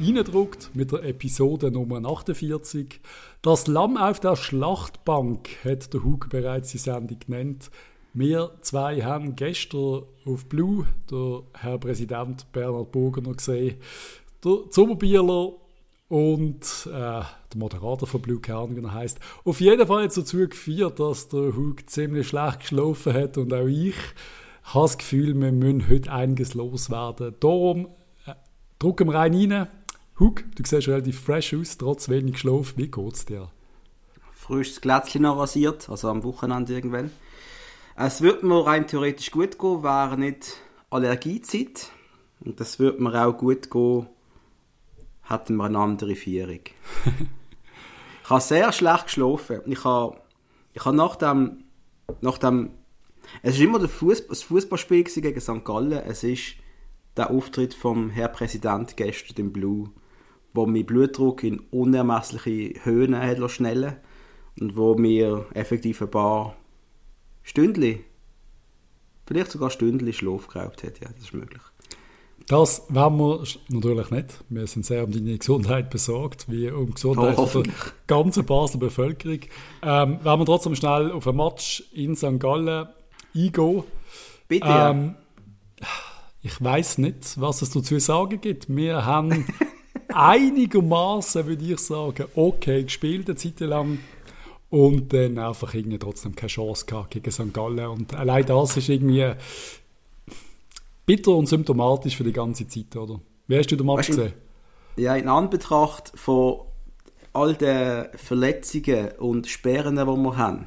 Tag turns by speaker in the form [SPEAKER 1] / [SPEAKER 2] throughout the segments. [SPEAKER 1] reingedruckt mit der Episode Nummer 48. Das Lamm auf der Schlachtbank hat der Hug bereits die Sendung genannt. Wir zwei haben gestern auf Blue der Herr Präsident Bernhard Bogener gesehen, der Zummerbieler und äh, der Moderator von Blue Kern, wie er heisst. Auf jeden Fall hat es dazu geführt, dass der Hug ziemlich schlecht geschlafen hat und auch ich habe das Gefühl, wir müssen heute einiges loswerden. Darum äh, drücken wir einen rein. Hug, du siehst relativ fresh aus, trotz wenig Schlaf. Wie geht's dir?
[SPEAKER 2] Frisches Glätzchen noch rasiert, also am Wochenende irgendwann. Es würde mir rein theoretisch gut gehen, wäre nicht Allergiezeit. Und das würde mir auch gut gehen, hätten wir eine andere Vierung. ich habe sehr schlecht geschlafen. Ich habe, ich habe nach dem, nach dem, es war immer der Fußball, das Fußballspiel gegen St. Gallen. Es ist der Auftritt vom Herr Präsident gestern im Blue, wo mein Blutdruck in unermessliche Höhen hat schnellen und wo mir effektiv ein paar Stündli, vielleicht sogar Stündli Schlaf geraubt hat. Ja, das ist möglich.
[SPEAKER 1] Das wollen wir natürlich nicht. Wir sind sehr um deine Gesundheit besorgt, wie um die Gesundheit
[SPEAKER 2] Oh,
[SPEAKER 1] der
[SPEAKER 2] hoffentlich.
[SPEAKER 1] ganzen Basler Bevölkerung. Ähm, wollen wir trotzdem schnell auf einen Match in St. Gallen eingehen.
[SPEAKER 2] Bitte.
[SPEAKER 1] Ähm, ich weiß nicht, was es dazu zu sagen gibt. Wir haben einigermaßen, würde ich sagen, okay gespielt eine Zeit lang und dann einfach irgendwie trotzdem keine Chance gehabt gegen St. Gallen. Und allein das ist irgendwie bitter und symptomatisch für die ganze Zeit, oder? Wie hast du den Match
[SPEAKER 2] Weißt du-
[SPEAKER 1] gesehen?
[SPEAKER 2] Ja, in Anbetracht von all den Verletzungen und Sperren, die wir haben,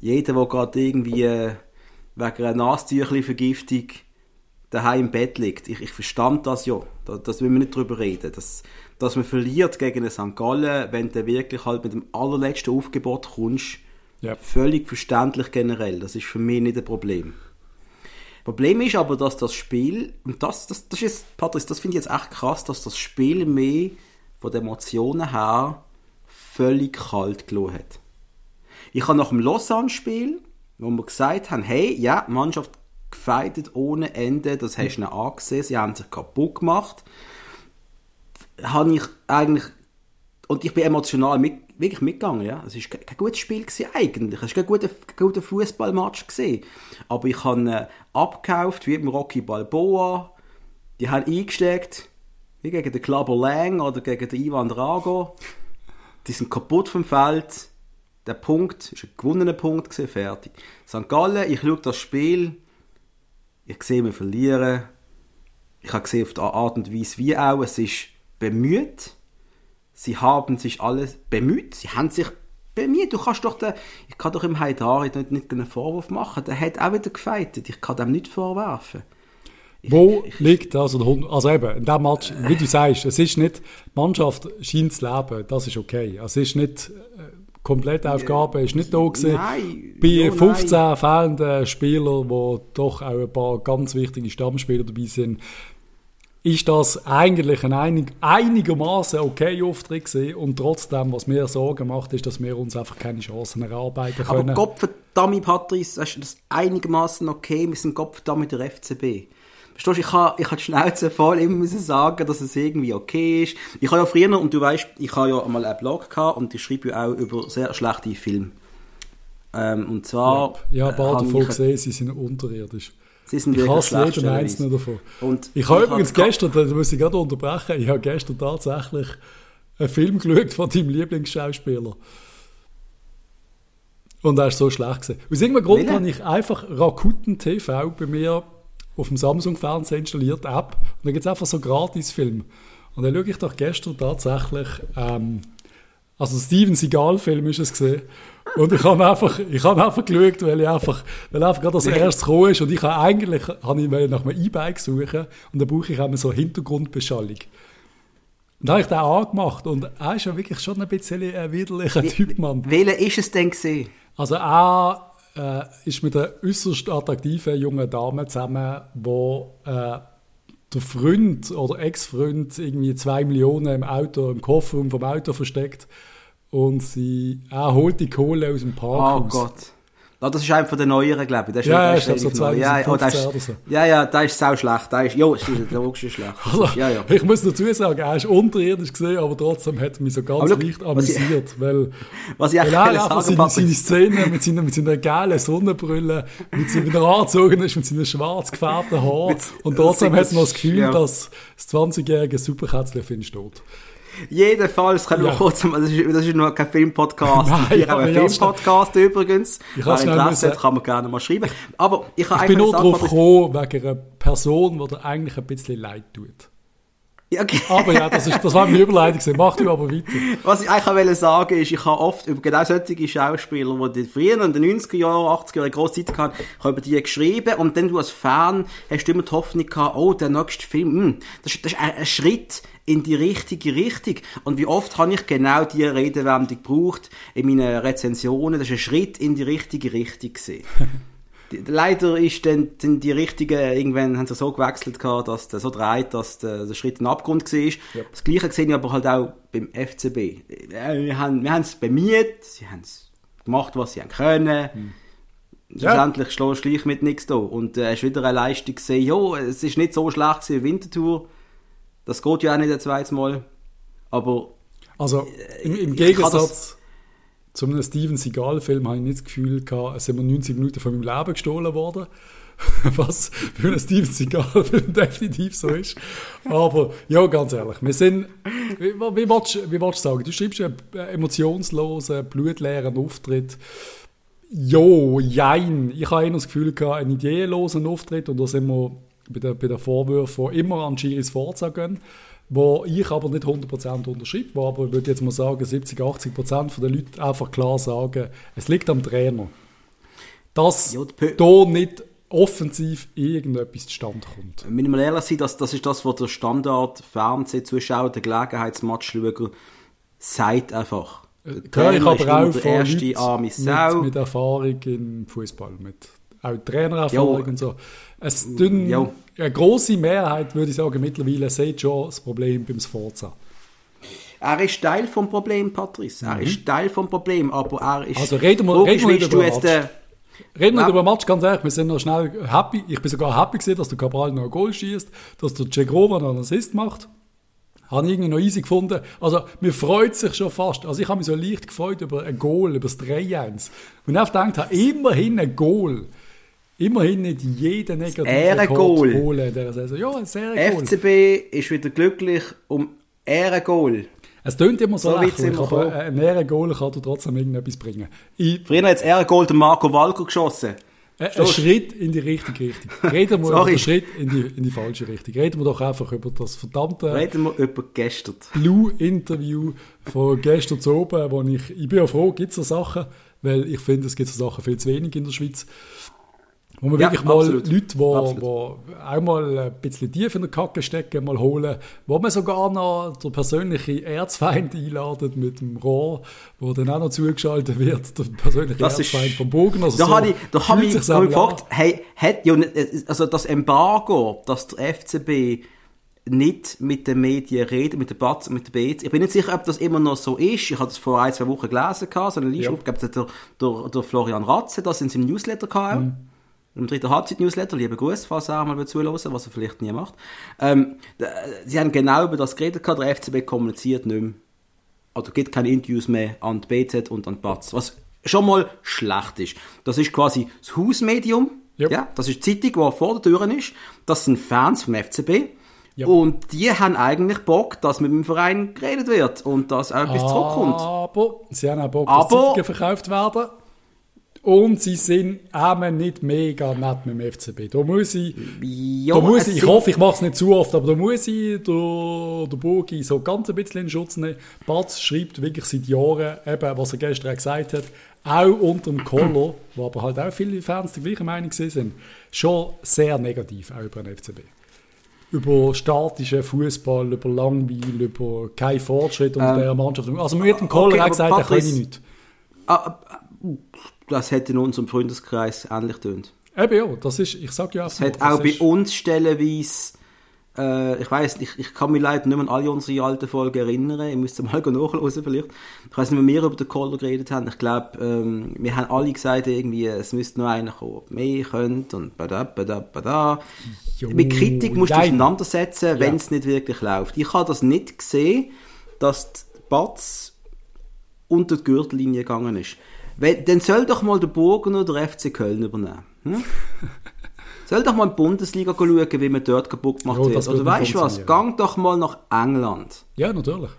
[SPEAKER 2] jeder, der gerade irgendwie äh, wegen einer Nasentüchli-Vergiftung daheim im Bett liegt, ich, ich verstand das ja, da, das will man nicht drüber reden, dass, dass man verliert gegen den St. Gallen, wenn du wirklich halt mit dem allerletzten Aufgebot kommst,
[SPEAKER 1] Ja.
[SPEAKER 2] völlig verständlich generell, das ist für mich nicht ein Problem. Problem ist aber, dass das Spiel, und das, das, das ist, Patrice, das finde ich jetzt echt krass, dass das Spiel mehr von den Emotionen her völlig kalt gelassen hat. Ich habe nach dem Lausanne-Spiel, wo wir gesagt haben, hey, ja, die Mannschaft gefeitet ohne Ende, das hast du ihnen angesehen, sie haben sich kaputt gemacht, habe ich eigentlich, und ich bin emotional mit, wirklich mitgegangen, ja. Es war ke- kein gutes Spiel gewesen eigentlich, es war kein guter, kein guter Fußballmatch gewesen. Aber ich habe äh, abgekauft, wie beim Rocky Balboa, die haben eingesteckt, wie gegen den Klaber Lang oder gegen den Ivan Drago. Die sind kaputt vom Feld. Der Punkt ist ein gewonnener Punkt, gewesen, fertig. St. Gallen, ich schaue das Spiel, ich sehe, wir verlieren. Ich habe gesehen, auf die Art und Weise wie auch, es ist bemüht. Sie haben sich alles bemüht, sie haben sich bemüht. Du kannst doch den, ich kann doch im Haidari nicht, nicht einen Vorwurf machen, der hat auch wieder gefeitet, ich kann dem nicht vorwerfen.
[SPEAKER 1] Wo liegt also der Hund? Also eben, in diesem Match, wie du sagst, es ist nicht, die Mannschaft scheint zu leben, das ist okay. Es ist nicht, äh, komplett Aufgabe ist nicht da gewesen.
[SPEAKER 2] Nein,
[SPEAKER 1] Bei
[SPEAKER 2] ja,
[SPEAKER 1] 15 fehlenden Spielern, wo doch auch ein paar ganz wichtige Stammspieler dabei sind, ist das eigentlich ein einig, einigermaßen okay Auftritt gewesen. Und trotzdem, was mir Sorgen macht, ist, dass wir uns einfach keine Chancen erarbeiten können.
[SPEAKER 2] Aber Gottverdammt, Patrice, das ist einigermaßen okay. Wir sind Gottverdammt der FCB. Verstehst du, ich habe ich ha die Schnauze voll immer müssen sagen, dass es irgendwie okay ist. Ich habe ja früher, und du weißt, ich habe ja einmal einen Blog gehabt und ich schreibe ja auch über sehr schlechte Filme. Ähm, und zwar.
[SPEAKER 1] ja, ein
[SPEAKER 2] äh,
[SPEAKER 1] paar
[SPEAKER 2] habe
[SPEAKER 1] davon
[SPEAKER 2] ich-
[SPEAKER 1] gesehen, sie sind unterirdisch.
[SPEAKER 2] Sie sind
[SPEAKER 1] ich
[SPEAKER 2] wirklich
[SPEAKER 1] hasse
[SPEAKER 2] schlecht,
[SPEAKER 1] jeden
[SPEAKER 2] stellenweise.
[SPEAKER 1] einzelnen davon.
[SPEAKER 2] Und
[SPEAKER 1] ich habe übrigens
[SPEAKER 2] hab-
[SPEAKER 1] gestern, da muss ich gerade unterbrechen, ich habe gestern tatsächlich einen Film geschaut von deinem Lieblingsschauspieler. Und er ist so schlecht gewesen. Aus irgendeinem Grund
[SPEAKER 2] Welcher?
[SPEAKER 1] habe ich einfach Rakuten TV bei mir auf dem Samsung-Fernseher installiert, App. Und dann gibt es einfach so Gratis-Filme. Und dann schaue ich doch gestern tatsächlich... Ähm, also Steven Seagal-Film ist es gesehen. Und ich habe einfach, ich habe einfach geschaut, weil ich einfach, weil einfach gerade das erste gekommen ist. Und ich habe eigentlich, habe ich wollte nach einem E-Bike suchen und dann brauche ich auch immer so Hintergrundbeschallung. Und da habe ich den angemacht und er ist ja wirklich schon ein bisschen ein widerlicher Typ, Mann.
[SPEAKER 2] Welcher ist es denn gesehen?
[SPEAKER 1] Also er äh, ist mit einer äußerst attraktiven jungen Dame zusammen, wo äh, der Freund oder Ex-Freund irgendwie zwei Millionen im Auto, im Kofferraum vom Auto versteckt und sie, er holt die Kohle aus dem
[SPEAKER 2] Oh
[SPEAKER 1] Parkhaus.
[SPEAKER 2] Gott. Ah, das ist einer von den neueren, glaube ich. Der ist
[SPEAKER 1] Ja,
[SPEAKER 2] der
[SPEAKER 1] ich glaube, so
[SPEAKER 2] relativ neu. ja, ja, oh, der
[SPEAKER 1] 2015
[SPEAKER 2] ist,
[SPEAKER 1] oder so.
[SPEAKER 2] ja, ja, der ist sau schlecht. Der ist, jo, ist- der Ochs ist schlecht. Das ist- Ja, ja.
[SPEAKER 1] Also, Ich muss dazu sagen, er ist unterirdisch gesehen, aber trotzdem hat mich so ganz
[SPEAKER 2] Aber schau,
[SPEAKER 1] leicht
[SPEAKER 2] was ich-
[SPEAKER 1] amüsiert, weil,
[SPEAKER 2] Was
[SPEAKER 1] weil
[SPEAKER 2] ich eigentlich
[SPEAKER 1] er
[SPEAKER 2] sagen
[SPEAKER 1] einfach
[SPEAKER 2] wollte,
[SPEAKER 1] seine,
[SPEAKER 2] Patrick-
[SPEAKER 1] seine Szene mit seiner, mit seiner geilen Sonnenbrille, mit seiner angezogen ist, mit seinen schwarz gefärbten Haaren
[SPEAKER 2] Mit-
[SPEAKER 1] und trotzdem
[SPEAKER 2] das-
[SPEAKER 1] hat man das Gefühl,
[SPEAKER 2] ja.
[SPEAKER 1] dass das 20-jährige Superkätzchen für ihn steht.
[SPEAKER 2] Jedenfalls können wir
[SPEAKER 1] Ja.
[SPEAKER 2] kurz, das ist, das ist nur kein Filmpodcast.
[SPEAKER 1] Nein,
[SPEAKER 2] wir haben
[SPEAKER 1] aber
[SPEAKER 2] einen
[SPEAKER 1] ja,
[SPEAKER 2] Filmpodcast übrigens.
[SPEAKER 1] Ich
[SPEAKER 2] Wer
[SPEAKER 1] hab's schnell
[SPEAKER 2] Interesse hat,
[SPEAKER 1] müssen.
[SPEAKER 2] kann man gerne mal schreiben. Aber ich habe
[SPEAKER 1] Ich bin
[SPEAKER 2] eigentlich
[SPEAKER 1] nur
[SPEAKER 2] gesagt,
[SPEAKER 1] drauf
[SPEAKER 2] Patrick-
[SPEAKER 1] gekommen, wegen einer Person, die dir eigentlich ein bisschen leid tut.
[SPEAKER 2] Ja, okay.
[SPEAKER 1] Aber ja, das, ist, das war meine Überleitung. gewesen. Mach du aber weiter.
[SPEAKER 2] Was ich eigentlich auch wollte sagen ist, ich habe oft über genau solche Schauspieler, die in früher in den 90er Jahren, 80er Jahren große Zeit hatten, ich habe über die geschrieben und dann du als Fan hast du immer die Hoffnung gehabt, oh, der nächste Film, hm, das, ist- das ist ein, ein Schritt in die richtige Richtung. Und wie oft habe ich genau die Redewendung gebraucht in meinen Rezensionen, das ist ein Schritt in die richtige Richtung gewesen. Die- Leider ist dann, dann die richtigen, irgendwann haben sie so gewechselt gehabt, dass der so dreht, dass der, der Schritt in den Abgrund war. Das Gleiche sehe ich aber halt auch beim FCB. Äh, Wir haben, wir haben es bemüht, sie haben es gemacht, was sie haben können. Schlussendlich schlägst du gleich mit nichts da. Und äh, hast wieder eine Leistung gesehen, jo, es ist nicht so schlecht gewesen wie Winterthur. Das geht ja auch nicht ein zweites Mal. Aber
[SPEAKER 1] Also im, im
[SPEAKER 2] Äh, Ich kann
[SPEAKER 1] Gegensatz zu einem Steven Seagal-Film habe ich nicht das Gefühl gehabt, es sind mir 90 Minuten von meinem Leben gestohlen worden. Was für einen Steven Seagal-Film definitiv so ist. Aber ja, ganz ehrlich, wir sind. Wie, wie, willst, du- wie willst du sagen? Du schreibst einen äh, emotionslosen, blutleeren Auftritt. Jo, jein. Ich habe immer das Gefühl gehabt, einen ideenlosen Auftritt und da sind wir bei den, bei den Vorwürfen, die immer an Giris Forza gehen, wo ich aber nicht 100% unterschreibe, wo aber, ich würde jetzt mal sagen, 70, 80% von den Leuten einfach klar sagen, es liegt am Trainer, dass
[SPEAKER 2] Ja, die Pö-
[SPEAKER 1] da nicht offensiv irgendetwas zustande kommt.
[SPEAKER 2] Wir müssen mal ehrlich sein, das, das ist das, was der Standard-Fernsehzuschauer, der Gelegenheitsmatchschauer sagt einfach. Der
[SPEAKER 1] Höre Äh, ich
[SPEAKER 2] Trainer ist
[SPEAKER 1] aber auch
[SPEAKER 2] immer der
[SPEAKER 1] von
[SPEAKER 2] erste
[SPEAKER 1] Leuten
[SPEAKER 2] arme Sau.
[SPEAKER 1] mit, mit Erfahrung im Fußball, mit auch Trainererfahrung
[SPEAKER 2] Jo.
[SPEAKER 1] und so. Es dünn,
[SPEAKER 2] Jo.
[SPEAKER 1] eine große Mehrheit würde ich sagen mittlerweile sieht schon das Problem beim Sforza.
[SPEAKER 2] Er ist Teil vom Problem, Patrice. Er ist Teil vom Problem, aber er ist...
[SPEAKER 1] Mhm. Also reden wir-
[SPEAKER 2] Logisch
[SPEAKER 1] reden wir nicht
[SPEAKER 2] willst
[SPEAKER 1] über
[SPEAKER 2] du jetzt,
[SPEAKER 1] Matsch.
[SPEAKER 2] äh,
[SPEAKER 1] Reden wir
[SPEAKER 2] Ja.
[SPEAKER 1] über den Match ganz ehrlich, wir sind noch schnell happy. Ich bin sogar happy gewesen, dass der Cabral noch ein Goal schießt, dass der Cegrova noch einen Assist macht. Habe ich irgendwie noch easy gefunden. Also, mir freut sich schon fast. Also, ich habe mich so leicht gefreut über ein Goal, über das 3-1. Und ich gedacht habe, immerhin ein Goal. Immerhin nicht jeden negativen
[SPEAKER 2] Ehrengoal.
[SPEAKER 1] Rekord holen in dieser Saison. Ja, ein Ehrengoal.
[SPEAKER 2] FCB ist wieder glücklich um Ehrengoal.
[SPEAKER 1] Es tönt immer so,
[SPEAKER 2] So weit sind
[SPEAKER 1] lächerlich,
[SPEAKER 2] wir
[SPEAKER 1] aber
[SPEAKER 2] gekommen.
[SPEAKER 1] ein Ehrengoal kann dir trotzdem irgendetwas bringen. Ich,
[SPEAKER 2] Früher hat das Ehrengoal der Marco Walker geschossen.
[SPEAKER 1] Ein, Äh, ein Schritt in die richtige Richtung. Reden wir über
[SPEAKER 2] Sorry.
[SPEAKER 1] den Schritt in die, in die falsche Richtung. Reden wir doch einfach über das verdammte
[SPEAKER 2] Reden wir über gestern.
[SPEAKER 1] Blue-Interview von gestern zu oben, wo ich, ich bin ja froh, gibt es so Sachen, weil ich finde, es gibt so Sachen viel zu wenig in der Schweiz, wo man
[SPEAKER 2] Ja,
[SPEAKER 1] wirklich mal
[SPEAKER 2] absolut.
[SPEAKER 1] Leute, wo,
[SPEAKER 2] Absolut.
[SPEAKER 1] wo auch mal ein bisschen tief in der Kacke stecken, mal holen, wo man sogar noch den persönlichen Erzfeind einladet mit dem Rohr, wo dann auch noch zugeschaltet wird, der persönliche
[SPEAKER 2] Das ist-
[SPEAKER 1] Erzfeind vom Bogen. Also
[SPEAKER 2] Da
[SPEAKER 1] so
[SPEAKER 2] habe ich, da habe
[SPEAKER 1] fühlt
[SPEAKER 2] ich mich
[SPEAKER 1] sich's auch an.
[SPEAKER 2] gefragt, hey, hat ja nicht, also das Embargo, dass der FCB nicht mit den Medien redet, mit der BATS und mit der BZ. Ich bin nicht sicher, ob das immer noch so ist. Ich habe das vor ein, zwei Wochen gelesen, gehabt, so eine Liste
[SPEAKER 1] Ja.
[SPEAKER 2] aufgegeben, das hat der, der, der Florian Ratze, das in seinem Newsletter gehabt, auch.
[SPEAKER 1] Mhm.
[SPEAKER 2] Im dritten Halbzeit-Newsletter, lieber Gruß, falls er auch mal zuhören will, was er vielleicht nie macht. Ähm, d- sie haben genau über das geredet, gehabt, der FCB kommuniziert nicht mehr also gibt keine Interviews mehr an die BZ und an die BATZ, was schon mal schlecht ist. Das ist quasi das Hausmedium,
[SPEAKER 1] Yep.
[SPEAKER 2] ja, das ist die Zeitung, die vor der Tür ist, das sind Fans vom FCB
[SPEAKER 1] Yep.
[SPEAKER 2] und die haben eigentlich Bock, dass mit dem Verein geredet wird und dass auch
[SPEAKER 1] Ah.
[SPEAKER 2] etwas zurückkommt.
[SPEAKER 1] Aber sie haben auch Bock, dass
[SPEAKER 2] Aber-
[SPEAKER 1] Zeitungen verkauft werden. Und sie sind eben nicht mega nett mit dem FCB. Da muss ich,
[SPEAKER 2] Ja,
[SPEAKER 1] da muss
[SPEAKER 2] es
[SPEAKER 1] ich, ich
[SPEAKER 2] sind-
[SPEAKER 1] hoffe, ich mache es nicht zu oft, aber da muss ich der, der Burgi so ganz ein bisschen in Schutz nehmen. Batz schreibt wirklich seit Jahren, eben, was er gestern auch gesagt hat, auch unter dem Collar, wo aber halt auch viele Fans der gleichen Meinung gewesen sind, schon sehr negativ auch über den FCB. Über statischen Fußball, über Langweil, über keinen Fortschritt unter dieser Mannschaft. Also, mir hat dem Collar
[SPEAKER 2] Ähm, okay,
[SPEAKER 1] auch gesagt,
[SPEAKER 2] aber
[SPEAKER 1] er könne
[SPEAKER 2] Patrice-
[SPEAKER 1] nichts.
[SPEAKER 2] Ah, ah, uh, das hat in unserem Freundeskreis ähnlich tönt.
[SPEAKER 1] Eben ja, das ist, ich sage ja
[SPEAKER 2] Es hat
[SPEAKER 1] das
[SPEAKER 2] auch bei
[SPEAKER 1] ist-
[SPEAKER 2] uns stellenweise Äh, ich weiß, ich, ich kann mich leider nicht mehr an alle unsere alten Folgen erinnern. Ich müsste mal nachhören vielleicht. Ich weiß nicht, wie wir über den Caller geredet haben. Ich glaube, ähm, wir haben alle gesagt, irgendwie, es müsste noch einer kommen, ob mehr könnte und bada, bada, bada.
[SPEAKER 1] Jo,
[SPEAKER 2] Mit Kritik musst du dich
[SPEAKER 1] nein.
[SPEAKER 2] auseinandersetzen, wenn es nicht wirklich läuft. Ich habe das nicht gesehen, dass die Batz unter die Gürtellinie gegangen ist. Wenn, dann soll doch mal der Burgen oder der FC Köln übernehmen. Hm? soll doch mal in die Bundesliga schauen, wie man dort kaputt gemacht
[SPEAKER 1] Ja, das
[SPEAKER 2] wird.
[SPEAKER 1] würde
[SPEAKER 2] Oder weißt du was?
[SPEAKER 1] funktionieren.
[SPEAKER 2] Gang doch mal nach England.
[SPEAKER 1] Ja, natürlich.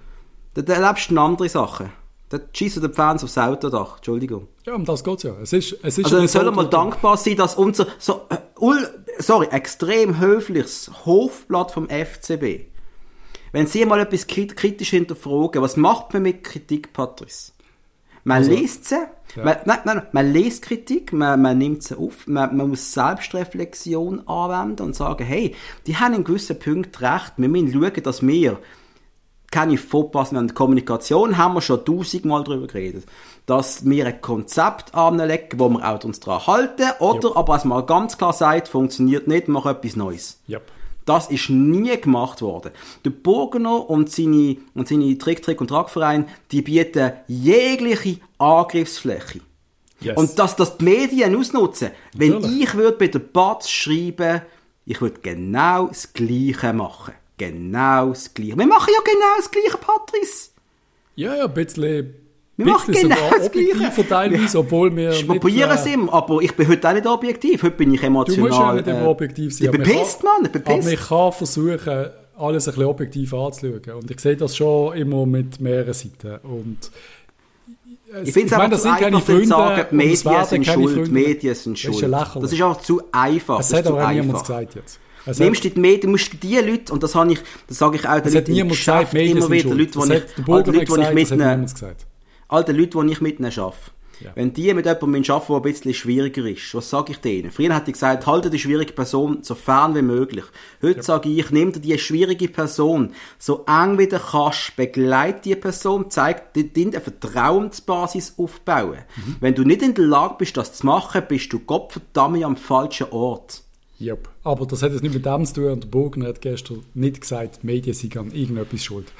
[SPEAKER 2] Dort erlebst du eine andere Sache. Dort schießen die Fans aufs Autodach. Entschuldigung.
[SPEAKER 1] Ja, um das geht es ja. Es ist, es ist
[SPEAKER 2] Also
[SPEAKER 1] eine
[SPEAKER 2] dann soll er mal
[SPEAKER 1] Sorte-
[SPEAKER 2] dankbar sein, dass unser so, äh, ul, sorry, extrem höfliches Hofblatt vom FCB, wenn sie mal etwas krit- kritisch hinterfragen, was macht man mit Kritik, Patrice? Man liest sie, man, nein, nein, nein, man liest Kritik, man, man nimmt sie auf, man, man muss Selbstreflexion anwenden und sagen, hey, die haben in gewissen Punkten recht, wir müssen schauen, dass wir keine Fauxpas mehr an der Kommunikation, haben wir schon tausendmal darüber geredet. Dass wir ein Konzept anlegen, wo wir auch uns daran halten, oder aber es mal ganz klar sagt, funktioniert nicht, mach etwas Neues.
[SPEAKER 1] Ja.
[SPEAKER 2] Das ist nie gemacht worden. Der Burgener und seine, und seine Trick, Trick und Tragverein, die bieten jegliche Angriffsfläche.
[SPEAKER 1] Yes.
[SPEAKER 2] Und dass das die Medien ausnutzen. Wenn
[SPEAKER 1] Natürlich.
[SPEAKER 2] ich würde bei der Batz schreiben, ich würde genau das Gleiche machen. Genau das Gleiche. Wir machen ja genau das Gleiche, Patrice.
[SPEAKER 1] ja, ja, ein bisschen,
[SPEAKER 2] Wir machen
[SPEAKER 1] bisschen
[SPEAKER 2] genau
[SPEAKER 1] sogar
[SPEAKER 2] das Gleiche.
[SPEAKER 1] objektiver teilweise, obwohl wir
[SPEAKER 2] Wir probieren es
[SPEAKER 1] äh,
[SPEAKER 2] immer, aber ich bin heute auch nicht objektiv. Heute bin ich
[SPEAKER 1] Du
[SPEAKER 2] emotional.
[SPEAKER 1] musst ja nicht
[SPEAKER 2] äh,
[SPEAKER 1] immer objektiv sein.
[SPEAKER 2] Ich
[SPEAKER 1] aber
[SPEAKER 2] bin
[SPEAKER 1] man
[SPEAKER 2] bepisst,
[SPEAKER 1] kann-
[SPEAKER 2] Mann. Ich bin
[SPEAKER 1] Aber
[SPEAKER 2] bepisst.
[SPEAKER 1] ich kann versuchen, alles ein bisschen objektiv anzuschauen. Und ich sehe das schon immer mit mehreren Seiten. Und es-
[SPEAKER 2] Ich finde es
[SPEAKER 1] meine,
[SPEAKER 2] einfach
[SPEAKER 1] das
[SPEAKER 2] zu
[SPEAKER 1] sind keine
[SPEAKER 2] einfach, wenn sie sagen,
[SPEAKER 1] Freunde
[SPEAKER 2] die
[SPEAKER 1] und es
[SPEAKER 2] Medien
[SPEAKER 1] werden
[SPEAKER 2] sind
[SPEAKER 1] keine
[SPEAKER 2] schuld,
[SPEAKER 1] Freunde.
[SPEAKER 2] die Medien sind
[SPEAKER 1] Das ist
[SPEAKER 2] schuld.
[SPEAKER 1] ja lächerlich.
[SPEAKER 2] Das ist einfach zu einfach.
[SPEAKER 1] Es
[SPEAKER 2] das
[SPEAKER 1] hat
[SPEAKER 2] ist zu
[SPEAKER 1] aber auch
[SPEAKER 2] einfach.
[SPEAKER 1] niemand gesagt jetzt. Es
[SPEAKER 2] Nimmst du die Medien, musst du die Leute, und das habe ich, das sage ich auch
[SPEAKER 1] es
[SPEAKER 2] den
[SPEAKER 1] hat
[SPEAKER 2] Leuten im
[SPEAKER 1] niemand gesagt,
[SPEAKER 2] Geschäft
[SPEAKER 1] die Medien
[SPEAKER 2] immer
[SPEAKER 1] sind
[SPEAKER 2] wieder,
[SPEAKER 1] schuld.
[SPEAKER 2] Leute,
[SPEAKER 1] Das
[SPEAKER 2] die
[SPEAKER 1] hat
[SPEAKER 2] ich,
[SPEAKER 1] der
[SPEAKER 2] all die
[SPEAKER 1] Burger
[SPEAKER 2] Leute,
[SPEAKER 1] nicht
[SPEAKER 2] die ich
[SPEAKER 1] gesagt, das hat
[SPEAKER 2] mitnehme,
[SPEAKER 1] niemand gesagt.
[SPEAKER 2] all die Leute, die ich mitnehme, arbeite.
[SPEAKER 1] Ja.
[SPEAKER 2] Wenn die mit jemandem arbeiten, der ein bisschen schwieriger ist, was sage ich denen? Früher hat ich gesagt, halte die schwierige Person so fern wie möglich. Heute sage ich, nimm dir die schwierige Person so eng wie du kannst, begleite die Person, zeig dir dir eine Vertrauensbasis aufbauen. Wenn du nicht in der Lage bist, das zu machen, bist du Gottverdammt am falschen Ort.
[SPEAKER 1] Yep. Aber das hat jetzt nicht mit dem zu tun. Und der Bogner hat gestern nicht gesagt, die Medien sind an irgendetwas schuld.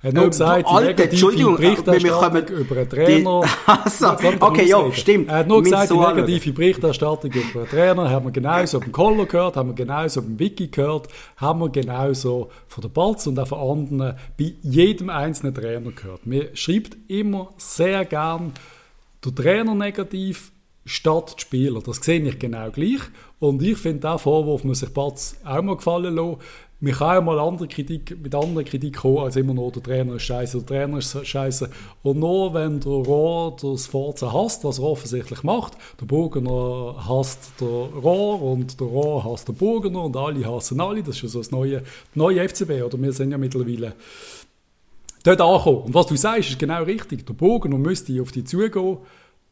[SPEAKER 1] Er hat nur
[SPEAKER 2] Ähm,
[SPEAKER 1] gesagt, die
[SPEAKER 2] Alter,
[SPEAKER 1] negative
[SPEAKER 2] Entschuldigung, äh,
[SPEAKER 1] Berichterstattung
[SPEAKER 2] wir kommen-
[SPEAKER 1] über einen Trainer.
[SPEAKER 2] Die- Also,
[SPEAKER 1] Jetzt lass mich doch
[SPEAKER 2] okay, ja,
[SPEAKER 1] ausreden.
[SPEAKER 2] stimmt.
[SPEAKER 1] Er hat nur
[SPEAKER 2] Wir müssen
[SPEAKER 1] gesagt, die
[SPEAKER 2] so anschauen.
[SPEAKER 1] negative Berichterstattung über einen Trainer haben wir genauso auf dem Koller gehört, haben wir genauso auf dem Wiki gehört, haben wir genauso von der Balz und auch von anderen bei jedem einzelnen Trainer gehört. Man schreibt immer sehr gern der Trainer negativ statt die Spieler. Das sehe ich genau gleich. Und ich finde, diesen Vorwurf muss sich Batz auch mal gefallen lassen. Man kann auch mal andere Kritik, mit anderen Kritik kommen, als immer nur der Trainer ist scheiße, der Trainer ist scheiße. Und nur wenn der Rohr das Forza hasst, was er offensichtlich macht, der Burgener hasst der Rohr und der Rohr hasst den Burgener und alle hassen alle, das ist ja so das neue, neue FCB, oder wir sind ja mittlerweile dort ankommen. Und was du sagst, ist genau richtig. Der Bogener müsste auf die zugehen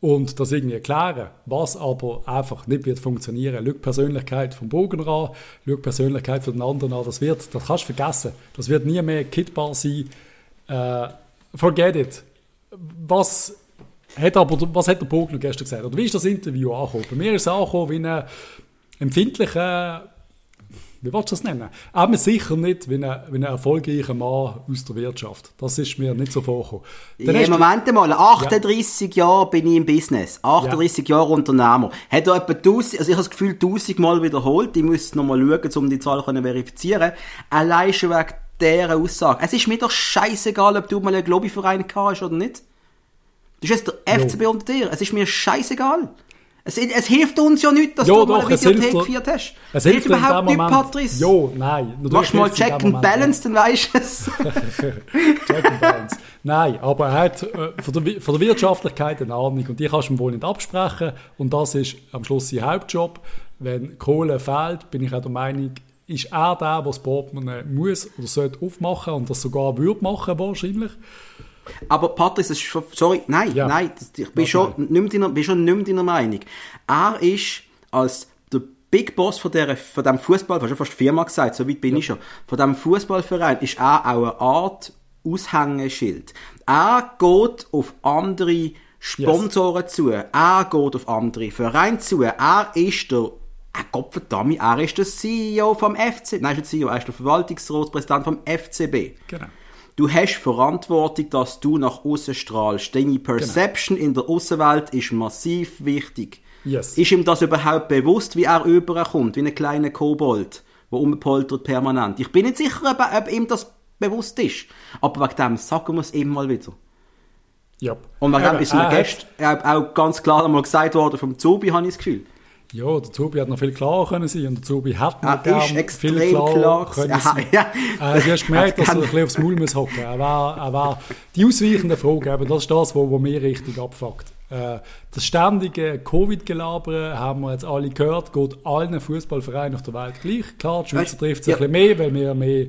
[SPEAKER 1] und das irgendwie erklären. Was aber einfach nicht wird funktionieren. Schau die Persönlichkeit vom Bogener an, schau die Persönlichkeit von den anderen an. Das, wird, das kannst du vergessen. Das wird nie mehr kittbar sein. Äh, forget it. Was hat, aber, was hat der Bogener gestern gesagt? Oder wie ist das Interview angekommen? Bei mir ist es angekommen wie ein empfindlicher wie willst du das nennen? Eben sicher nicht wie ein, wie ein erfolgreicher Mann aus der Wirtschaft. Das ist mir nicht so vorgekommen. Dann
[SPEAKER 2] Ja,
[SPEAKER 1] hast du-
[SPEAKER 2] Moment mal, 38 Jahre bin ich im Business. 38 Jahre Unternehmer. Hat da etwa 1000, also ich habe das Gefühl, 1000 Mal wiederholt. Ich muss nochmal schauen, um die Zahl zu verifizieren. Allein schon wegen dieser Aussage. Es ist mir doch scheißegal, ob du mal einen Globiverein gehabt hast oder nicht. Du bist jetzt der FCB unter dir. Es ist mir scheißegal. Es, es hilft uns ja nicht, dass
[SPEAKER 1] Ja,
[SPEAKER 2] du mal
[SPEAKER 1] doch,
[SPEAKER 2] eine
[SPEAKER 1] es hilft
[SPEAKER 2] Videothek
[SPEAKER 1] dir-
[SPEAKER 2] geführt hast.
[SPEAKER 1] es hilft dir in dem
[SPEAKER 2] überhaupt nicht,
[SPEAKER 1] Moment.
[SPEAKER 2] Patrice.
[SPEAKER 1] Jo, nein. natürlich
[SPEAKER 2] Machst mal
[SPEAKER 1] hilft es in
[SPEAKER 2] Check
[SPEAKER 1] dem
[SPEAKER 2] and
[SPEAKER 1] Moment nicht.
[SPEAKER 2] Balance, dann weißt du es.
[SPEAKER 1] Jack and Balance. Nein, aber er hat äh, von, der, Wi- von der Wirtschaftlichkeit eine Ahnung und die kannst du ihm wohl nicht absprechen. Und das ist am Schluss sein Hauptjob. Wenn Kohle fehlt, bin ich auch der Meinung, ist er der, was Portemonnaie muss oder sollte aufmachen und das sogar würde machen wahrscheinlich.
[SPEAKER 2] Aber Patrice, das ist schon, sorry, nein,
[SPEAKER 1] Ja.
[SPEAKER 2] nein, das, ich bin schon, nicht mehr deiner, bin schon nicht mehr deiner Meinung. Er ist als der Big Boss von, der, von dem Fußball, hast du fast viermal gesagt, so weit bin ich schon, von dem Fußballverein ist er auch eine Art Aushängeschild. Er geht auf andere Sponsoren zu, er geht auf andere Vereine zu, er ist der Ah, Gottverdammt, er ist der CEO vom FC. Nein, er ist der CEO, er ist der Verwaltungsratspräsident vom FCB.
[SPEAKER 1] Genau.
[SPEAKER 2] Du hast Verantwortung, dass du nach außen strahlst. Deine
[SPEAKER 1] Genau.
[SPEAKER 2] Perception in der Außenwelt ist massiv wichtig.
[SPEAKER 1] Yes.
[SPEAKER 2] Ist ihm das überhaupt bewusst, wie er überkommt, wie ein kleiner Kobold, der umpoltert permanent? Ich bin nicht sicher, ob, ob ihm das bewusst ist. Aber wegen dem sagen wir es ihm mal wieder.
[SPEAKER 1] Ja.
[SPEAKER 2] Und wegen dem
[SPEAKER 1] Eben,
[SPEAKER 2] ist mir
[SPEAKER 1] er hat-
[SPEAKER 2] gestern auch- auch ganz klar einmal gesagt worden vom Zubi, habe ich das Gefühl.
[SPEAKER 1] Ja, der Zubi hat noch viel klarer können sein und der Zubi hat
[SPEAKER 2] Er
[SPEAKER 1] noch gern
[SPEAKER 2] Ah, ist extrem
[SPEAKER 1] viel klarer
[SPEAKER 2] klar
[SPEAKER 1] können
[SPEAKER 2] gewesen.
[SPEAKER 1] sein.
[SPEAKER 2] Ja, ja.
[SPEAKER 1] Äh, du hast gemerkt, dass er ein
[SPEAKER 2] Er-
[SPEAKER 1] bisschen aufs Maul muss hocken. Er war, er war die ausweichende Frage, eben, das ist das, was mir richtig abfuckt. Äh, Das ständige Covid-Gelaber haben wir jetzt alle gehört, geht allen Fußballvereinen auf der Welt gleich. Klar, die Schweizer
[SPEAKER 2] Weißt-
[SPEAKER 1] trifft es
[SPEAKER 2] ja.
[SPEAKER 1] ein bisschen mehr, weil wir mehr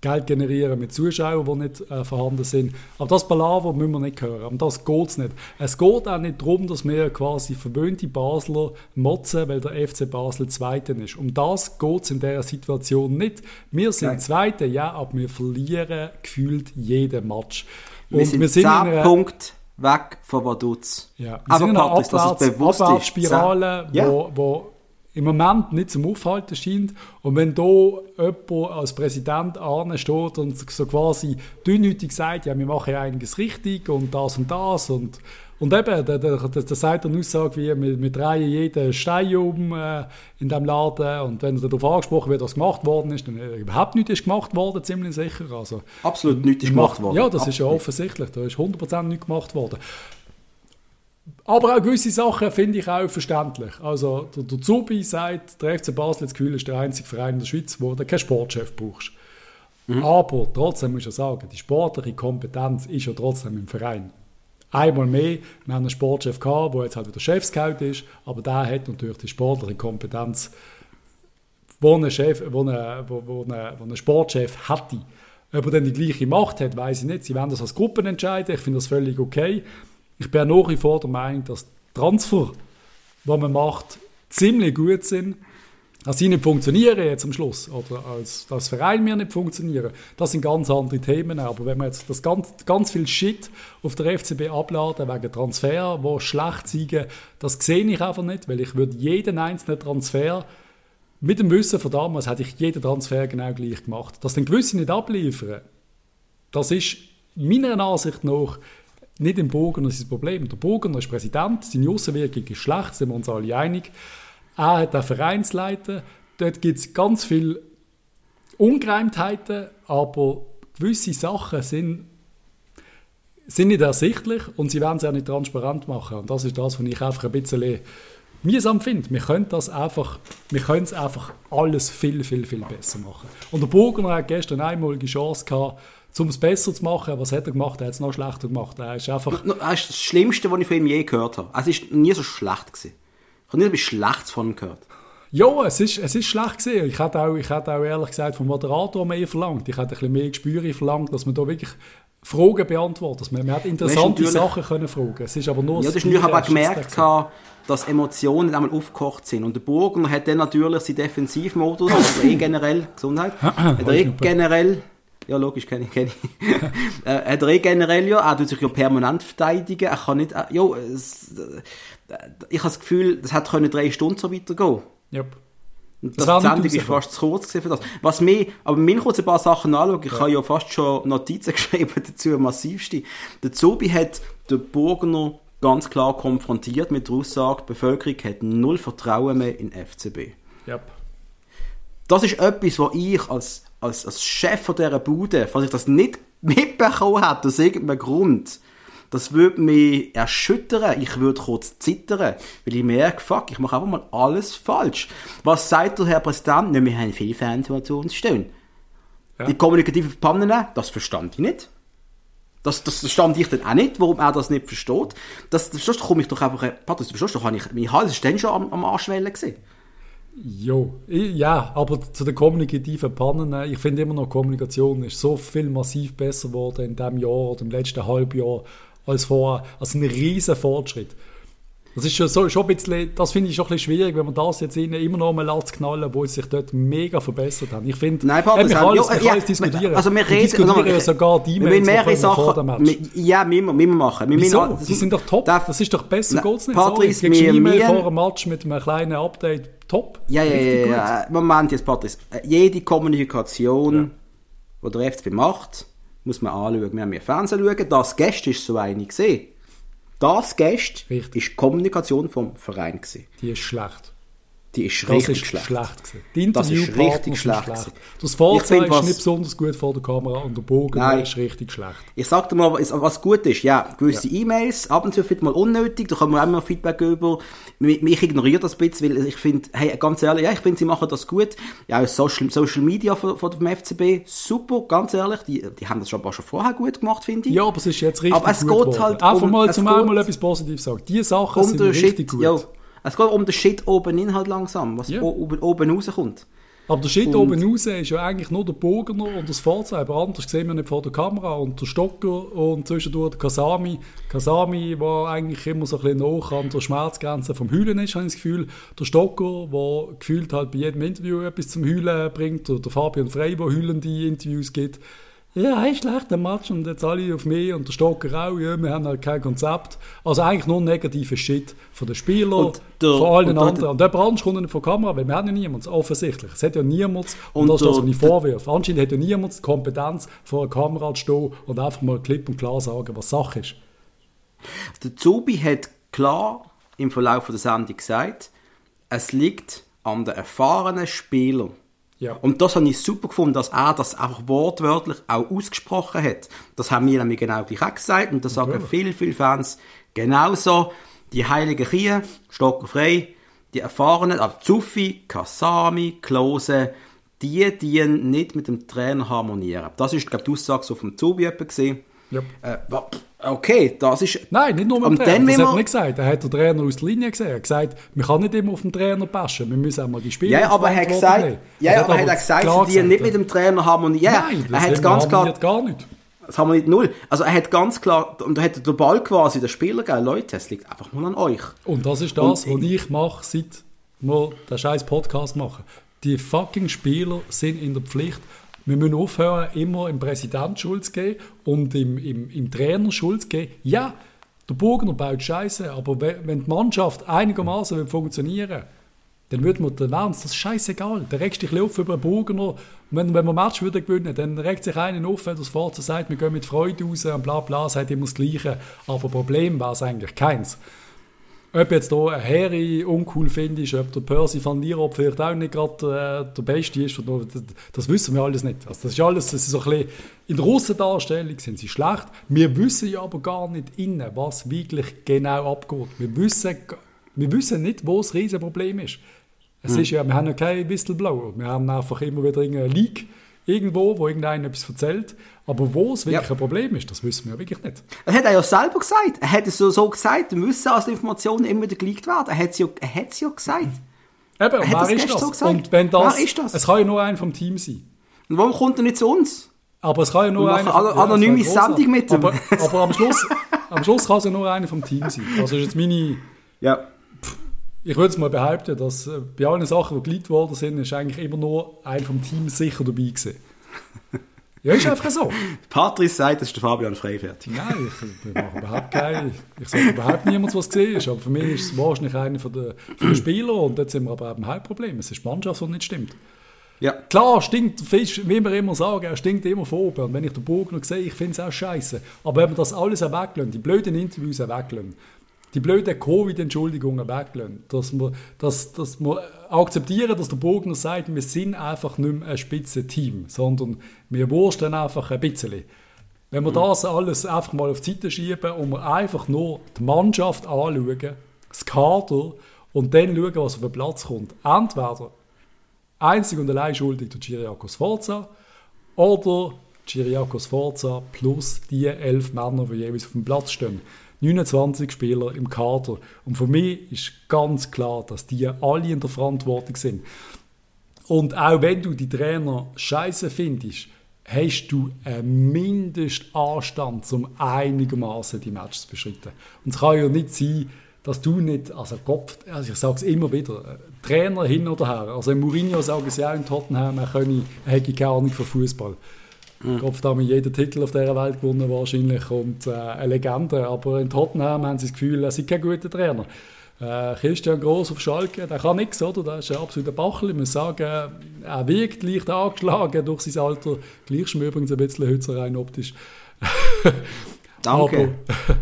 [SPEAKER 1] Geld generieren mit Zuschauern, die nicht äh, vorhanden sind. Aber das Palaver müssen wir nicht hören. Um das geht es nicht. Es geht auch nicht darum, dass wir quasi verbündete Basler motzen, weil der FC Basel Zweiten ist. Um das geht es in dieser Situation nicht. Wir sind
[SPEAKER 2] Nein.
[SPEAKER 1] Zweite, ja, aber wir verlieren gefühlt jeden Match. Und
[SPEAKER 2] Wir sind, 10 Punkte weg von Vaduz.
[SPEAKER 1] ja, wir
[SPEAKER 2] Aber
[SPEAKER 1] sind in einer
[SPEAKER 2] Patrick, genau dass es
[SPEAKER 1] Abwärts,
[SPEAKER 2] bewusst ist.
[SPEAKER 1] Abwärtsspirale,
[SPEAKER 2] Ja.
[SPEAKER 1] wo, wo im Moment nicht zum Aufhalten scheint. Und wenn da jemand als Präsident steht und so quasi dünnhütig sagt, ja, wir machen ja einiges richtig und das und das und und eben, da, da, da, da sagt er eine Aussage wie, wir, wir drehen jeden Stein um äh, in diesem Laden und wenn er darauf angesprochen wird, was gemacht worden ist, dann äh, überhaupt nichts ist gemacht worden, ziemlich sicher. Also,
[SPEAKER 2] Absolut nichts ist gemacht worden.
[SPEAKER 1] ja, das ist ja
[SPEAKER 2] Absolut.
[SPEAKER 1] offensichtlich. Da ist 100% nichts gemacht worden. Aber auch gewisse Sachen finde ich auch verständlich. Also der, der Zubi sagt, der FC Basel jetzt Gefühl ist der einzige Verein in der Schweiz, wo du keinen Sportchef brauchst.
[SPEAKER 2] Mhm.
[SPEAKER 1] Aber trotzdem muss ich sagen, die sportliche Kompetenz ist ja trotzdem im Verein. Einmal mehr, wir haben einen Sportchef gehabt, der jetzt halt wieder Chefscout ist, aber der hat natürlich die sportliche Kompetenz wo ein, Chef, wo ein, wo, wo ein, wo ein Sportchef hätte. Ob er dann die gleiche Macht hat, weiß ich nicht. Sie werden das als Gruppen entscheiden. Ich finde das völlig okay. Ich bin nach wie vor der Meinung, dass die Transfer, die man macht, ziemlich gut sind. Dass sie nicht funktionieren jetzt am Schluss oder als das Verein mir nicht funktionieren, das sind ganz andere Themen. Aber wenn man jetzt das ganz, ganz viel Shit auf der FCB abladen wegen Transfer, wo schlecht sind, das sehe ich einfach nicht, weil ich würde jeden einzelnen Transfer mit dem Wissen von damals hätte ich jeden Transfer genau gleich gemacht. Dass dann gewisse nicht abliefern, das ist meiner Ansicht nach nicht im Burgener sein Problem. Der Burgener ist Präsident, seine Aussenwirkung ist schlecht, sind wir uns alle einig. Er hat den Vereinsleiter, dort gibt es ganz viele Ungereimtheiten, aber gewisse Sachen sind, sind nicht ersichtlich und sie werden es auch nicht transparent machen. Und das ist das, was ich einfach ein bisschen mühsam finde. Wir können das einfach, wir können es einfach alles viel, viel, viel besser machen. Und der Burgener hat gestern einmal die Chance gehabt, um es besser zu machen. Was hat er gemacht? Er hat es noch schlechter gemacht. Er ist einfach
[SPEAKER 2] No, Das ist das Schlimmste, was ich von ihm je gehört habe. Also, Es war nie so schlecht. Gewesen. Ich habe nie etwas Schlechtes von ihm gehört.
[SPEAKER 1] Ja, es ist, es ist schlecht gesehen. Ich hätte auch, ich hätte auch ehrlich gesagt vom Moderator mehr verlangt. Ich hätte ein bisschen mehr Gespür verlangt, dass man da wirklich Fragen beantwortet. Dass man, man hat interessante
[SPEAKER 2] natürlich-
[SPEAKER 1] Sachen können fragen. Es ist aber nur
[SPEAKER 2] Ja, das ist
[SPEAKER 1] Gespür-
[SPEAKER 2] nur, ich habe auch
[SPEAKER 1] Schiedsrichter
[SPEAKER 2] gemerkt,
[SPEAKER 1] gewesen.
[SPEAKER 2] gehabt, dass Emotionen einmal aufgekocht sind. Und der Burgner hat dann natürlich seinen Defensivmodus, oder eh generell, Gesundheit, hat er eh
[SPEAKER 1] Heuschnupfen.
[SPEAKER 2] generell, ja logisch, kenne ich, kenne ich, Äh, hat er eh generell ja, er tut sich ja permanent verteidigen, er kann nicht, äh, ja, es, äh, ich habe das Gefühl, das hätte können drei Stunden so weitergehen
[SPEAKER 1] Yep.
[SPEAKER 2] und
[SPEAKER 1] Das
[SPEAKER 2] Das,
[SPEAKER 1] wär nicht
[SPEAKER 2] das Sendung ist
[SPEAKER 1] rausgekommen.
[SPEAKER 2] fast zu kurz gewesen für das. Was mir, aber mir kurz ein paar Sachen anschauen, ich habe ja fast schon Notizen geschrieben dazu, massivste. Der Zobi hat den Burgner ganz klar konfrontiert mit der Aussage, die Bevölkerung hat null Vertrauen mehr in FCB.
[SPEAKER 1] Yep.
[SPEAKER 2] Das ist etwas, was ich als, als, als Chef von dieser Bude, falls ich das nicht mitbekommen hätte, aus irgendeinem Grund, das würde mich erschüttern. Ich würde kurz zittern, weil ich merke, fuck, ich mache einfach mal alles falsch. Was sagt der Herr Präsident? Nein, wir haben viele Fans, die zu uns stehen.
[SPEAKER 1] Ja.
[SPEAKER 2] Die kommunikative Pannen, das verstand ich nicht. Das, das verstand ich dann auch nicht, warum er das nicht versteht. Das, das, sonst komme ich doch einfach, Patrick, du verstehst doch, habe ich, mein Hals ist dann schon am, am Arschwellen gesehen.
[SPEAKER 1] Jo, I- ja, aber zu den kommunikativen Pannen, äh, ich finde immer noch, Kommunikation ist so viel massiv besser geworden in diesem Jahr oder im letzten Halbjahr als vorher. Also ein riesen Fortschritt. Das ist schon, so, schon ein bisschen, das finde ich schon ein bisschen schwierig, wenn man das jetzt innen immer noch mal lässt knallen, wo es sich dort mega verbessert haben. Ich finde,
[SPEAKER 2] Nein, Pater,
[SPEAKER 1] eben,
[SPEAKER 2] es
[SPEAKER 1] man
[SPEAKER 2] haben-
[SPEAKER 1] kann alles,
[SPEAKER 2] ja,
[SPEAKER 1] man kann
[SPEAKER 2] ja,
[SPEAKER 1] alles diskutieren.
[SPEAKER 2] also wir reden-
[SPEAKER 1] diskutieren
[SPEAKER 2] nochmal,
[SPEAKER 1] ja sogar die
[SPEAKER 2] wir müssen
[SPEAKER 1] Mails, die kommen
[SPEAKER 2] mehrere
[SPEAKER 1] vor dem
[SPEAKER 2] Sachen.
[SPEAKER 1] Match.
[SPEAKER 2] wir- Ja, müssen wir, müssen wir machen. Wir müssen
[SPEAKER 1] Wieso?
[SPEAKER 2] all-
[SPEAKER 1] Die sind doch top.
[SPEAKER 2] Darf-
[SPEAKER 1] Das ist doch besser,
[SPEAKER 2] Na,
[SPEAKER 1] geht's nicht.
[SPEAKER 2] Patrice,
[SPEAKER 1] Sorry, kriegst
[SPEAKER 2] wir
[SPEAKER 1] du E-Mail
[SPEAKER 2] müssen-
[SPEAKER 1] vor einem Match mit einem kleinen Update. Top.
[SPEAKER 2] Ja, ja,
[SPEAKER 1] Richtig
[SPEAKER 2] ja,
[SPEAKER 1] gut.
[SPEAKER 2] ja. Äh, Moment jetzt, Patrice. Äh, Jede Kommunikation, die der FCB macht, muss man anschauen. Wir haben ja Fernsehen schauen. Das Gäste ist so eine gesehen. Das Gäste
[SPEAKER 1] Richtig.
[SPEAKER 2] ist die Kommunikation vom Verein gewesen.
[SPEAKER 1] Die ist schlecht.
[SPEAKER 2] Die ist
[SPEAKER 1] Das
[SPEAKER 2] richtig
[SPEAKER 1] ist schlecht.
[SPEAKER 2] schlecht.
[SPEAKER 1] gewesen. Die
[SPEAKER 2] Das ist
[SPEAKER 1] Interviewpartner
[SPEAKER 2] richtig
[SPEAKER 1] sind
[SPEAKER 2] schlecht gewesen.
[SPEAKER 1] Das
[SPEAKER 2] Ich
[SPEAKER 1] Vorzeichen
[SPEAKER 2] finde,
[SPEAKER 1] ist
[SPEAKER 2] was-
[SPEAKER 1] nicht besonders gut vor der Kamera und der Bogen
[SPEAKER 2] Nein.
[SPEAKER 1] ist richtig schlecht.
[SPEAKER 2] Ich sag dir mal, was, was gut ist. Ja, gewisse E-Mails, ab und zu vielleicht mal unnötig, da können wir auch mal Feedback über. Ich ich ignoriere das ein bisschen, weil ich finde, hey, ganz ehrlich, ja, ich finde, sie machen das gut. Ja, auch Social, Social Media von, von dem FCB, super, ganz ehrlich, die, die haben das schon, aber schon vorher gut gemacht, finde ich. Um
[SPEAKER 1] Ja, aber es ist jetzt richtig
[SPEAKER 2] Aber es
[SPEAKER 1] gut
[SPEAKER 2] geht
[SPEAKER 1] geworden.
[SPEAKER 2] halt
[SPEAKER 1] Einfach
[SPEAKER 2] um-
[SPEAKER 1] mal
[SPEAKER 2] es
[SPEAKER 1] zum
[SPEAKER 2] geht-
[SPEAKER 1] einmal etwas Positives sagen. Die Sachen sind
[SPEAKER 2] den
[SPEAKER 1] richtig
[SPEAKER 2] Shit,
[SPEAKER 1] gut.
[SPEAKER 2] Ja, es geht um den Shit oben in halt langsam, was
[SPEAKER 1] Ja.
[SPEAKER 2] o- oben, oben rauskommt.
[SPEAKER 1] Aber der Shit oben raus ist ja eigentlich nur der Bogener und das Fahrzeug, aber anders sehen wir nicht vor der Kamera und der Stocker und zwischendurch der Kasami. Kasami, der eigentlich immer so ein bisschen hoch an der Schmerzgrenze vom Heulen ist, habe ich das Gefühl. Der Stocker, der gefühlt halt bei jedem Interview etwas zum Heulen bringt. Oder der Fabian Frey, der heulende Interviews gibt. Ja, hey, schlechter Match und jetzt alle auf mich und der Stocker auch. Ja, wir haben halt kein Konzept. Also eigentlich nur negativer Shit von den Spielern,
[SPEAKER 2] Und der-
[SPEAKER 1] von allen
[SPEAKER 2] und der-
[SPEAKER 1] anderen. Und der Branche kommt ja nicht vor die Kamera, weil wir haben ja niemanden, offensichtlich. Es hat ja niemand, und,
[SPEAKER 2] Und
[SPEAKER 1] das ist das, was
[SPEAKER 2] der-
[SPEAKER 1] ich vorwerfe, anscheinend hat ja niemand die Kompetenz, vor einer Kamera zu stehen und einfach mal klipp und klar sagen, was Sache ist.
[SPEAKER 2] Der Zubi hat klar im Verlauf der Sendung gesagt, es liegt an den erfahrenen Spielern.
[SPEAKER 1] Ja.
[SPEAKER 2] Und das habe ich super gefunden, dass er das auch wortwörtlich auch ausgesprochen hat. Das haben wir nämlich genau gleich auch gesagt und das sagen
[SPEAKER 1] Natürlich.
[SPEAKER 2] viele, viele Fans genauso. Die heiligen Kühe, Stocker frei, die erfahrenen, also Zuffi, Kasami, Klose, die, die nicht mit dem Trainer harmonieren. Das ist, glaube ich, die Aussage so vom Zubi etwa gesehen.
[SPEAKER 1] Ja.
[SPEAKER 2] Äh, wa- okay, das ist...
[SPEAKER 1] Nein, nicht nur mit
[SPEAKER 2] Und
[SPEAKER 1] dem Trainer,
[SPEAKER 2] dann,
[SPEAKER 1] das hat
[SPEAKER 2] wenn
[SPEAKER 1] er
[SPEAKER 2] wir-
[SPEAKER 1] nicht gesagt. Er hat den Trainer aus der Linie gesehen. Er hat gesagt, man kann nicht immer auf den Trainer passen, wir müssen auch mal die Spieler
[SPEAKER 2] Ja, aber er hat
[SPEAKER 1] verantworten
[SPEAKER 2] gesagt,
[SPEAKER 1] nehmen.
[SPEAKER 2] ja,
[SPEAKER 1] Das
[SPEAKER 2] ja, aber er hat gesagt,
[SPEAKER 1] klar
[SPEAKER 2] sie die nicht
[SPEAKER 1] ja.
[SPEAKER 2] mit dem Trainer harmonieren.
[SPEAKER 1] Nein,
[SPEAKER 2] er
[SPEAKER 1] das
[SPEAKER 2] hat es ganz klar,
[SPEAKER 1] gar nicht.
[SPEAKER 2] das haben wir nicht null. Also er hat ganz klar, und er hat den Ball quasi den Spieler gegeben, Leute, es liegt einfach nur an euch.
[SPEAKER 1] Und das ist das,
[SPEAKER 2] Und-
[SPEAKER 1] was ich mache, seit wir den scheiß Podcast machen. Die fucking Spieler sind in der Pflicht. Wir müssen aufhören, immer im Präsident Schuld zu geben und im, im, im Trainer Schuld zu geben. Ja, der Burgener baut Scheiße, aber we- wenn die Mannschaft einigermaßen will funktionieren dann würde man, dann wäre uns das scheißegal. Dann regst du dich ein bisschen auf über den Burgener. Und wenn, wenn wir Match würden gewinnen, dann regt sich einer auf, wenn das Fahrzeug sagt, wir gehen mit Freude raus und bla bla, sagt immer das Gleiche. Aber Problem war es eigentlich keins. Ob jetzt hier ein Harry uncool findest, ob der Percy van Nierop vielleicht auch nicht gerade äh, der Beste ist, und so, das, das wissen wir alles nicht. Also das ist alles, das ist so ein bisschen, in der Russendarstellung sind sie schlecht. Wir wissen ja aber gar nicht innen, was wirklich genau abgeht. Wir wissen, g- wir wissen nicht, wo das Riesenproblem ist. Es ist ja, wir haben ja keinen Whistleblower. Wir haben einfach immer wieder irgendeinen Leak irgendwo, wo irgendeiner etwas erzählt. Aber wo es wirklich
[SPEAKER 2] Ja.
[SPEAKER 1] ein Problem ist, das wissen wir ja wirklich nicht.
[SPEAKER 2] Das hat er ja selber gesagt. Er hat es so, so gesagt, wir müssen als Informationen immer wieder geleakt werden. Er hat es ja, er hat es ja gesagt.
[SPEAKER 1] Eben, und
[SPEAKER 2] hat das
[SPEAKER 1] wer ist
[SPEAKER 2] gestern
[SPEAKER 1] das?
[SPEAKER 2] so gesagt.
[SPEAKER 1] Und wenn das,
[SPEAKER 2] Wer ist das?
[SPEAKER 1] Es kann ja nur einer vom Team sein.
[SPEAKER 2] Und warum kommt er nicht zu uns?
[SPEAKER 1] Aber es kann ja nur
[SPEAKER 2] Wir
[SPEAKER 1] einer.
[SPEAKER 2] machen
[SPEAKER 1] vom-
[SPEAKER 2] eine anonyme
[SPEAKER 1] es kann großer-
[SPEAKER 2] Sendung mit dem.
[SPEAKER 1] Aber, aber am, Schluss, am Schluss kann es ja nur einer vom Team sein. Also ist jetzt meine.
[SPEAKER 2] Ja.
[SPEAKER 1] Ich würde es mal behaupten, dass äh, bei allen Sachen, die geliebt worden sind, ist eigentlich immer nur einer vom Team sicher dabei gewesen. Ja, ist einfach so.
[SPEAKER 2] Patrice sagt, das ist der Fabian Freifertig.
[SPEAKER 1] Nein, ich, ich mache überhaupt keine. Ich sage überhaupt niemand, was gesehen ist. Aber für mich ist es wahrscheinlich einer von der, von den Spieler. Und jetzt sind wir aber auch beim Hauptproblem. Es ist die Mannschaft, die nicht stimmt.
[SPEAKER 2] Ja.
[SPEAKER 1] Klar, stinkt der Fisch, wie wir immer sagen, er stinkt immer von oben. Und wenn ich den Burgner sehe, ich finde es auch scheiße. Aber wenn wir das alles auch weglassen, die blöden Interviews auch weglassen, die blöden Covid-Entschuldigungen weglassen, dass wir, dass, dass wir akzeptieren, dass der Burgner sagt, wir sind einfach nicht mehr ein Spitzenteam, sondern wir wursten einfach ein bisschen. Wenn wir das alles einfach mal auf die Seite schieben und wir einfach nur die Mannschaft anschauen, das Kader und dann schauen, was auf den Platz kommt. Entweder einzig und allein schuldig der Chiriakos Forza oder Chiriakos Forza plus die elf Männer, die jeweils auf dem Platz stehen. 29 Spieler im Kader. Und für mich ist ganz klar, dass die alle in der Verantwortung sind. Und auch wenn du die Trainer scheiße findest, hast du einen Mindestanstand, um einigermaßen die Matches zu beschreiten. Und es kann ja nicht sein, dass du nicht, also Gott, also ich sage es immer wieder, äh, Trainer hin oder her. Also Mourinho sagen sie auch in Tottenham, er, könne, er hätte keine Ahnung von Fußball. Mhm. Kopf haben jeden Titel auf dieser Welt gewonnen wahrscheinlich und äh, eine Legende. Aber in Tottenham haben sie das Gefühl, er sei kein guter Trainer. Äh, Christian Gross auf Schalke, der kann nichts, oder? Der ist ein absoluter Bachel. Ich muss sagen, er wirkt leicht angeschlagen durch sein Alter. Gleich ist mir übrigens ein bisschen Hützer rein optisch.
[SPEAKER 2] Danke. Aber,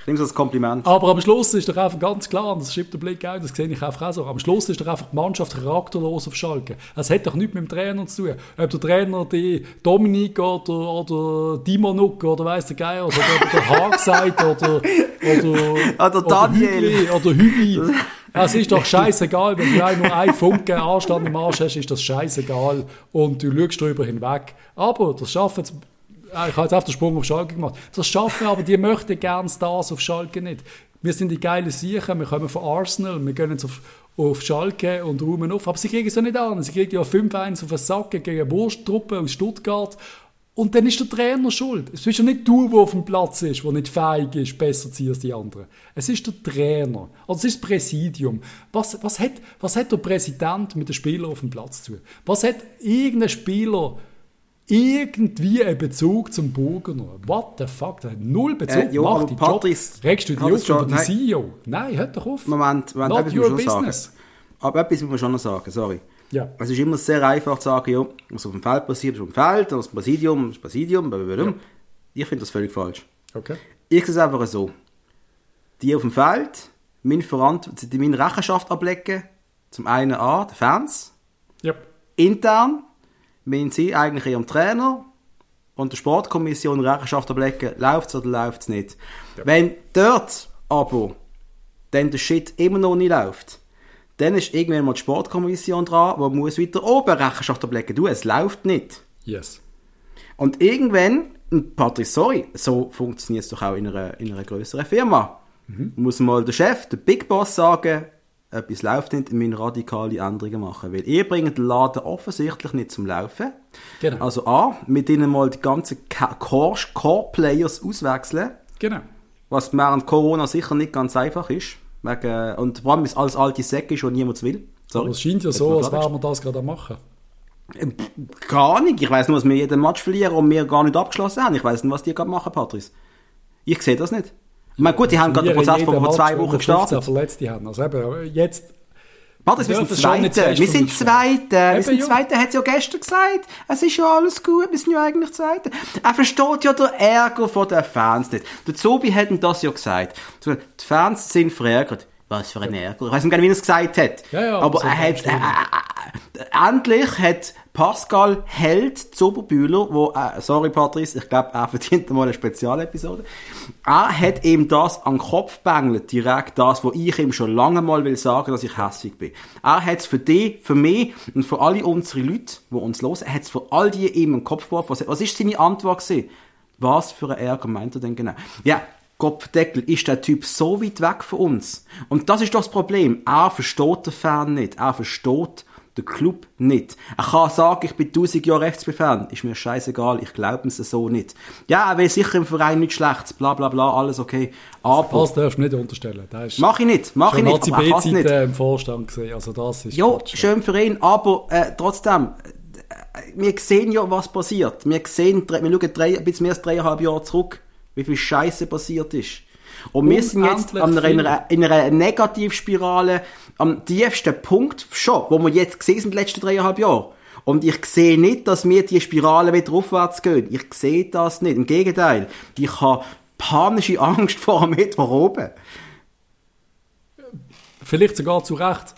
[SPEAKER 2] ich nehme das als Kompliment.
[SPEAKER 1] Aber am Schluss ist doch einfach ganz klar, und das schreibt der Blick auch, das sehe ich einfach auch so, am Schluss ist doch einfach die Mannschaft charakterlos auf Schalke. Es hat doch nichts mit dem Trainer zu tun. Ob der Trainer die Dominik oder, oder Dimonuk oder weiss der Geier, oder der, der Haag sagt, oder, oder,
[SPEAKER 2] Oder Daniel.
[SPEAKER 1] Hügli, oder Hübi. Es ist doch scheißegal, wenn du auch nur einen Funken Anstand im Arsch hast, ist das scheißegal und du schaust drüber hinweg. Aber das schaffen sie- Ah, ich habe jetzt auf den Sprung auf Schalke gemacht. Das schaffen aber die möchten gerne Stars auf Schalke nicht. Wir sind die geilen Siechen, wir kommen von Arsenal, wir gehen jetzt auf, auf Schalke und räumen auf. Aber sie kriegen es ja nicht an. Sie kriegen ja 5-1 auf den Sack gegen eine Wursttruppe aus Stuttgart. Und dann ist der Trainer schuld. Es ist ja nicht du, der auf dem Platz ist, der nicht fähig ist, besser zu sein als die anderen. Es ist der Trainer. Also es ist das Präsidium. Was, was, hat, was hat der Präsident mit den Spielern auf dem Platz zu tun? Was hat irgendein Spieler irgendwie einen Bezug zum Burgener. What the fuck? Der hat null Bezug.
[SPEAKER 2] Äh, ja,
[SPEAKER 1] Mach
[SPEAKER 2] aber
[SPEAKER 1] deinen
[SPEAKER 2] Patrice-
[SPEAKER 1] Job. Regst du dich
[SPEAKER 2] Patrice
[SPEAKER 1] auf über
[SPEAKER 2] John-
[SPEAKER 1] den
[SPEAKER 2] nein.
[SPEAKER 1] CEO? Nein, hört doch auf.
[SPEAKER 2] Moment, Moment,
[SPEAKER 1] Not
[SPEAKER 2] etwas muss
[SPEAKER 1] your
[SPEAKER 2] man schon
[SPEAKER 1] business.
[SPEAKER 2] sagen. Aber etwas muss man schon noch sagen, sorry.
[SPEAKER 1] Ja.
[SPEAKER 2] Es ist immer sehr einfach zu sagen, ja, was auf dem Feld passiert, ist auf dem Feld, das Präsidium, das Präsidium, blablabla. Ich finde das völlig falsch.
[SPEAKER 1] Okay.
[SPEAKER 2] Ich sehe es einfach so. Die auf dem Feld, meine, Verant die meine Rechenschaft ablegen, zum einen an, die Fans,
[SPEAKER 1] Yep.
[SPEAKER 2] intern, meinen sie eigentlich ihrem Trainer und der Sportkommission Rechenschaft ablegen, läuft es oder läuft es nicht. Wenn dort aber dann der Shit immer noch nicht läuft, dann ist irgendwann mal die Sportkommission dran, die muss weiter oben Rechenschaft ablegen. Du, es läuft nicht.
[SPEAKER 1] Yes.
[SPEAKER 2] Und irgendwann, und Patrick, sorry, so funktioniert es doch auch in einer, in einer größeren Firma.
[SPEAKER 1] Mhm.
[SPEAKER 2] Muss mal der Chef, der Big Boss sagen, etwas läuft nicht, wir müssen radikale Änderungen machen. Weil ihr bringt den Laden offensichtlich nicht zum Laufen.
[SPEAKER 1] Genau.
[SPEAKER 2] Also A, mit ihnen mal die ganzen Ca- Core- Core-Players auswechseln,
[SPEAKER 1] Genau.
[SPEAKER 2] was während Corona sicher nicht ganz einfach ist. Wegen, und vor allem, weil es alles alte Säcke ist, die niemand will. Sorry.
[SPEAKER 1] Aber es scheint ja
[SPEAKER 2] Jetzt
[SPEAKER 1] so,
[SPEAKER 2] mal
[SPEAKER 1] als wären
[SPEAKER 2] klargestellt.
[SPEAKER 1] wir das gerade am machen.
[SPEAKER 2] Ähm, Keine Ahnung, ich weiß nur, dass wir jeden Match verlieren und wir gar nicht abgeschlossen haben. Ich weiß nicht, was die gerade machen, Patrice. Ich sehe das nicht. Ich meine, gut, die haben gerade den
[SPEAKER 1] Wir
[SPEAKER 2] Prozess
[SPEAKER 1] reden
[SPEAKER 2] von vor
[SPEAKER 1] jeden
[SPEAKER 2] zwei
[SPEAKER 1] Match,
[SPEAKER 2] Wochen
[SPEAKER 1] wo wir 15
[SPEAKER 2] gestartet.
[SPEAKER 1] Verletzte haben. Also eben, jetzt,
[SPEAKER 2] Patrice, wir
[SPEAKER 1] Wir
[SPEAKER 2] sind
[SPEAKER 1] dürfen schon nicht
[SPEAKER 2] Zweite.
[SPEAKER 1] zuerst
[SPEAKER 2] Wir sind
[SPEAKER 1] vermischen.
[SPEAKER 2] Zweite. Wir
[SPEAKER 1] Eben,
[SPEAKER 2] sind
[SPEAKER 1] ja.
[SPEAKER 2] Zweite. Er hat es ja gestern gesagt. Es ist ja alles gut. Wir sind ja eigentlich Zweite. Er versteht ja den Ärger von den Fans nicht. Der Zobi hat ihm das ja gesagt. Die Fans sind verärgert. Was für ein Ärger. Ich weiß nicht, genau, wie er es gesagt hat.
[SPEAKER 1] Ja, ja,
[SPEAKER 2] aber
[SPEAKER 1] so
[SPEAKER 2] er hat,
[SPEAKER 1] verstehe ich.
[SPEAKER 2] Äh, Endlich hat Pascal Held Zoberbühler, wo, äh, sorry Patrice, ich glaube, er verdient mal eine Spezialepisode. Er hat ihm das an den Kopf bängelt, direkt das, wo ich ihm schon lange mal will sagen, dass ich hässig bin. Er hat es für dich, für mich und für alle unsere Leute, die uns hören, er hat es für all die ihm in den Kopf geworfen. Was- Was ist seine Antwort gewesen? Was für ein Ärger meint er denn genau? Ja, Kopfdeckel ist der Typ so weit weg von uns. Und das ist doch das Problem. Er versteht den Fan nicht. Er versteht den Club nicht. Er kann sagen, ich bin 1000 Jahre Rechtsbefan. Ist mir scheißegal, ich glaube es so nicht. Ja, er will sicher im Verein nicht schlecht. Bla bla bla, alles okay. Aber,
[SPEAKER 1] das darfst du nicht unterstellen. Das ist
[SPEAKER 2] mach ich nicht, mach ich
[SPEAKER 1] Also, schon
[SPEAKER 2] nicht. Aber er kann's nicht.
[SPEAKER 1] Nazi-B-Zeiten im Vorstand gesehen. Also das ist
[SPEAKER 2] Ja,
[SPEAKER 1] Quatsch.
[SPEAKER 2] schön für ihn, aber äh, trotzdem, äh, wir sehen ja, was passiert. Wir sehen, drei- wir schauen drei, ein bisschen mehr als dreieinhalb Jahre zurück, wie viel Scheiße passiert ist. Und wir sind jetzt an einer,
[SPEAKER 1] Unendlich
[SPEAKER 2] in einer, in einer Negativspirale am tiefsten Punkt schon, wo wir jetzt gesehen sind, die letzten dreieinhalb Jahre. Und ich sehe nicht, dass wir die Spirale wieder aufwärts gehen. Ich sehe das nicht. Im Gegenteil. Ich habe panische Angst vor dem Mittwoch oben.
[SPEAKER 1] Vielleicht sogar zu Recht.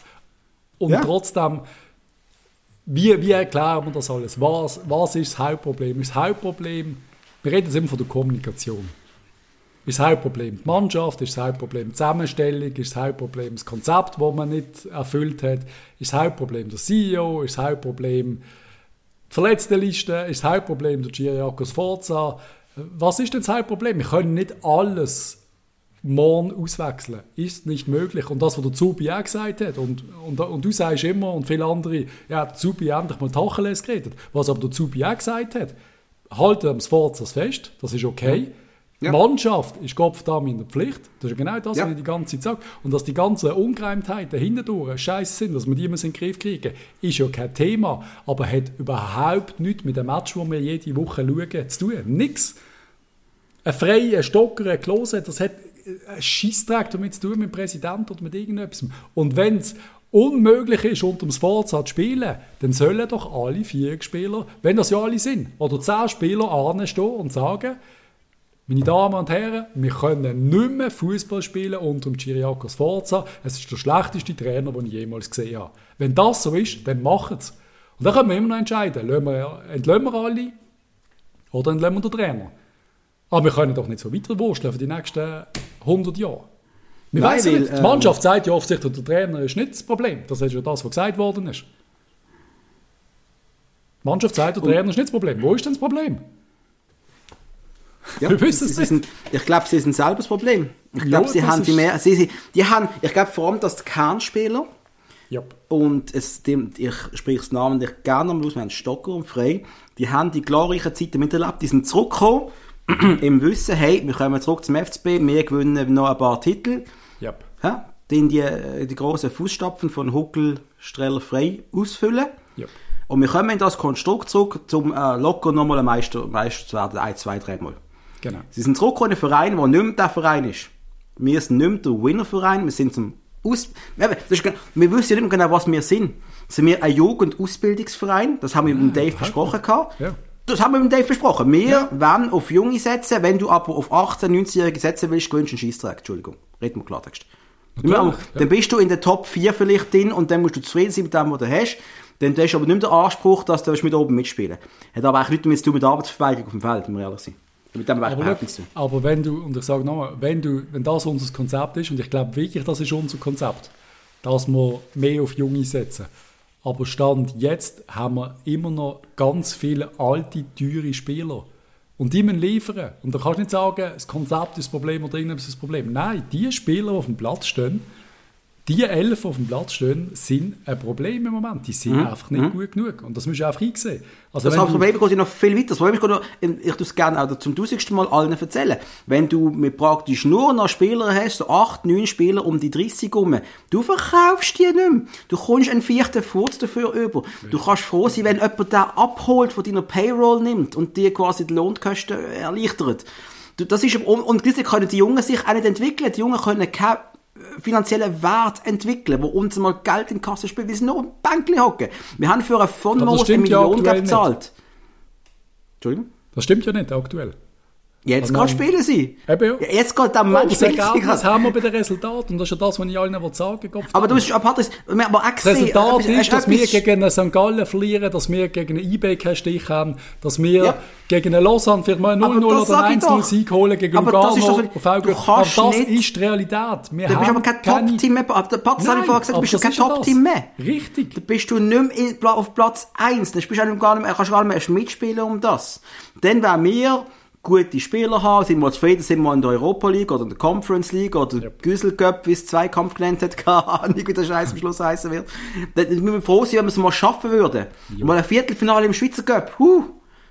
[SPEAKER 1] Und
[SPEAKER 2] Ja.
[SPEAKER 1] trotzdem, wie, wie erklären wir das alles? Was, was ist das Hauptproblem? Ist das Hauptproblem, wir reden jetzt immer von der Kommunikation. Ist das Hauptproblem die Mannschaft? Ist das Hauptproblem die Zusammenstellung? Ist das Hauptproblem das Konzept, das man nicht erfüllt hat? Ist das Hauptproblem der CEO? Ist das Hauptproblem die Verletztenliste? Ist das Hauptproblem der Giriakos Forza? Was ist denn das Hauptproblem? Wir können nicht alles morgen auswechseln. Ist nicht möglich. Und das, was der Zubi auch gesagt hat, und, und, und du sagst immer und viele andere, ja, der Zubi hat endlich mal Tacheles geredet. Was aber der Zubi auch gesagt hat, halten am Sforza fest, das ist okay. Die Mannschaft ist Kopfdam in der Pflicht. Das ist genau das,
[SPEAKER 2] Ja.
[SPEAKER 1] was ich die ganze Zeit sage. Und dass die ganzen Ungereimtheiten hindurch scheiße sind, dass wir die müssen in den Griff kriegen, ist ja kein Thema. Aber hat überhaupt nichts mit dem Match, wo wir jede Woche schauen, zu tun. Nix. Ein Freier, ein Stocker, ein Klose, das hat einen Scheissdreck damit zu tun, mit dem Präsidenten oder mit irgendetwas. Und wenn es unmöglich ist, unter dem Sforza zu spielen, dann sollen doch alle vier Spieler, wenn das ja alle sind, oder zehn Spieler anstehen und sagen, meine Damen und Herren, wir können nicht mehr Fußball spielen unter dem Chiriaco Sforza. Es ist der schlechteste Trainer, den ich jemals gesehen habe. Wenn das so ist, dann machen es. Und dann können wir immer noch entscheiden, lassen wir, entlassen wir alle oder entlassen wir den Trainer. Aber wir können doch nicht so weiterwursteln für die nächsten 100 Jahre. Wir
[SPEAKER 2] Nein,
[SPEAKER 1] wissen
[SPEAKER 2] weil,
[SPEAKER 1] nicht. Die
[SPEAKER 2] ähm,
[SPEAKER 1] Mannschaft sagt ja offensichtlich, der Trainer ist nicht das Problem. Das ist ja das, was gesagt worden ist. Die Mannschaft sagt, der Trainer ist nicht das Problem. Wo ist denn das Problem?
[SPEAKER 2] Ja,
[SPEAKER 1] Wir wissen es
[SPEAKER 2] sie sind, Ich glaube, sie sind selber das Problem. Ich
[SPEAKER 1] Ja,
[SPEAKER 2] glaube, sie
[SPEAKER 1] das
[SPEAKER 2] haben die
[SPEAKER 1] ist-
[SPEAKER 2] mehr. Sie, sie, die haben, ich glaube vor allem, dass die Kernspieler
[SPEAKER 1] Ja.
[SPEAKER 2] und es stimmt, ich spreche das Namen nicht gerne nochmal aus, wir haben Stocker und Frey, die haben die glorreichen Zeiten miterlebt, die sind zurückgekommen im Wissen, hey, wir kommen zurück zum FCB, wir gewinnen noch ein paar Titel.
[SPEAKER 1] Ja.
[SPEAKER 2] Ja, den die, äh, die grossen Fußstapfen von Huckel, Streller, Frey ausfüllen.
[SPEAKER 1] Ja.
[SPEAKER 2] Und wir kommen in das Konstrukt zurück, um äh, locker nochmal ein Meister, Meister zu werden, ein, zwei, dreimal.
[SPEAKER 1] Genau.
[SPEAKER 2] Sie sind zurückgekommen in einen Verein, der nicht mehr der Verein ist. Wir sind nicht mehr der Winner-Verein, wir sind zum Aus... Eben, das ist, gen- wir wissen ja nicht mehr genau, was wir sind. Sind wir ein Jugend-Ausbildungsverein? Das haben wir mit dem Dave besprochen. gehabt.
[SPEAKER 1] Ja.
[SPEAKER 2] Das haben wir mit dem Dave besprochen. Wir wollen auf Junge setzen, wenn du aber auf 18-, 19-Jährige setzen willst, gewinnst du einen Scheissdreck. Entschuldigung, reden wir Klartext.
[SPEAKER 1] Natürlich,
[SPEAKER 2] Dann bist du in der Top 4 vielleicht drin und dann musst du zufrieden sein mit dem, was du hast. Dann hast du aber nicht mehr den Anspruch, dass du mit oben mitspielen willst. Hat aber eigentlich nichts damit zu tun mit der Arbeitsverweigerung auf dem Feld, wenn wir ehrlich sind. Mit dem
[SPEAKER 1] Aber,
[SPEAKER 2] überhaupt nichts zu
[SPEAKER 1] schau,
[SPEAKER 2] tun.
[SPEAKER 1] aber wenn du, und ich sage nochmal, wenn, du, wenn das unser Konzept ist, und ich glaube wirklich, das ist unser Konzept, dass wir mehr auf Junge setzen. Aber Stand jetzt haben wir immer noch ganz viele alte, teure Spieler. Und die müssen liefern. Und da kannst du nicht sagen, das Konzept ist das Problem oder irgendwas ist das Problem. Nein, die Spieler, die auf dem Platz stehen, die elf, die auf dem Platz stehen, sind ein Problem im Moment. Die sind einfach nicht gut genug. Und das musst du einfach einsehen. Also
[SPEAKER 2] Mhm. Das
[SPEAKER 1] wenn du-
[SPEAKER 2] Problem geht noch viel weiter. Das Problem ist, noch- ich tue es gerne auch zum tausendsten Mal allen erzählen. Wenn du mit praktisch nur noch Spieler hast, so acht, neun Spieler um die 30 rum, du verkaufst die nicht mehr. Du kommst einen vierten Furz dafür über. Du kannst froh sein, wenn jemand den abholt, von deiner Payroll nimmt und dir quasi die Lohnkosten erleichtert. Du- Das ist, und und diese können die Jungen sich auch nicht entwickeln. Die Jungen können kein finanziellen Wert entwickeln, wo uns mal Geld in die Kasse spielt, weil sie nur am Bänkchen hocken. Wir haben für einen von
[SPEAKER 1] Ja, das
[SPEAKER 2] Moos eine
[SPEAKER 1] stimmt ja
[SPEAKER 2] Million
[SPEAKER 1] aktuell
[SPEAKER 2] ja, gezahlt. Entschuldigung?
[SPEAKER 1] Das stimmt ja nicht aktuell.
[SPEAKER 2] Jetzt
[SPEAKER 1] Aber
[SPEAKER 2] kann
[SPEAKER 1] nein.
[SPEAKER 2] spielen sie.
[SPEAKER 1] Eben ja.
[SPEAKER 2] Ja, jetzt geht der
[SPEAKER 1] Aber
[SPEAKER 2] Mensch
[SPEAKER 1] Oh, das Ergebnis haben wir bei den Resultaten. Und das ist ja das, was ich allen sagen will.
[SPEAKER 2] Aber du bist ja Patrick, wir haben aber auch
[SPEAKER 1] das
[SPEAKER 2] gesehen, äh,
[SPEAKER 1] Resultat
[SPEAKER 2] etwas-
[SPEAKER 1] ist, dass wir
[SPEAKER 2] etwas-
[SPEAKER 1] gegen einen St. Gallen verlieren, dass wir gegen einen IB keinen Stich haben, dass wir
[SPEAKER 2] Ja.
[SPEAKER 1] gegen einen Lausanne vielleicht mal einen
[SPEAKER 2] Aber
[SPEAKER 1] 0-0
[SPEAKER 2] das
[SPEAKER 1] oder
[SPEAKER 2] sag ich
[SPEAKER 1] einen 1-0
[SPEAKER 2] doch.
[SPEAKER 1] Sieg holen, gegen
[SPEAKER 2] Aber das ist
[SPEAKER 1] Lugano
[SPEAKER 2] doch-
[SPEAKER 1] auf Augen.
[SPEAKER 2] du kannst
[SPEAKER 1] aber das
[SPEAKER 2] nicht-
[SPEAKER 1] ist die Realität. Wir
[SPEAKER 2] Du bist
[SPEAKER 1] haben
[SPEAKER 2] aber kein
[SPEAKER 1] keine-
[SPEAKER 2] Top-Team mehr. Patrick, das habe
[SPEAKER 1] Nein,
[SPEAKER 2] ich vorher gesagt,
[SPEAKER 1] aber
[SPEAKER 2] du bist ja
[SPEAKER 1] das
[SPEAKER 2] kein
[SPEAKER 1] ist ja das.
[SPEAKER 2] Top-Team mehr.
[SPEAKER 1] Richtig.
[SPEAKER 2] Da bist du nicht mehr in- auf Platz 1. Dann bist du auch gar nicht mehr, kannst du gar nicht mehr erst mitspielen um das. Dann wären wir gute Spieler haben, sind wir zufrieden, sind wir in der Europa League oder in der Conference League oder der Güssel Cup, wie es Zweikampf genannt hat, keine Ahnung, wie der Scheiß am Schluss heißen wird. Dann würden wir froh sein, wenn wir es mal schaffen würden. Mal ein Viertelfinale im Schweizer Cup. Huh.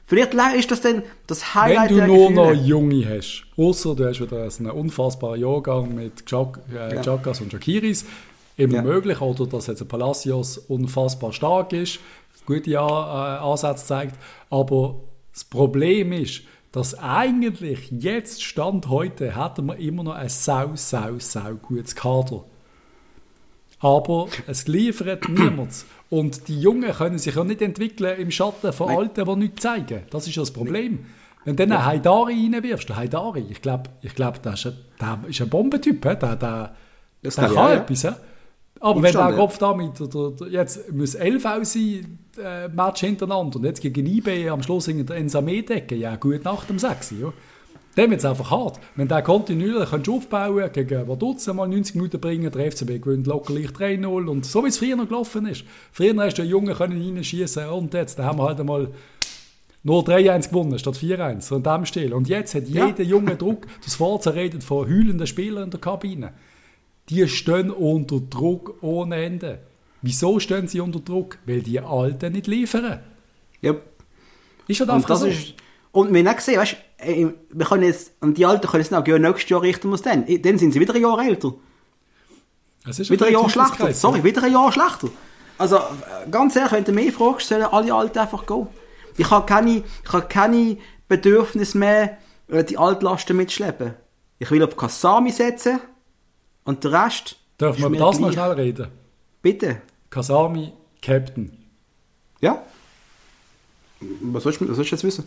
[SPEAKER 2] Vielleicht ist das dann das
[SPEAKER 1] Wenn
[SPEAKER 2] Highlight
[SPEAKER 1] du
[SPEAKER 2] der
[SPEAKER 1] nur noch
[SPEAKER 2] Gefühle.
[SPEAKER 1] Junge hast, außer du hast wieder einen unfassbaren Jahrgang mit Chak äh, Chakas und Shakiris, immer
[SPEAKER 2] Ja.
[SPEAKER 1] möglich, oder dass jetzt ein Palacios unfassbar stark ist, gute A- äh, Ansätze zeigt, aber das Problem ist, dass eigentlich jetzt, Stand heute, hätten wir immer noch ein sau, sau, sau gutes Kader. Aber es liefert niemand. Und die Jungen können sich ja nicht entwickeln im Schatten von Alten, die nichts zeigen. Das ist ja das Problem. Wenn du dann einen Haidari reinwirfst, der Haidari, ich glaube, ich glaub, der, ist ein, der ist ein Bombentyp. he? Der, der, der
[SPEAKER 2] Das
[SPEAKER 1] kann
[SPEAKER 2] glaube ich auch, ja.
[SPEAKER 1] etwas. he? Aber wenn der
[SPEAKER 2] Verstanden, ja.
[SPEAKER 1] Kopf damit, oder, oder jetzt muss 11 auch sein, äh, Match hintereinander, und jetzt gegen IB am Schluss in der Ensame decken, ja gut nach dem 6. Ja. Dem jetzt einfach hart. Wenn der kontinuierlich kannst du aufbauen gegen Vaduz mal 90 Minuten bringen, der FCB gewinnt locker leicht 3-0 und so wie es früher noch gelaufen ist. Früher hast du einen Jungen können reinschießen und jetzt da haben wir halt einmal nur 3-1 gewonnen statt 4-1, so in dem Stil. Und jetzt hat
[SPEAKER 2] Ja.
[SPEAKER 1] jeder Junge Druck, das Forza redet von heulenden Spielern in der Kabine. Die stehen unter Druck ohne Ende. Wieso stehen sie unter Druck? Weil die Alten nicht liefern.
[SPEAKER 2] Ja.
[SPEAKER 1] Ist halt
[SPEAKER 2] Und
[SPEAKER 1] einfach
[SPEAKER 2] das
[SPEAKER 1] so.
[SPEAKER 2] ist. Und wir haben auch gesehen, weißt äh, wir können jetzt, und die Alten können sagen, ja, nächstes Jahr richten wir es dann. I- Dann sind sie wieder ein Jahr älter.
[SPEAKER 1] Es ist
[SPEAKER 2] Wieder ein Jahr
[SPEAKER 1] Teufelskreis,
[SPEAKER 2] schlechter.
[SPEAKER 1] ja.
[SPEAKER 2] Sorry, wieder ein Jahr schlechter. Also, äh, ganz ehrlich, wenn du mich fragst, sollen alle Alten einfach gehen. Ich habe keine, ich habe keine Bedürfnis mehr, äh, die Altlasten mitschleppen. Ich will auf Kasami setzen und der Rest.
[SPEAKER 1] Dürfen wir über
[SPEAKER 2] ist mir
[SPEAKER 1] das noch
[SPEAKER 2] gleich.
[SPEAKER 1] schnell reden?
[SPEAKER 2] Bitte.
[SPEAKER 1] Kasami, Captain.
[SPEAKER 2] Ja? Was sollst du, was sollst du jetzt wissen?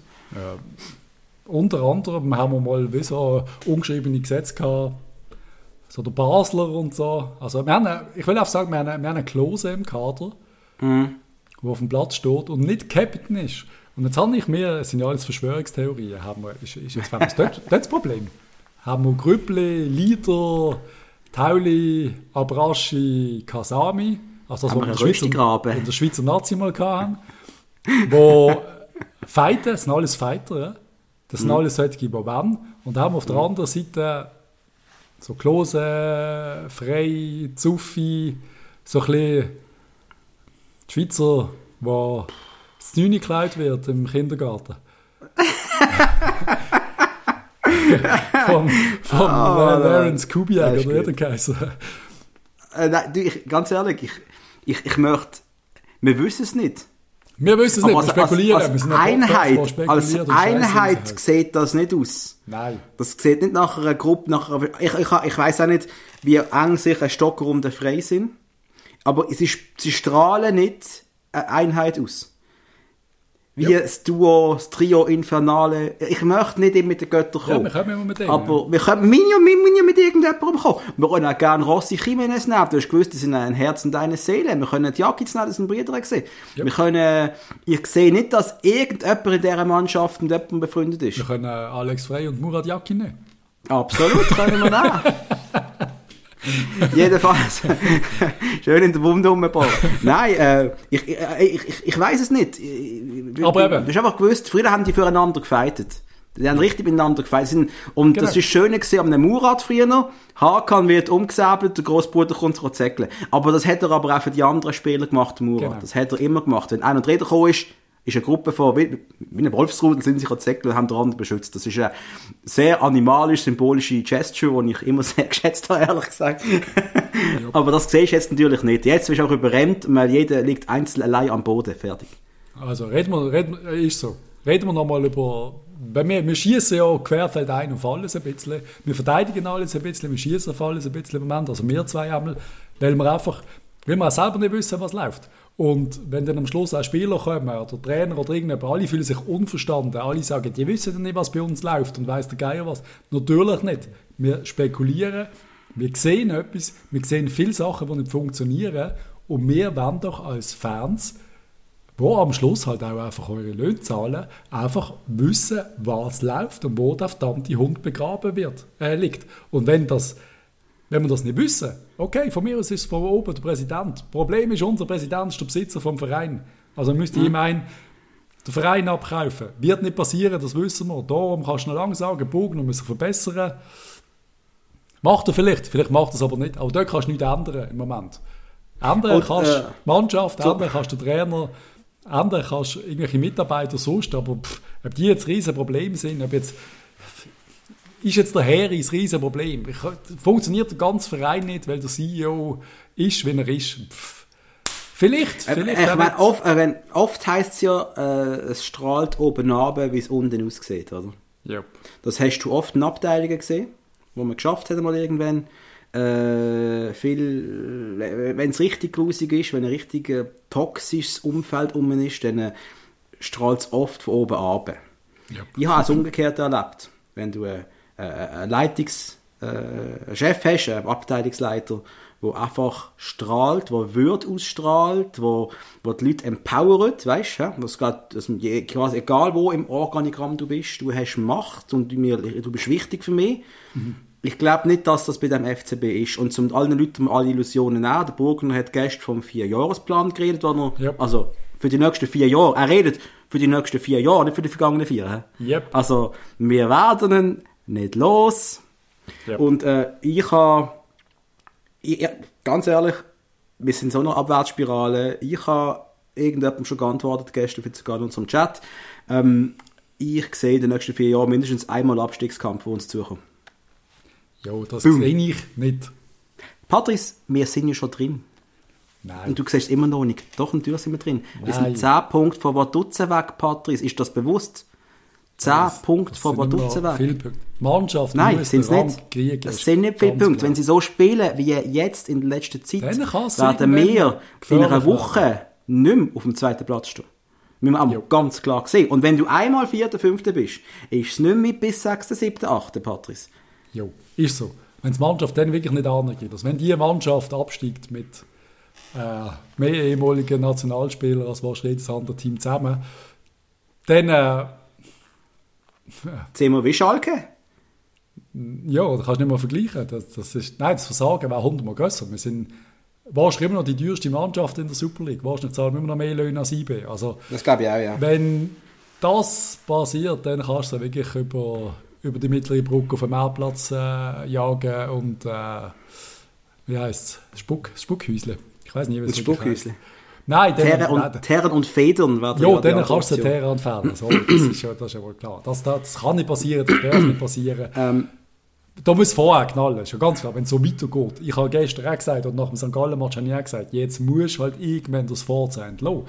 [SPEAKER 1] Unter anderem haben wir mal wie so ungeschriebene Gesetze gehabt, so der Basler und so. Also wir haben, eine- ich will auch sagen, wir haben, eine- wir haben eine Klose im Kader,
[SPEAKER 2] Mhm.
[SPEAKER 1] wo auf dem Platz steht und nicht Captain ist. Und jetzt habe ich mir, es sind ja alles Verschwörungstheorien, haben wir, ist, ist jetzt haben wir das, dort, dort das Problem. Haben wir Grüppli, Lieder, Tauli, Abraschi, Kasami, also das, was
[SPEAKER 2] Haben wir
[SPEAKER 1] wir in
[SPEAKER 2] einen
[SPEAKER 1] der Schweizer,
[SPEAKER 2] Röstigraben?
[SPEAKER 1] in der Schweizer Nazi mal hatten wo Fighter, das sind alles Fighter, ja? das
[SPEAKER 2] Mhm.
[SPEAKER 1] sind alles solche, die wollen. Und haben auf der anderen Seite so Klose, Frey, Zuffi, so ein bisschen die Schweizer, wo das Neune gekleidet wird im Kindergarten. vom vom äh, Lawrence Kubiak
[SPEAKER 2] Ah, Das ist
[SPEAKER 1] oder wie
[SPEAKER 2] gut.
[SPEAKER 1] der Kaiser.
[SPEAKER 2] Äh, nein, du, ich, ganz ehrlich, ich, ich, ich möchte. Wir wissen es nicht.
[SPEAKER 1] Wir wissen es nicht, wir spekulieren.
[SPEAKER 2] Als,
[SPEAKER 1] wir
[SPEAKER 2] als
[SPEAKER 1] sind ein Podcast,
[SPEAKER 2] Einheit,
[SPEAKER 1] der
[SPEAKER 2] als
[SPEAKER 1] spekuliert und Scheiße
[SPEAKER 2] Einheit
[SPEAKER 1] raushaut.
[SPEAKER 2] sieht das nicht aus.
[SPEAKER 1] Nein.
[SPEAKER 2] Das sieht nicht nach einer Gruppe, nach einer, ich, ich, ich weiß auch nicht, wie eng sich ein Stocker um den Frei sind. Aber sie, sie strahlen nicht eine Einheit aus. Wie das Duo, das Trio Infernale. Ich möchte nicht immer mit den Göttern
[SPEAKER 1] Ja,
[SPEAKER 2] kommen.
[SPEAKER 1] wir können immer mit denen.
[SPEAKER 2] aber wir können Minion, Minion mit irgendjemandem kommen. Wir können auch gerne Rossi Jimenez nehmen. Du hast gewusst, die sind ein Herz und eine Seele. Wir können die Jakic nehmen, das sind Brüder gesehen. Wir können, äh, ich sehe nicht, dass irgendjemand in dieser Mannschaft mit jemandem befreundet ist.
[SPEAKER 1] Wir können äh, Alex Frey und Murat Yakin nehmen.
[SPEAKER 2] Absolut, können wir nehmen. Jedenfalls. Schön in der Wunde rumbauen. Nein, äh, ich, äh, ich, ich, ich weiß es nicht. Ich- ich-
[SPEAKER 1] Aber
[SPEAKER 2] ich-
[SPEAKER 1] eben.
[SPEAKER 2] Du hast einfach gewusst, früher haben die füreinander gefeitet. Die haben richtig miteinander gefeitet. Sind- Und das
[SPEAKER 1] Genau.
[SPEAKER 2] ist schön gesehen am Murat früher. Hakan wird umgesäbelt, der Großbruder kommt zu zäckeln. Aber das hat er aber auch für die anderen Spieler gemacht, der Murat.
[SPEAKER 1] Genau.
[SPEAKER 2] Das hat er immer gemacht. Wenn einer und jeder gekommen ist, ist eine Gruppe von, wie, wie ein Wolfsrudel, sind sich zäckeln und haben den anderen beschützt. Das ist eine sehr animalisch-symbolische Gesture, die ich immer sehr geschätzt habe, ehrlich gesagt. Aber das siehst du jetzt natürlich nicht. Jetzt bist du auch überrennt, weil jeder liegt einzeln allein am Boden. Fertig.
[SPEAKER 1] Also reden wir, reden, wir- äh, ist so. Reden wir nochmal über. Wenn wir, wir schießen ja querfeld ein auf alles ein bisschen. Wir verteidigen alles ein bisschen, wir schießen auf alles ein bisschen im Moment. Also wir zwei einmal, weil wir einfach, weil wir auch selber nicht wissen, was läuft. Und wenn dann am Schluss auch Spieler kommen oder Trainer oder irgendjemand, alle fühlen sich unverstanden. Alle sagen, die wissen ja nicht, was bei uns läuft und weiss der Geier was. Natürlich nicht. Wir spekulieren, wir sehen etwas, wir sehen viele Sachen, die nicht funktionieren. Und wir wollen doch als Fans wo am Schluss halt auch einfach eure Löhne zahlen, einfach wissen, was läuft und wo der verdammte Hund begraben wird, äh, liegt. Und wenn das, wenn wir das nicht wissen, okay, von mir aus ist es von oben der Präsident. Problem ist, unser Präsident ist der Besitzer vom Verein. Also müsste ihm ein den Verein abkaufen. Wird nicht passieren, das wissen wir. Darum kannst du noch lange sagen, Bogen muss sich verbessern. Macht er vielleicht, vielleicht macht er es aber nicht. Aber dort kannst du nichts ändern im Moment. Ändern
[SPEAKER 2] Und,
[SPEAKER 1] kannst du
[SPEAKER 2] äh,
[SPEAKER 1] die Mannschaft, ändern kannst du den Trainer, ändern kannst du irgendwelche Mitarbeiter sonst. Aber pff, ob die jetzt riesen Probleme sind, ob jetzt ist jetzt der Harry das riesen Problem. Ich, funktioniert der ganze Verein nicht, weil der CEO ist, wie er ist. Pff. Vielleicht,
[SPEAKER 2] Ähm,
[SPEAKER 1] vielleicht.
[SPEAKER 2] Ich
[SPEAKER 1] auch
[SPEAKER 2] meine,
[SPEAKER 1] nicht.
[SPEAKER 2] oft, äh, wenn- oft heisst es ja, äh, es strahlt oben ab, wie es unten aussieht, oder?
[SPEAKER 1] Yep.
[SPEAKER 2] Das hast du oft in Abteilungen gesehen, wo man geschafft hat mal irgendwann. Äh, viel, äh, wenn es richtig grusig ist, wenn ein richtig äh, toxisches Umfeld um ist, dann äh, strahlt es oft von oben ab.
[SPEAKER 1] Yep.
[SPEAKER 2] Ich habe es umgekehrt erlebt. Wenn du einen äh, äh, Leitungs-, äh, einen Chef hast, einen Abteilungsleiter, wo einfach strahlt, wo Würde ausstrahlt, wo, wo die Leute empowert, weißt du, was grad, dass man je- quasi egal wo im Organigramm du bist, du hast Macht und du, mir, du bist wichtig für mich. Ich glaube nicht, dass das bei dem FCB ist. Und zum allen Leuten alle Illusionen auch. Der Burgner hat gestern vom Vierjahresplan geredet, wo er,
[SPEAKER 1] Ja.
[SPEAKER 2] also für die nächsten vier Jahre. Er redet für die nächsten vier Jahre, nicht für die vergangenen vier. hä?
[SPEAKER 1] Yep.
[SPEAKER 2] Also, wir werden ihn nicht los.
[SPEAKER 1] Yep.
[SPEAKER 2] Und äh, ich habe, ich, ich- ganz ehrlich, wir sind in so einer Abwärtsspirale. Ich habe irgendjemandem schon geantwortet gestern, für sogar in unserem Chat. Ähm, ich sehe in den nächsten vier Jahren mindestens einmal Abstiegskampf, wo uns zukommt.
[SPEAKER 1] Ja, das
[SPEAKER 2] Boom.
[SPEAKER 1] sehe ich nicht.
[SPEAKER 2] Patrice, wir sind ja schon drin.
[SPEAKER 1] Nein.
[SPEAKER 2] Und du siehst immer noch nicht. Doch, natürlich sind wir drin. Wir
[SPEAKER 1] Nein.
[SPEAKER 2] sind 10 Punkte von Vaduzzen weg, Patrice. Ist das bewusst? 10 Punkte
[SPEAKER 1] Das
[SPEAKER 2] von
[SPEAKER 1] sind immer
[SPEAKER 2] Vaduzzen weg.
[SPEAKER 1] viele Punkte. Die Mannschaft
[SPEAKER 2] Nein,
[SPEAKER 1] muss
[SPEAKER 2] sind es
[SPEAKER 1] den Rang kriegen,
[SPEAKER 2] nicht.
[SPEAKER 1] das
[SPEAKER 2] Es sind nicht viele
[SPEAKER 1] ganz
[SPEAKER 2] Punkte.
[SPEAKER 1] klar.
[SPEAKER 2] Wenn sie so spielen wie jetzt in der letzten Zeit,
[SPEAKER 1] Dann kann's
[SPEAKER 2] werden
[SPEAKER 1] irgendwann
[SPEAKER 2] wir in einer
[SPEAKER 1] gefährlich
[SPEAKER 2] Woche nicht mehr auf dem zweiten Platz stehen. Müssen wir auch mal ganz klar sehen. Und wenn du einmal Vierter, Fünfter bist, ist es nicht mehr bis Sechster, Siebter, Achter, Patrice.
[SPEAKER 1] Jo, ist so. Wenn die Mannschaft dann wirklich nicht anerkennt, also wenn die Mannschaft absteigt mit äh, mehr ehemaligen Nationalspielern als wahrscheinlich jedes andere Team zusammen, dann, äh,
[SPEAKER 2] Sehen wir wie Schalke?
[SPEAKER 1] ja, da kannst du nicht mehr vergleichen. Das, das ist, nein, das Versagen wäre hundertmal grösser. Wir sind wahrscheinlich immer noch die teuerste Mannschaft in der Super League. Wahrscheinlich zahlen wir immer noch mehr Löhne als IB. Also,
[SPEAKER 2] Das glaube ich auch, ja.
[SPEAKER 1] Wenn das passiert, dann kannst du sie wirklich über, über die mittlere Brücke auf den Marktplatz äh, jagen und äh, wie heißt es? Spuck, Spuckhäusle. Ich weiß nicht, wie es
[SPEAKER 2] Das
[SPEAKER 1] wirklich
[SPEAKER 2] Spuckhäusle.
[SPEAKER 1] heisst. Nein, dann,
[SPEAKER 2] Terren und,
[SPEAKER 1] nein,
[SPEAKER 2] Terren und Federn werden
[SPEAKER 1] ja,
[SPEAKER 2] ja die
[SPEAKER 1] dann
[SPEAKER 2] andere
[SPEAKER 1] kannst du den
[SPEAKER 2] Option.
[SPEAKER 1] Terra entfernen. Sorry, das, ist ja, das ist ja wohl klar. Das, das, das kann nicht passieren, das darf nicht passieren.
[SPEAKER 2] Ähm.
[SPEAKER 1] da muss vorher knallen, ist ja ganz klar, wenn es so weitergeht. Ich habe gestern auch gesagt und nach dem St. Gallen-Match habe ich auch gesagt, jetzt musst du halt irgendwann das Forza entlassen.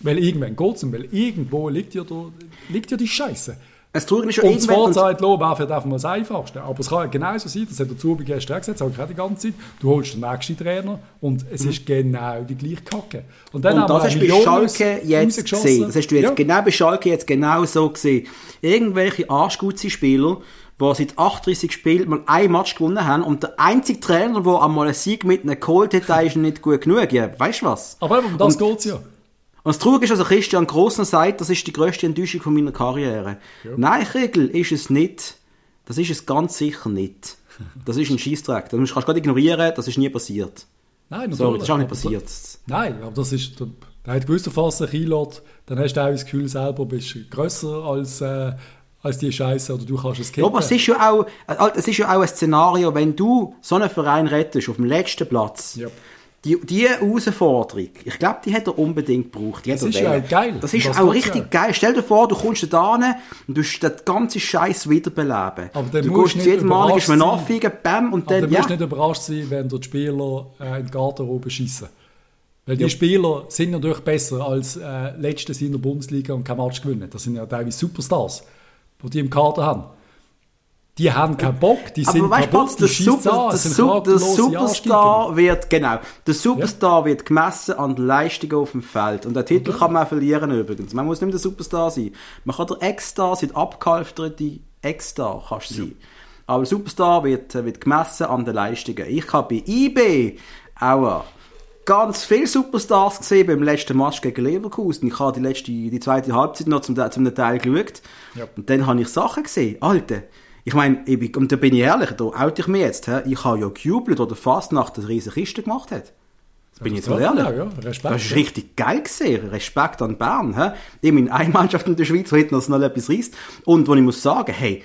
[SPEAKER 1] Weil irgendwann geht es und weil irgendwo liegt ja, da, liegt ja die Scheiße.
[SPEAKER 2] Es trugen schon
[SPEAKER 1] Und das
[SPEAKER 2] irgendwann... und-
[SPEAKER 1] Vorzeit loben auch einfach mal das Einfachste. Aber es kann ja genauso sein, das hat der Zubi gestern auch gesagt, das habe ich auch die ganze Zeit, du holst den nächsten Trainer und es ist genau die gleiche Kacke. Und, dann
[SPEAKER 2] Mhm. Und
[SPEAKER 1] haben
[SPEAKER 2] das
[SPEAKER 1] wir
[SPEAKER 2] hast du bei
[SPEAKER 1] Genau, Millionen
[SPEAKER 2] Schalke jetzt
[SPEAKER 1] rausgeschossen.
[SPEAKER 2] gesehen. Das hast du jetzt
[SPEAKER 1] ja.
[SPEAKER 2] genau bei Schalke jetzt genau so gesehen. Irgendwelche Arschgutzi-Spieler, die seit 38 Spielen mal ein Match gewonnen haben und der einzige Trainer, der einmal einen Sieg mit einem geholt hat, der ist nicht gut genug. Ja, weißt du was?
[SPEAKER 1] Aber eben, um das geht es ja.
[SPEAKER 2] Und das Traurige ist, also Christian Grossen sagt, das ist die grösste Enttäuschung von meiner Karriere. Nein, Kriegel, ist es nicht. Das ist es ganz sicher nicht. Das ist ein Scheissdreck. Das kannst du gerade ignorieren, das ist nie passiert.
[SPEAKER 1] Nein, natürlich.
[SPEAKER 2] Sorry, das ist auch nicht
[SPEAKER 1] Aber-
[SPEAKER 2] passiert.
[SPEAKER 1] Nein, aber das ist. Da da hat gewusst, fast ein Kilo, dann hast du auch das Gefühl, selber bist du grösser als, äh, als die Scheiße oder du kannst es
[SPEAKER 2] Ja, aber es
[SPEAKER 1] kicken.
[SPEAKER 2] ist ja auch, äh, Alter, es ist ja auch ein Szenario, wenn du so einen Verein rettest, auf dem letzten Platz.
[SPEAKER 1] Yep.
[SPEAKER 2] Die, die Herausforderung, ich glaube, die hat er unbedingt gebraucht. Die hat
[SPEAKER 1] Das
[SPEAKER 2] er
[SPEAKER 1] ist ja
[SPEAKER 2] wollen.
[SPEAKER 1] auch geil.
[SPEAKER 2] Das ist
[SPEAKER 1] Das
[SPEAKER 2] auch
[SPEAKER 1] tut's
[SPEAKER 2] richtig
[SPEAKER 1] auch.
[SPEAKER 2] geil. Stell dir vor, du kommst da hin und du musst den ganzen Scheiß wiederbeleben.
[SPEAKER 1] Aber dann
[SPEAKER 2] du
[SPEAKER 1] musst
[SPEAKER 2] gehst
[SPEAKER 1] nicht
[SPEAKER 2] jedes Mal,
[SPEAKER 1] überrascht
[SPEAKER 2] gibst mir
[SPEAKER 1] sein.
[SPEAKER 2] Nachfliegen, bam, und
[SPEAKER 1] Aber
[SPEAKER 2] dann,
[SPEAKER 1] du
[SPEAKER 2] ja.
[SPEAKER 1] musst nicht überrascht sein, wenn dir die Spieler äh, in die Garderobe schießen. Weil die Spieler sind natürlich besser als äh, letztes in der Bundesliga und kein Match gewinnen. Das sind ja teilweise Superstars, die die im Kader haben. Die haben keinen Bock, die
[SPEAKER 2] Aber
[SPEAKER 1] sind
[SPEAKER 2] weißt du,
[SPEAKER 1] kaputt,
[SPEAKER 2] Patz,
[SPEAKER 1] die
[SPEAKER 2] der,
[SPEAKER 1] schießen
[SPEAKER 2] Super,
[SPEAKER 1] an,
[SPEAKER 2] der,
[SPEAKER 1] es sind
[SPEAKER 2] Sup- der
[SPEAKER 1] charakterlose Arschgeigen.
[SPEAKER 2] Superstar wird, genau, der Superstar wird gemessen an der Leistung auf dem Feld. Und den Titel kann man auch verlieren übrigens. Man muss nicht mehr der Superstar sein. Man kann der Ex-Star sein, der abgehalfterte Ex-Star kannst du sein. Aber der Superstar wird, äh, wird gemessen an den Leistungen. Ich habe bei IB auch ganz viele Superstars gesehen beim letzten Match gegen Leverkusen. Ich habe die, letzte, die zweite Halbzeit noch zum, zum Teil geschaut.
[SPEAKER 1] Ja.
[SPEAKER 2] Und dann habe ich Sachen gesehen. Alter, ich meine, ich bin, und da bin ich ehrlich, da oute ich mich jetzt. He? Ich habe ja gejubelt, als der Fastnacht eine riesen Kiste gemacht hat. Das bin ich jetzt mal
[SPEAKER 1] Ja,
[SPEAKER 2] ehrlich.
[SPEAKER 1] ja, Respekt.
[SPEAKER 2] Das ist richtig geil gesehen. Respekt an Bern. He? Ich meine, eine Mannschaft in der Schweiz, die hinten noch etwas reisst. Und wo ich muss sagen, hey,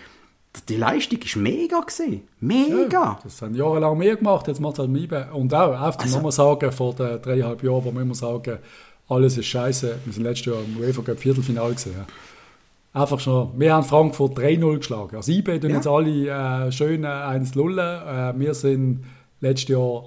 [SPEAKER 2] die Leistung ist mega gesehen. Mega.
[SPEAKER 1] Das haben jahrelang mehr gemacht, jetzt macht es halt Miebe. Und auch, einfach also, nochmal sagen, vor den dreieinhalb Jahren, wo wir immer sagen, alles ist scheiße. Wir sind letztes Jahr im UEFA Cup Viertelfinale gesehen. Einfach schon, wir haben Frankfurt 3-0 geschlagen. Also IB tun
[SPEAKER 2] Ja.
[SPEAKER 1] jetzt alle äh, schön 1 lullen. Äh, wir sind letztes Jahr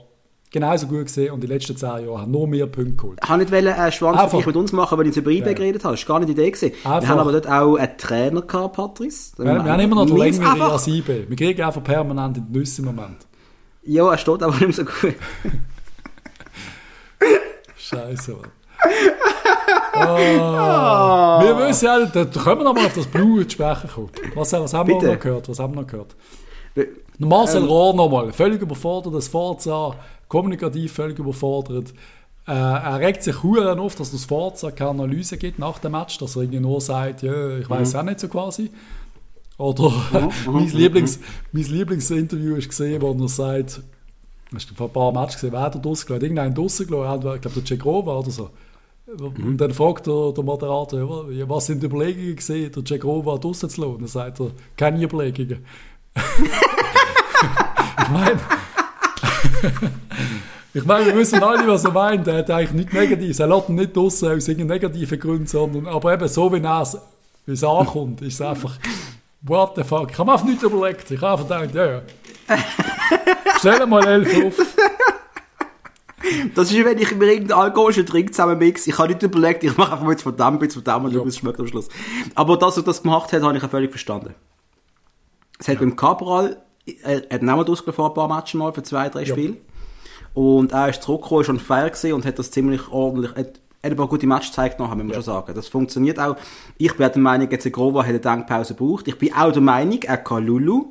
[SPEAKER 1] genauso gut gesehen und die letzten zehn Jahre haben nur mehr Punkte geholt.
[SPEAKER 2] Ich wollte nicht wollen, einen Schwanzvergleich
[SPEAKER 1] Einfach.
[SPEAKER 2] mit uns machen, weil ich über IB
[SPEAKER 1] Ja.
[SPEAKER 2] geredet habe. Das war gar nicht die Idee. Gewesen. Wir
[SPEAKER 1] Einfach.
[SPEAKER 2] haben aber dort auch einen Trainer gehabt, Patrice.
[SPEAKER 1] Wir, wir haben immer noch die
[SPEAKER 2] Meins
[SPEAKER 1] längere
[SPEAKER 2] einfach.
[SPEAKER 1] als IB. Wir kriegen einfach permanent in die Nüsse im Moment.
[SPEAKER 2] Ja, er steht aber nicht mehr so gut.
[SPEAKER 1] Scheiße, Mann. Ah, Wir wissen ja, da da können wir nochmal auf das Blue zu sprechen kommen. Was, was haben
[SPEAKER 2] Bitte.
[SPEAKER 1] wir noch gehört? Was haben wir noch gehört? Marcel Rohr nochmal, völlig überfordert, das Forza, kommunikativ völlig überfordert. Äh, er regt sich Huren auf, dass es Forza keine Analyse gibt nach dem Match, dass er irgendwie nur sagt, ja, ich weiß auch nicht so quasi. Oder mein, Lieblings, mein Lieblingsinterview ist gesehen, wo er sagt, hast du vor ein paar Matches gesehen, wer hat er draussen gelassen? Irgendeinen draussen gelassen, entweder, ich glaube der Cegrova oder so. Und dann fragt der, der Moderator, ja, was sind die Überlegungen gesehen, der Cegrova draussen zu lassen? Und dann sagt er, keine Überlegungen. ich meine... Ich meine, wir wissen alle, was er meint. Er hat eigentlich nichts Negatives. Er lässt ihn nicht draussen aus irgendeinem negativen Grund, sondern aber eben so, wie er es Wie es ankommt, ist es einfach, what the fuck. Ich habe mir einfach nichts überlegt. Ich habe einfach gedacht, ja, ja. Stell mal elf auf.
[SPEAKER 2] Das ist, wenn ich mir irgendeinen alkoholischen Drink zusammen mix. Ich habe nicht überlegt, ich mache einfach mal jetzt von dem, jetzt von dem und
[SPEAKER 1] Ja.
[SPEAKER 2] ja. es schmeckt am Schluss. Aber dass er das gemacht hat, habe ich ja völlig verstanden. Es hat beim Cabral, er er hat niemand ausgefahren, ein paar Matches mal für zwei, drei
[SPEAKER 1] Ja.
[SPEAKER 2] Spiele. Und er ist zurückgekommen, ist on fire gewesen und hat das ziemlich ordentlich, hat, hat ein paar gute Matches gezeigt nachher, muss man schon sagen. Das funktioniert auch. Ich bin auch der Meinung, jetzt Grova hat eine Denkpause gebraucht. Ich bin auch der Meinung, er kann Lulu.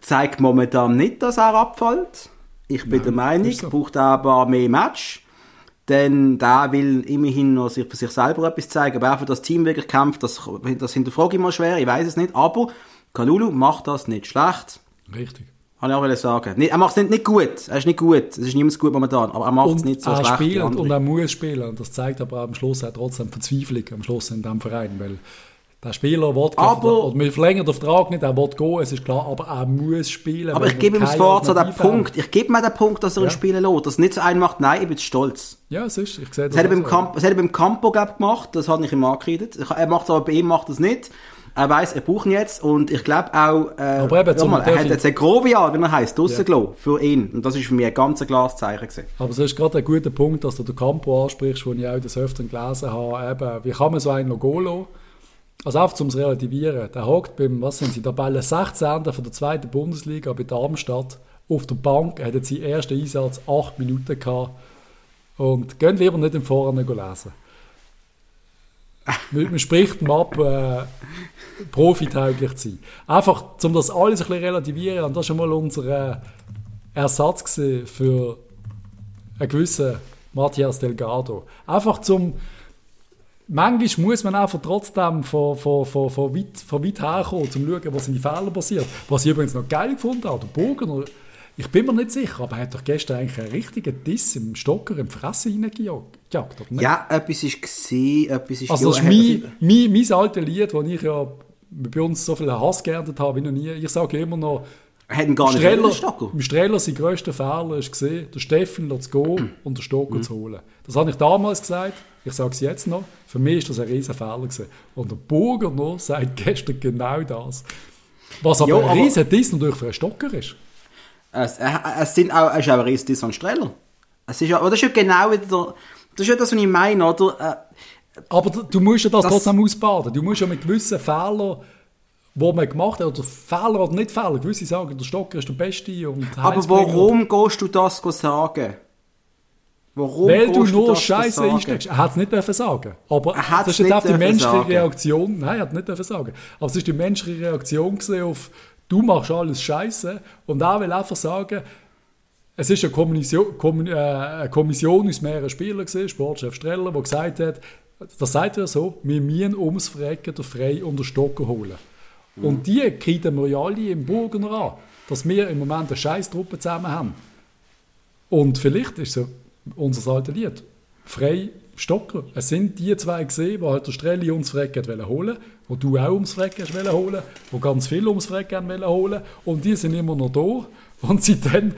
[SPEAKER 2] Zeigt momentan nicht, dass er abfällt. Ich bin der Meinung,
[SPEAKER 1] ist so.
[SPEAKER 2] braucht er aber mehr Match. Denn da will immerhin noch sich, für sich selber etwas zeigen. Aber auch für das Team wirklich kämpft, das, das hinterfrage ich mal schwer, ich weiß es nicht. Aber Kalulu macht das nicht schlecht.
[SPEAKER 1] Richtig.
[SPEAKER 2] Kann ich auch wollen sagen. Nicht, er macht es nicht, nicht gut. Er ist nicht gut. Es ist niemand gut momentan. Aber er macht es
[SPEAKER 1] Und
[SPEAKER 2] nicht so
[SPEAKER 1] er
[SPEAKER 2] schlecht. wie
[SPEAKER 1] spielt
[SPEAKER 2] andere.
[SPEAKER 1] und er muss spielen. Und das zeigt aber am Schluss auch trotzdem Verzweiflung am Schluss in diesem Verein. Weil der Spieler will
[SPEAKER 2] Aber-
[SPEAKER 1] oder wir verlängern den Vertrag nicht, er will gehen, es ist klar, aber er muss spielen.
[SPEAKER 2] aber
[SPEAKER 1] weil
[SPEAKER 2] ich
[SPEAKER 1] wir
[SPEAKER 2] gebe ihm
[SPEAKER 1] keine
[SPEAKER 2] sofort so den
[SPEAKER 1] Alternative haben.
[SPEAKER 2] Punkt. Ich gebe mir den Punkt, dass er
[SPEAKER 1] Ja.
[SPEAKER 2] ihn spielen lässt. Dass nicht so einen macht, nein, ich bin stolz.
[SPEAKER 1] Ja, es ist, ich sehe das.
[SPEAKER 2] Das hat er beim,
[SPEAKER 1] auch so.
[SPEAKER 2] Camp, das hat er beim Campo glaub, gemacht, das habe ich ihm angekreidet. Ich- Er macht es aber bei ihm macht es nicht. Er weiß, er braucht ihn jetzt und ich glaube auch, äh,
[SPEAKER 1] Aber eben,
[SPEAKER 2] warte
[SPEAKER 1] zum-
[SPEAKER 2] mal, er
[SPEAKER 1] darf
[SPEAKER 2] hat
[SPEAKER 1] ich-
[SPEAKER 2] jetzt ein Grovia, wie er heisst, draussen
[SPEAKER 1] Ja.
[SPEAKER 2] gelassen, für ihn. Und das ist für mich ein ganz klares Zeichen gewesen.
[SPEAKER 1] Aber es ist gerade ein guter Punkt, dass du den Campo ansprichst, den ich auch des Öfteren gelesen habe. Eben, wie kann man so einen noch gehen lassen? Also einfach zum Relativieren. Der hockt beim, was sind sie, Tabelle 16. von der zweiten Bundesliga bei Darmstadt auf der Bank. Er hat jetzt seinen ersten Einsatz 8 Minuten gehabt. Und geht lieber nicht im Forum lesen. Man, man spricht ihm ab, äh, profitauglich zu sein. Einfach, um das alles ein bisschen relativieren. Und das war mal unser äh, Ersatz gewesen für einen gewissen Matthias Delgado. Einfach zum. Manchmal muss man einfach trotzdem von, von, von, von, weit, von weit herkommen, um zu schauen, was in die Fehler passiert. Was ich übrigens noch geil gefunden habe, der Bogener, ich bin mir nicht sicher, aber er hat doch gestern eigentlich einen richtigen Diss im Stocker, im Fressen reingejagt, oder nicht?
[SPEAKER 2] Ja, etwas ist gesehen, etwas äh, ist
[SPEAKER 1] Also das
[SPEAKER 2] ja,
[SPEAKER 1] ist
[SPEAKER 2] er hat-
[SPEAKER 1] mein, mein, mein altes Lied, das ich ja bei uns so viel Hass geerntet habe wie noch nie. Ich sage immer noch,
[SPEAKER 2] er hat ihn gar Ah, nicht
[SPEAKER 1] Streller,
[SPEAKER 2] wollen, Stockel.
[SPEAKER 1] im Streller sein grösster Fehler war, gesehen, den Steffen zu gehen und den
[SPEAKER 2] Mhm.
[SPEAKER 1] Stocker zu holen. Das habe ich damals gesagt, ich sage es jetzt noch, für mich ist das ein riesen Fehler. Gewesen. Und der Burger noch sagt gestern genau das. Was aber
[SPEAKER 2] Jo,
[SPEAKER 1] ein
[SPEAKER 2] aber-
[SPEAKER 1] riesen Diss natürlich für einen Stocker ist.
[SPEAKER 2] Es, äh, es sind auch, es ist auch ein Riss an Streller. Es ist ja, aber das ist ja genau wieder, der- das ist ja das, was ich meine,
[SPEAKER 1] Ah,
[SPEAKER 2] oder? Äh,
[SPEAKER 1] Aber du- du musst ja das,
[SPEAKER 2] Das-
[SPEAKER 1] trotzdem ausbaden. Du musst ja mit gewissen Fehlern, die man gemacht hat, oder Fehler oder nicht Fehler, gewisse sagen, der Stocker ist der Beste und
[SPEAKER 2] aber
[SPEAKER 1] Heizbringer.
[SPEAKER 2] warum gehst du das sagen? Warum
[SPEAKER 1] Weil du
[SPEAKER 2] gehst
[SPEAKER 1] nur
[SPEAKER 2] das
[SPEAKER 1] Scheiße
[SPEAKER 2] sagen?
[SPEAKER 1] einsteckst. Er hat es nicht dürfen sagen. Aber
[SPEAKER 2] Er hat's
[SPEAKER 1] das ist jetzt
[SPEAKER 2] nicht
[SPEAKER 1] auch die
[SPEAKER 2] dürfen
[SPEAKER 1] menschliche
[SPEAKER 2] sagen.
[SPEAKER 1] Reaktion. Nein, er hat nicht dürfen sagen. Aber es ist die menschliche Reaktion gewesen auf du machst alles Scheiße und er will einfach sagen, es ist eine Kommission, Kommun- äh, eine Kommission aus mehreren Spielern gewesen, Sportchef Streller, der gesagt hat, das sagt er so, wir müssen ums Frecken den Frei und den Stocker holen.
[SPEAKER 2] Mhm.
[SPEAKER 1] Und die kriegen wir ja alle im Burgener an, dass wir im Moment eine Scheißtruppe zusammen haben. Und vielleicht ist es ja unser altes Lied. Frei Stocker. Es sind die zwei gesehen, die halt der Strelli ums Freck hat wollen holen, wo du auch ums Freck hast wollen holen, wo ganz viele ums Freck haben wollen holen. Und die sind immer noch da. Und seitdem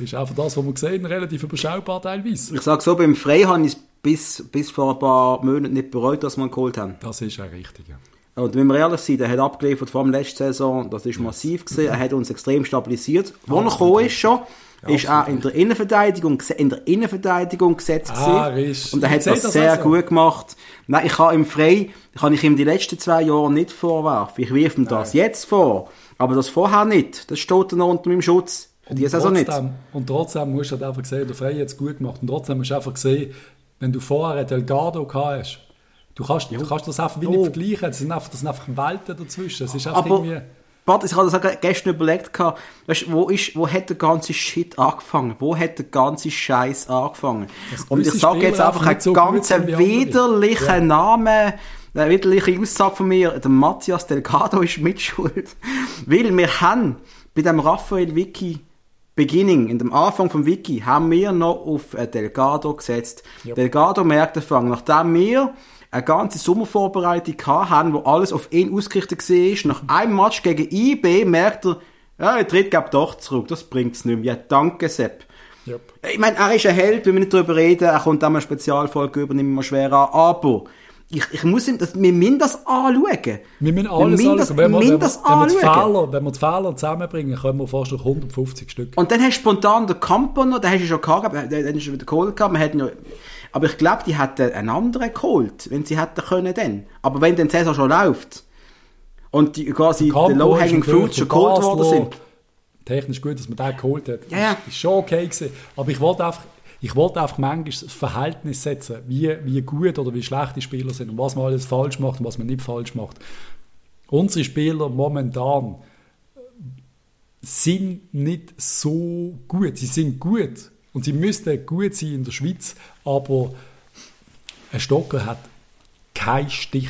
[SPEAKER 1] ist einfach das, was wir gesehen haben, relativ überschaubar teilweise.
[SPEAKER 2] Ich sage so, beim Frey habe ich es bis, bis vor ein paar Monaten nicht bereut, dass wir ihn geholt haben.
[SPEAKER 1] Das ist ein richtiger.
[SPEAKER 2] Und wenn wir ehrlich sind, er hat abgeliefert vor der letzten Saison, das ist massiv gewesen, er hat uns extrem stabilisiert. Wo er gekommen ist schon, ist auch in der Innenverteidigung, gese- in der Innenverteidigung gesetzt
[SPEAKER 1] Ah,
[SPEAKER 2] gewesen.
[SPEAKER 1] ist-
[SPEAKER 2] Und er
[SPEAKER 1] ich
[SPEAKER 2] hat
[SPEAKER 1] sehe
[SPEAKER 2] das
[SPEAKER 1] das also.
[SPEAKER 2] sehr
[SPEAKER 1] auch so.
[SPEAKER 2] gut gemacht. Nein, ich kann ihm frei, kann ich ihm die letzten zwei Jahre nicht vorwerfen. Ich wirf ihm das jetzt vor, aber das vorher nicht. Das steht noch unter meinem Schutz. Für die Saison nicht.
[SPEAKER 1] trotzdem, und trotzdem musst du halt einfach sehen, der Frey hat es gut gemacht. Und trotzdem musst du einfach sehen, wenn du vorher einen Delgado gehabt hast, du kannst, du kannst das einfach wie nicht
[SPEAKER 2] Jo.
[SPEAKER 1] vergleichen. Das sind einfach, das sind einfach Welten dazwischen. Es ist einfach
[SPEAKER 2] Aber,
[SPEAKER 1] irgendwie...
[SPEAKER 2] warte, ich habe das auch gestern überlegt, gehabt, weißt, wo, ist, wo hat der ganze Shit angefangen? Wo hat der ganze Scheiß angefangen? Und ich
[SPEAKER 1] gewisse
[SPEAKER 2] sage jetzt
[SPEAKER 1] Spieler einfach
[SPEAKER 2] einfach einen
[SPEAKER 1] nicht so gut
[SPEAKER 2] ganz
[SPEAKER 1] sind wie andere.
[SPEAKER 2] widerlichen Namen, eine widerliche Aussage von mir, der Matthias Delgado ist mitschuld. Weil wir haben bei dem Raphael Wiki Beginning, in dem Anfang vom Wiki, haben wir noch auf äh, Delgado gesetzt.
[SPEAKER 1] Ja.
[SPEAKER 2] Delgado merkt Anfang, nachdem wir eine ganze Sommervorbereitung gehabt haben, wo alles auf ihn ausgerichtet war, nach einem Match gegen IB merkt er, ja, er tritt glaube doch zurück, das bringt's nicht mehr. Ja, danke Sepp.
[SPEAKER 1] Yep.
[SPEAKER 2] Ich meine, er ist ein Held, wenn wir nicht darüber reden, er kommt auch mal eine Spezialfolge über, nehmen wir schwer an, aber Ich, ich muss ihm, das, wir müssen das anschauen.
[SPEAKER 1] Wir müssen alles
[SPEAKER 2] müssen das-
[SPEAKER 1] anschauen. Wenn wir,
[SPEAKER 2] wir
[SPEAKER 1] wenn, wir,
[SPEAKER 2] müssen das
[SPEAKER 1] wenn, wir die
[SPEAKER 2] anschauen.
[SPEAKER 1] Fehler, wenn wir die Fehler zusammenbringen, können wir fast noch 150 Stück.
[SPEAKER 2] Und dann hast du spontan den Camper noch, den hast du schon gehabt, aber den hast du wieder geholt gehabt. Wir hätten ja, aber ich glaube, die hätten einen anderen geholt, wenn sie hätten können dann. Aber wenn dann Cäsar schon läuft und die quasi
[SPEAKER 1] Campo
[SPEAKER 2] die Low-Hanging
[SPEAKER 1] ist natürlich
[SPEAKER 2] Fruits schon
[SPEAKER 1] von
[SPEAKER 2] geholt
[SPEAKER 1] Basler.
[SPEAKER 2] worden sind.
[SPEAKER 1] Technisch gut, dass man den geholt hat.
[SPEAKER 2] Ja, ja.
[SPEAKER 1] Ist, ist schon okay gewesen. Aber ich wollte einfach, ich wollte einfach manchmal das Verhältnis setzen, wie, wie gut oder wie schlecht die Spieler sind und was man alles falsch macht und was man nicht falsch macht. Unsere Spieler momentan sind nicht so gut. Sie sind gut und sie müssten gut sein in der Schweiz, aber ein Stocker hat keinen Stich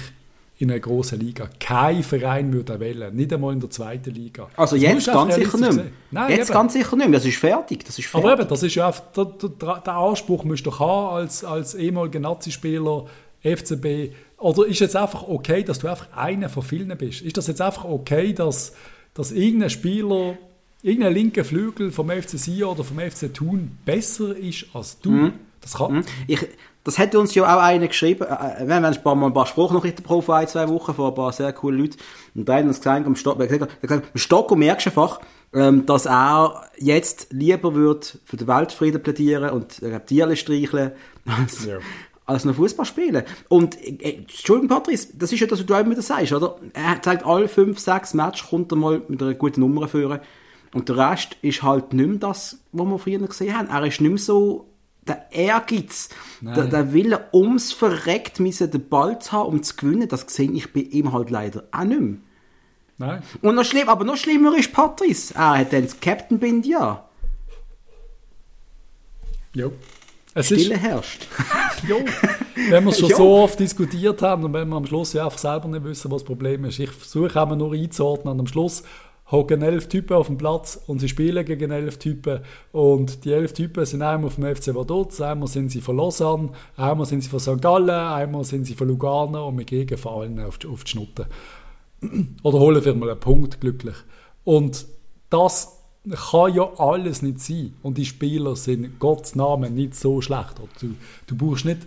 [SPEAKER 1] in einer grossen Liga. Kein Verein würde er wählen, nicht einmal in der zweiten Liga.
[SPEAKER 2] Also
[SPEAKER 1] Das
[SPEAKER 2] jetzt
[SPEAKER 1] musst du einfach
[SPEAKER 2] ganz sicher
[SPEAKER 1] realistisch
[SPEAKER 2] nicht mehr.
[SPEAKER 1] sehen. Nein,
[SPEAKER 2] jetzt
[SPEAKER 1] eben.
[SPEAKER 2] ganz sicher nicht mehr. Das ist fertig. Das ist fertig.
[SPEAKER 1] aber eben, das ist ja auch, der, der, der Anspruch musst du doch haben als, als ehemaliger Nazi-Spieler, FCB. Oder ist jetzt einfach okay, dass du einfach einer von vielen bist? Ist das jetzt einfach okay, dass, dass irgendein Spieler, irgendein linker Flügel vom FC Sion oder vom FC Thun besser ist als du? Das kann,
[SPEAKER 2] Ich, das hat uns ja auch einer geschrieben. äh, äh, Wir haben ein paar Mal ein paar Spruchnachrichten pro vor ein, zwei Wochen von ein paar sehr coolen Leuten. Und der hat uns gesagt, am Stock, der hat gesagt, der hat gesagt, am Stock merkst du einfach, ähm, dass er jetzt lieber wird für den Weltfrieden plädieren und äh, Tiere streicheln als, als noch Fußball spielen. Und, äh, äh, Entschuldigung, Patrice, das ist ja das, was du auch immer wieder sagst, oder? Er zeigt alle fünf, sechs Matches, kommt er mal mit einer guten Nummer führen. Und der Rest ist halt nicht mehr das, was wir früher gesehen haben. Er ist nicht mehr so der Ehrgeiz, der, der Wille, ums Verreckt müssen den Ball zu haben, um zu gewinnen, das sehe ich bei ihm halt leider auch nicht mehr.
[SPEAKER 1] nein.
[SPEAKER 2] Und noch schlimm, aber noch schlimmer ist Patrice. Er hat dann das Captain Bind, ja.
[SPEAKER 1] Jo. Es ist,
[SPEAKER 2] Stille herrscht.
[SPEAKER 1] jo. Wenn wir es schon
[SPEAKER 2] Jo.
[SPEAKER 1] so oft diskutiert haben und wenn wir am Schluss ja einfach selber nicht wissen, was das Problem ist. Ich versuche immer nur einzuordnen und am Schluss hocken elf Typen auf dem Platz und sie spielen gegen elf Typen und die elf Typen sind einmal vom FC Vaduz, einmal sind sie von Lausanne, einmal sind sie von St. Gallen, einmal sind sie von Lugano und wir gehen vor allen auf die, auf die Schnutte. Oder holen wir mal einen Punkt glücklich. Und das kann ja alles nicht sein. Und die Spieler sind Gottes Namen nicht so schlecht. Oder Du, du brauchst nicht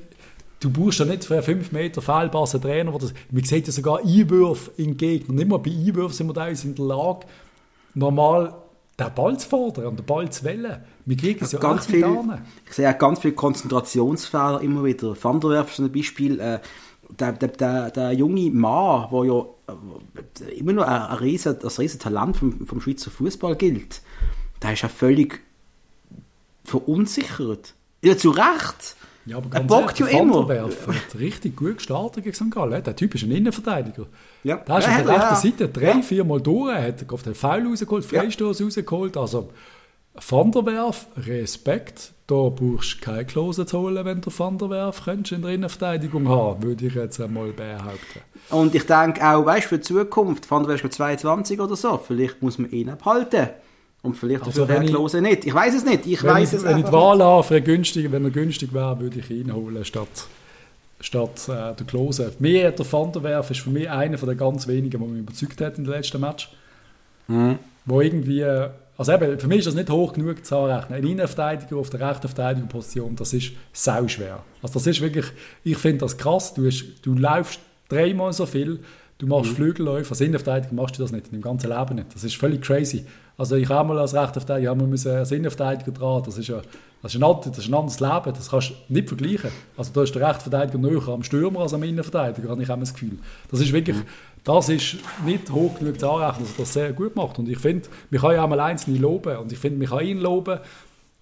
[SPEAKER 1] Du brauchst ja nicht für einen 5 Meter fehlbaren Trainer, wo das, man sieht ja sogar Einwürfe im Gegner. Nicht mal bei Einwürfen sind wir teilweise in der Lage, normal den Ball zu fordern und den Ball zu wählen. Wir kriegen es ja
[SPEAKER 2] ganz
[SPEAKER 1] echt nicht
[SPEAKER 2] viel,
[SPEAKER 1] hin.
[SPEAKER 2] ich sehe auch ganz viele Konzentrationsfehler immer wieder. Van der Werf ist ein Beispiel, äh, der, der, der, der junge Mann, der ja äh, immer noch ein, ein riesen, als riesen Talent vom, vom Schweizer Fußball gilt, der ist ja völlig verunsichert. Ja, zu Recht.
[SPEAKER 1] Ja, aber
[SPEAKER 2] er
[SPEAKER 1] ganz
[SPEAKER 2] bockt ja
[SPEAKER 1] ehrlich, der Van der
[SPEAKER 2] immer.
[SPEAKER 1] Werf hat richtig gut gestartet gegen St. Gallen. Der Typ ist ein Innenverteidiger.
[SPEAKER 2] Ja.
[SPEAKER 1] Der ist
[SPEAKER 2] Ja,
[SPEAKER 1] auf der
[SPEAKER 2] ja.
[SPEAKER 1] rechten Seite drei,
[SPEAKER 2] Ja.
[SPEAKER 1] viermal durch. Er hat auf den Foul rausgeholt, Freistoß rausgeholt. Also Van der Werf, Respekt. Da brauchst du keine Klose zu holen, wenn du Van der Werf könntest in der Innenverteidigung haben, würde ich jetzt einmal behaupten.
[SPEAKER 2] Und ich denke auch, weißt du, für die Zukunft, Van der Werf ist 22 oder so, vielleicht muss man ihn abhalten. Und vielleicht
[SPEAKER 1] Also
[SPEAKER 2] also der
[SPEAKER 1] wenn ich-
[SPEAKER 2] Klose nicht. Ich weiß es nicht. Ich
[SPEAKER 1] Wenn ich,
[SPEAKER 2] weiß es
[SPEAKER 1] wenn ich die
[SPEAKER 2] einfach nicht.
[SPEAKER 1] Wahl habe, für einen günstigen, wenn er günstig wäre, würde ich ihn holen, statt, statt äh, der Klose. Mir, der Van der Werf, ist für mich einer von den ganz wenigen, der mich überzeugt hat in den letzten Match. Wo irgendwie, äh, also eben, für mich ist das nicht hoch genug zu anrechnen. Ein Innenverteidiger auf der rechten Verteidigerposition, das ist sau schwer. Also das ist wirklich, ich finde das krass, du, hast, du läufst dreimal so viel, du machst Flügelläufe, als Innenverteidiger machst du das nicht, in deinem ganzen Leben nicht. Das ist völlig crazy. Also ich habe mal als rechter Verteidiger, habe mal müssen als Innenverteidiger dran, das ist ja das ist, ein, anderes- das ist ein anderes Leben, das kannst du nicht vergleichen. Also da ist der Rechtsverteidiger näher am Stürmer als am Innenverteidiger, habe ich immer das Gefühl. Das ist wirklich, das ist nicht hoch genug zu anrechnen, dass er das sehr gut macht. Und ich finde, man kann ja auch mal Einzelne loben und ich finde, man kann ihn loben,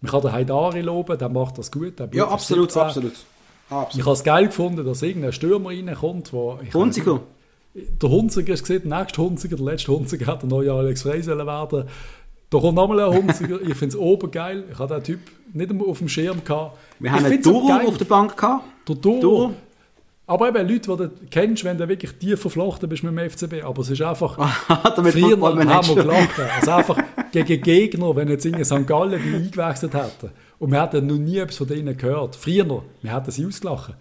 [SPEAKER 1] man kann den Haidari loben, der macht das gut. Der
[SPEAKER 2] Ja,
[SPEAKER 1] Bub ist
[SPEAKER 2] absolut,
[SPEAKER 1] 17.
[SPEAKER 2] absolut.
[SPEAKER 1] Ich
[SPEAKER 2] absolut.
[SPEAKER 1] habe es geil gefunden, dass irgendein Stürmer reinkommt, wo ich
[SPEAKER 2] Hunziker.
[SPEAKER 1] der Hunziger ist gesehen, der nächste Hunziger, der letzte Hunziger hat der neue Alex Frey sollen werden. Da kommt nochmal ein Hunziger. ich finde es oben geil. Ich habe den Typ nicht einmal auf dem Schirm gehabt.
[SPEAKER 2] Wir
[SPEAKER 1] ich
[SPEAKER 2] haben einen
[SPEAKER 1] find's auch
[SPEAKER 2] Duro
[SPEAKER 1] geil.
[SPEAKER 2] auf der Bank gehabt.
[SPEAKER 1] Der Duro.
[SPEAKER 2] Duro.
[SPEAKER 1] Aber eben Leute, die du kennst, wenn du wirklich tief verflochten bist mit dem FCB. Aber es ist einfach.
[SPEAKER 2] Damit
[SPEAKER 1] Früher
[SPEAKER 2] Football
[SPEAKER 1] haben wir
[SPEAKER 2] Manager.
[SPEAKER 1] gelacht. Also einfach gegen Gegner, wenn jetzt in St. Gallen die eingewechselt hätten. Und wir hätten noch nie etwas von denen gehört. Früher, wir hätten sie ausgelacht.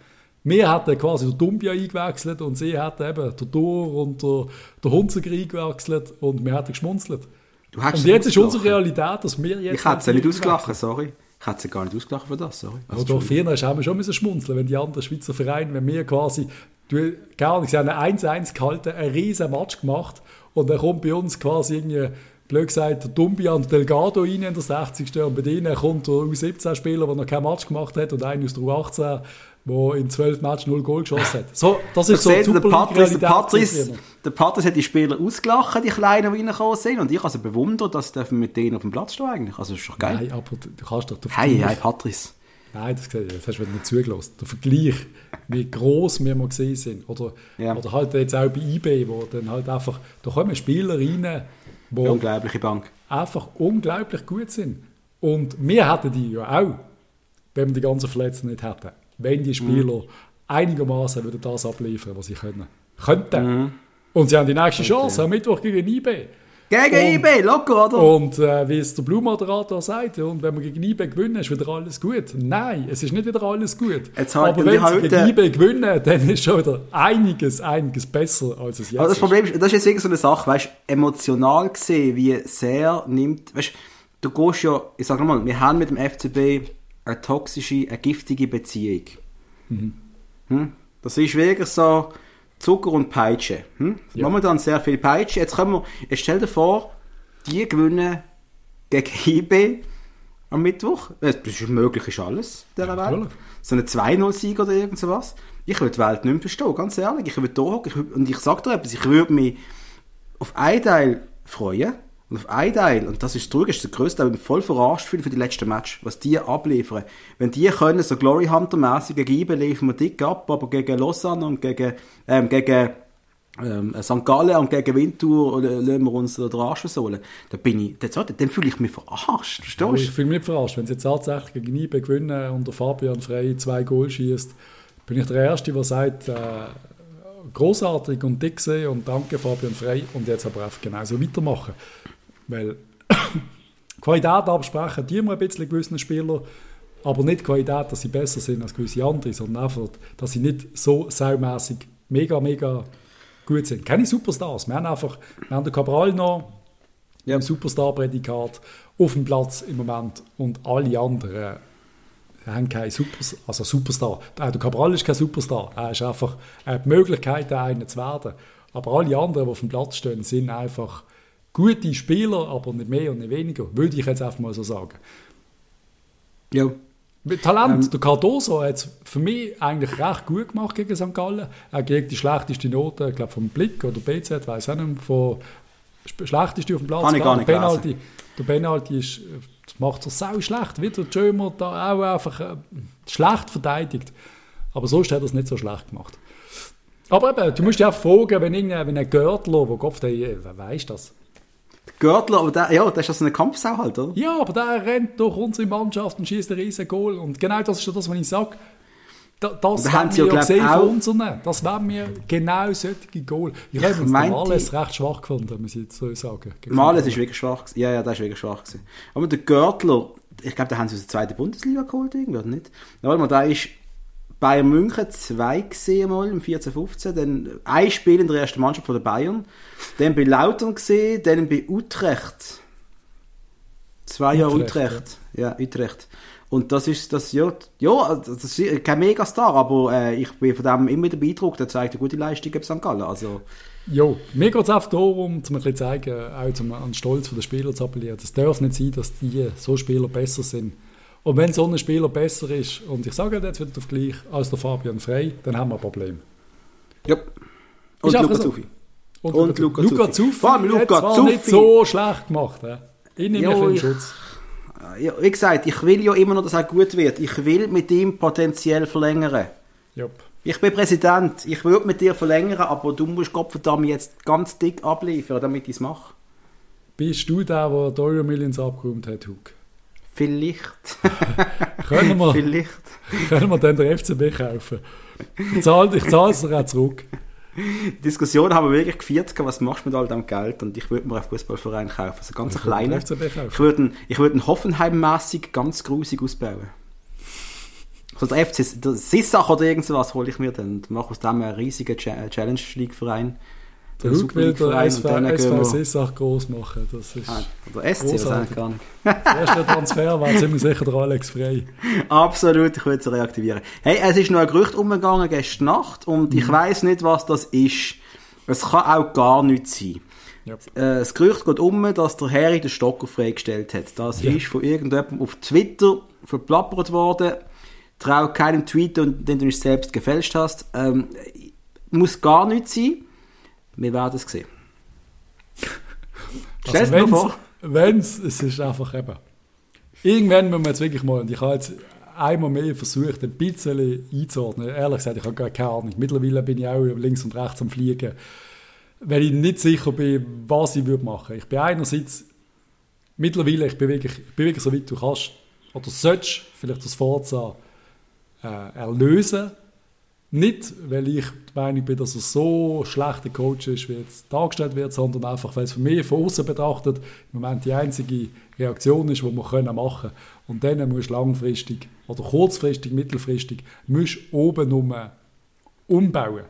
[SPEAKER 1] Wir hätten quasi den Dumbia eingewechselt und sie hätten eben den Dor und der, der Hunziger eingewechselt und wir hätten geschmunzelt.
[SPEAKER 2] Du hättest
[SPEAKER 1] und
[SPEAKER 2] sie
[SPEAKER 1] jetzt ist
[SPEAKER 2] ausgelacht.
[SPEAKER 1] unsere Realität, dass wir jetzt...
[SPEAKER 2] Ich hätte sie nicht
[SPEAKER 1] die eingewechselt
[SPEAKER 2] ausgelacht, sorry. Ich hätte sie gar nicht ausgelacht für das, sorry. Also,
[SPEAKER 1] also doch, früher haben wir schon müssen schmunzeln, wenn die anderen Schweizer Vereine, wenn wir quasi Du, gar nicht. Sie haben einen 1-1 gehalten, einen riesen Match gemacht. Und dann kommt bei uns quasi irgendwie, blöd gesagt, der Dumbian Delgado rein in der 60. Und bei denen kommt der U17-Spieler, der noch keinen Match gemacht hat, und einer aus der U18, der in 12 Matches 0 Goal geschossen hat. So, das ist
[SPEAKER 2] Ich sehe,
[SPEAKER 1] so
[SPEAKER 2] der Patrice, der, Patrice,
[SPEAKER 1] Superliga-Realität.
[SPEAKER 2] der Patrice hat die Spieler ausgelacht, die Kleinen, die reingekommen sind. Und ich habe sie bewundert, dass sie mit denen auf dem Platz stehen eigentlich. Also, das ist doch geil.
[SPEAKER 1] Nein, aber du du kannst doch den
[SPEAKER 2] Hey,
[SPEAKER 1] Vergleich-
[SPEAKER 2] hey, Patrice.
[SPEAKER 1] Nein, das, das hast du wieder nicht zugelassen. Der Vergleich, wie gross wir mal gesehen sind. Oder,
[SPEAKER 2] Ja.
[SPEAKER 1] oder halt jetzt auch bei eBay, wo dann halt einfach, da kommen Spieler rein, die
[SPEAKER 2] Unglaubliche Bank.
[SPEAKER 1] einfach unglaublich gut sind. Und wir hätten die ja auch, wenn wir die ganzen Verletzten nicht hätten. Wenn
[SPEAKER 2] Mhm.
[SPEAKER 1] die Spieler einigermaßen würden das abliefern, was sie können. Könnten.
[SPEAKER 2] Mhm.
[SPEAKER 1] Und sie haben die nächste Chance am Mittwoch gegen eBay.
[SPEAKER 2] Gegen
[SPEAKER 1] Und-
[SPEAKER 2] eBay, locker, oder?
[SPEAKER 1] Und äh, wie es der Blumoderator sagt, und wenn wir gegen IBE gewinnen, ist wieder alles gut. Nein, es ist nicht wieder alles gut.
[SPEAKER 2] Jetzt halt-
[SPEAKER 1] Aber
[SPEAKER 2] und
[SPEAKER 1] wenn
[SPEAKER 2] ich
[SPEAKER 1] sie
[SPEAKER 2] halt,
[SPEAKER 1] gegen
[SPEAKER 2] äh,
[SPEAKER 1] IBE gewinnen, dann ist schon wieder einiges, einiges besser, als es jetzt
[SPEAKER 2] Aber Also das
[SPEAKER 1] ist.
[SPEAKER 2] Problem ist, das ist jetzt irgendwie so eine Sache, weißt emotional gesehen, wie sehr nimmt, weißt du, gehst ja, ich sag nochmal, wir haben mit dem FCB eine toxische, eine giftige Beziehung. Hm? Das ist wirklich so Zucker und Peitsche. Hm? Momentan sehr viel Peitsche. Jetzt können wir, jetzt stell dir vor, die gewinnen gegen IB am Mittwoch. Äh, Das ist möglich, ist alles in dieser Welt.
[SPEAKER 1] natürlich.
[SPEAKER 2] So eine 2-0-Sieg oder irgend sowas. Ich würde die Welt nicht mehr verstehen, ganz ehrlich. Ich würde da hocken, ich würd- und ich sage dir etwas, ich würde mich auf einen Teil freuen und auf einen Teil, und das ist traurig, ist der größte, aber ich bin voll verarscht fühle für die letzten Match, was die abliefern. Wenn die können, so Glory Hunter-mässig gegen IB liefern wir dick ab, aber gegen Lausanne und gegen, ähm, gegen ähm, St. Gallen und gegen Winter oder lassen wir uns da den Arsch versohlen. Da bin ich, dann, so, dann fühle ich mich verarscht,
[SPEAKER 1] Aber
[SPEAKER 2] verstehst
[SPEAKER 1] Oh, ich
[SPEAKER 2] du?
[SPEAKER 1] fühle mich nicht verarscht. Wenn sie jetzt tatsächlich gegen IBE gewinnen und der Fabian Frey zwei Goal schießt, bin ich der Erste, der sagt, äh, großartig und dick gesehen und danke Fabian Frey und jetzt aber einfach genauso weitermachen. Weil Qualität absprechen, die immer ein bisschen gewissen Spieler, aber nicht die Qualität, dass sie besser sind als gewisse andere, sondern einfach, dass sie nicht so saumässig mega, mega gut sind. Keine Superstars. Wir haben einfach, wir haben den Cabral noch, ja. Superstar-Prädikat auf dem Platz im Moment und alle anderen haben keinen Superstar. Also Superstar. Auch der Cabral ist kein Superstar. Er ist einfach er hat die Möglichkeit, der einer zu werden. Aber alle anderen, die auf dem Platz stehen, sind einfach gute Spieler, aber nicht mehr und nicht weniger. Würde ich jetzt einfach mal so sagen.
[SPEAKER 2] Ja.
[SPEAKER 1] Mit Talent,
[SPEAKER 2] Ähm,
[SPEAKER 1] der Cardoso hat es für mich eigentlich recht gut gemacht gegen St. Gallen. Er kriegt die schlechteste Note, ich glaube vom Blick oder BZ, weiß auch nicht, mehr, von Sp- schlechteste auf dem Platz.
[SPEAKER 2] Kann ich gar
[SPEAKER 1] Der
[SPEAKER 2] nicht
[SPEAKER 1] Penalty, der Penalty ist, äh, das macht er sau schlecht. Wieder Schömer da auch einfach äh, schlecht verteidigt. Aber sonst hat er es nicht so schlecht gemacht. Aber eben, du musst dich auch fragen, wenn irgendein wenn ein Görtler, wo Gott, ey, wer weiß das?
[SPEAKER 2] Görtler, aber der, ja, der ist ja so eine Kampfsau halt, oder?
[SPEAKER 1] Ja, aber der rennt durch unsere Mannschaft und schießt einen riesen Goal. Und genau das ist ja das, was ich sage. Da, das
[SPEAKER 2] Da haben
[SPEAKER 1] haben
[SPEAKER 2] sie
[SPEAKER 1] wir
[SPEAKER 2] ja,
[SPEAKER 1] ja
[SPEAKER 2] glaub,
[SPEAKER 1] gesehen
[SPEAKER 2] auch-
[SPEAKER 1] von unseren. Das wären wir genau solche Goal. Ich habe übrigens den
[SPEAKER 2] meinte-
[SPEAKER 1] Males recht schwach gefunden, muss ich jetzt so sagen. Gegen
[SPEAKER 2] Males ist wirklich schwach. gewesen. Ja, ja, der ist wirklich schwach. Gewesen. Aber der Görtler, ich glaube, den haben sie aus der zweiten Bundesliga geholt, irgendwie, oder nicht? Na, warte mal, da ist Bayern München 2 gesehen mal im 14-15, dann ein Spiel in der ersten Mannschaft von der Bayern, dann bei Lautern gesehen, dann bei Utrecht. Zwei Jahre
[SPEAKER 1] Utrecht,
[SPEAKER 2] Utrecht. Ja. Utrecht. Und das ist das, ja, ja, das ist kein Megastar, aber äh, ich bin von dem immer wieder beeindruckt, der zeigt eine gute Leistung gegen St. Gallen. Also,
[SPEAKER 1] Jo, mir geht es einfach darum, um ein bisschen zu zeigen, auch zum, an den Stolz der Spieler zu appellieren. Es darf nicht sein, dass die so Spieler besser sind. Und wenn so ein Spieler besser ist, und ich sage jetzt wieder auf gleich, als der Fabian Frey, dann haben wir ein Problem.
[SPEAKER 2] ja. Und
[SPEAKER 1] einfach
[SPEAKER 2] Lukas
[SPEAKER 1] so.
[SPEAKER 2] Zuffi. Und
[SPEAKER 1] Und, Luca,
[SPEAKER 2] Luca
[SPEAKER 1] Luca
[SPEAKER 2] Zuffi.
[SPEAKER 1] Zuffi
[SPEAKER 2] Vor allem
[SPEAKER 1] hat's
[SPEAKER 2] Luca
[SPEAKER 1] zwar nicht
[SPEAKER 2] Zuffi.
[SPEAKER 1] so schlecht gemacht. He. Ich nehme
[SPEAKER 2] Jo,
[SPEAKER 1] mich in
[SPEAKER 2] ich-
[SPEAKER 1] Schutz.
[SPEAKER 2] Ja, wie gesagt, ich will ja immer noch, dass er gut wird. Ich will mit ihm potenziell verlängern.
[SPEAKER 1] Jupp.
[SPEAKER 2] Ich bin Präsident, ich würde mit dir verlängern, aber du musst Gottverdammt jetzt ganz dick abliefern, damit ich es mache.
[SPEAKER 1] Bist du der, der die Euro Millions abgeräumt hat, Hug?
[SPEAKER 2] Vielleicht.
[SPEAKER 1] Können wir,
[SPEAKER 2] Vielleicht.
[SPEAKER 1] können wir dann den FCB kaufen? Ich zahle ich zahle es dir auch zurück.
[SPEAKER 2] Die Diskussion haben wir wirklich geführt, gehabt, was machst du mit all dem Geld? Und ich würde mir einen Fußballverein kaufen, so ganz
[SPEAKER 1] würde
[SPEAKER 2] kleinen.
[SPEAKER 1] den FCB kaufen.
[SPEAKER 2] Ich würde einen, ich würde einen Hoffenheim-mässig ganz grusig ausbauen. So der FC, der Sissach oder irgend sowas hole ich mir dann und mache aus dem einen riesigen Cha- Challenge-League-Verein.
[SPEAKER 1] Der Hug will den SV, SV Sissach groß machen. Das ist
[SPEAKER 2] Ah, Oder SC, das
[SPEAKER 1] Großartig.
[SPEAKER 2] eigentlich gar nicht.
[SPEAKER 1] der erste Transfer, war ziemlich sicher der Alex Frey.
[SPEAKER 2] Absolut, ich will es reaktivieren. Hey, es ist noch ein Gerücht umgegangen gestern Nacht und
[SPEAKER 1] Mhm.
[SPEAKER 2] ich weiß nicht, was das ist. Es kann auch gar nichts sein.
[SPEAKER 1] Ja.
[SPEAKER 2] Äh, das Gerücht geht um, dass der Harry den Stocker freigestellt hat. Das
[SPEAKER 1] Ja.
[SPEAKER 2] ist von irgendjemandem auf Twitter verplappert worden. Trau keinem Tweet, den du nicht selbst gefälscht hast. Ähm, muss gar nichts sein. Wir werden es sehen.
[SPEAKER 1] Also
[SPEAKER 2] Stell's mir vor.
[SPEAKER 1] Wenn es, es ist einfach eben. Irgendwann müssen wir jetzt wirklich mal, und ich habe jetzt einmal mehr versucht, ein bisschen einzuordnen. Ehrlich gesagt, ich habe gar keine Ahnung. Mittlerweile bin ich auch links und rechts am Fliegen. Weil ich nicht sicher bin, was ich würde machen. Ich bin einerseits, mittlerweile, ich bin wirklich, ich bin wirklich so weit du kannst, oder sollst, vielleicht das Forza äh, erlösen. Nicht, weil ich der Meinung bin, dass er so schlechter Coach ist, wie jetzt dargestellt wird, sondern einfach, weil es für mich von außen betrachtet im Moment die einzige Reaktion ist, die wir können machen können. Und dann musst du langfristig oder kurzfristig, mittelfristig, musst du oben rum umbauen.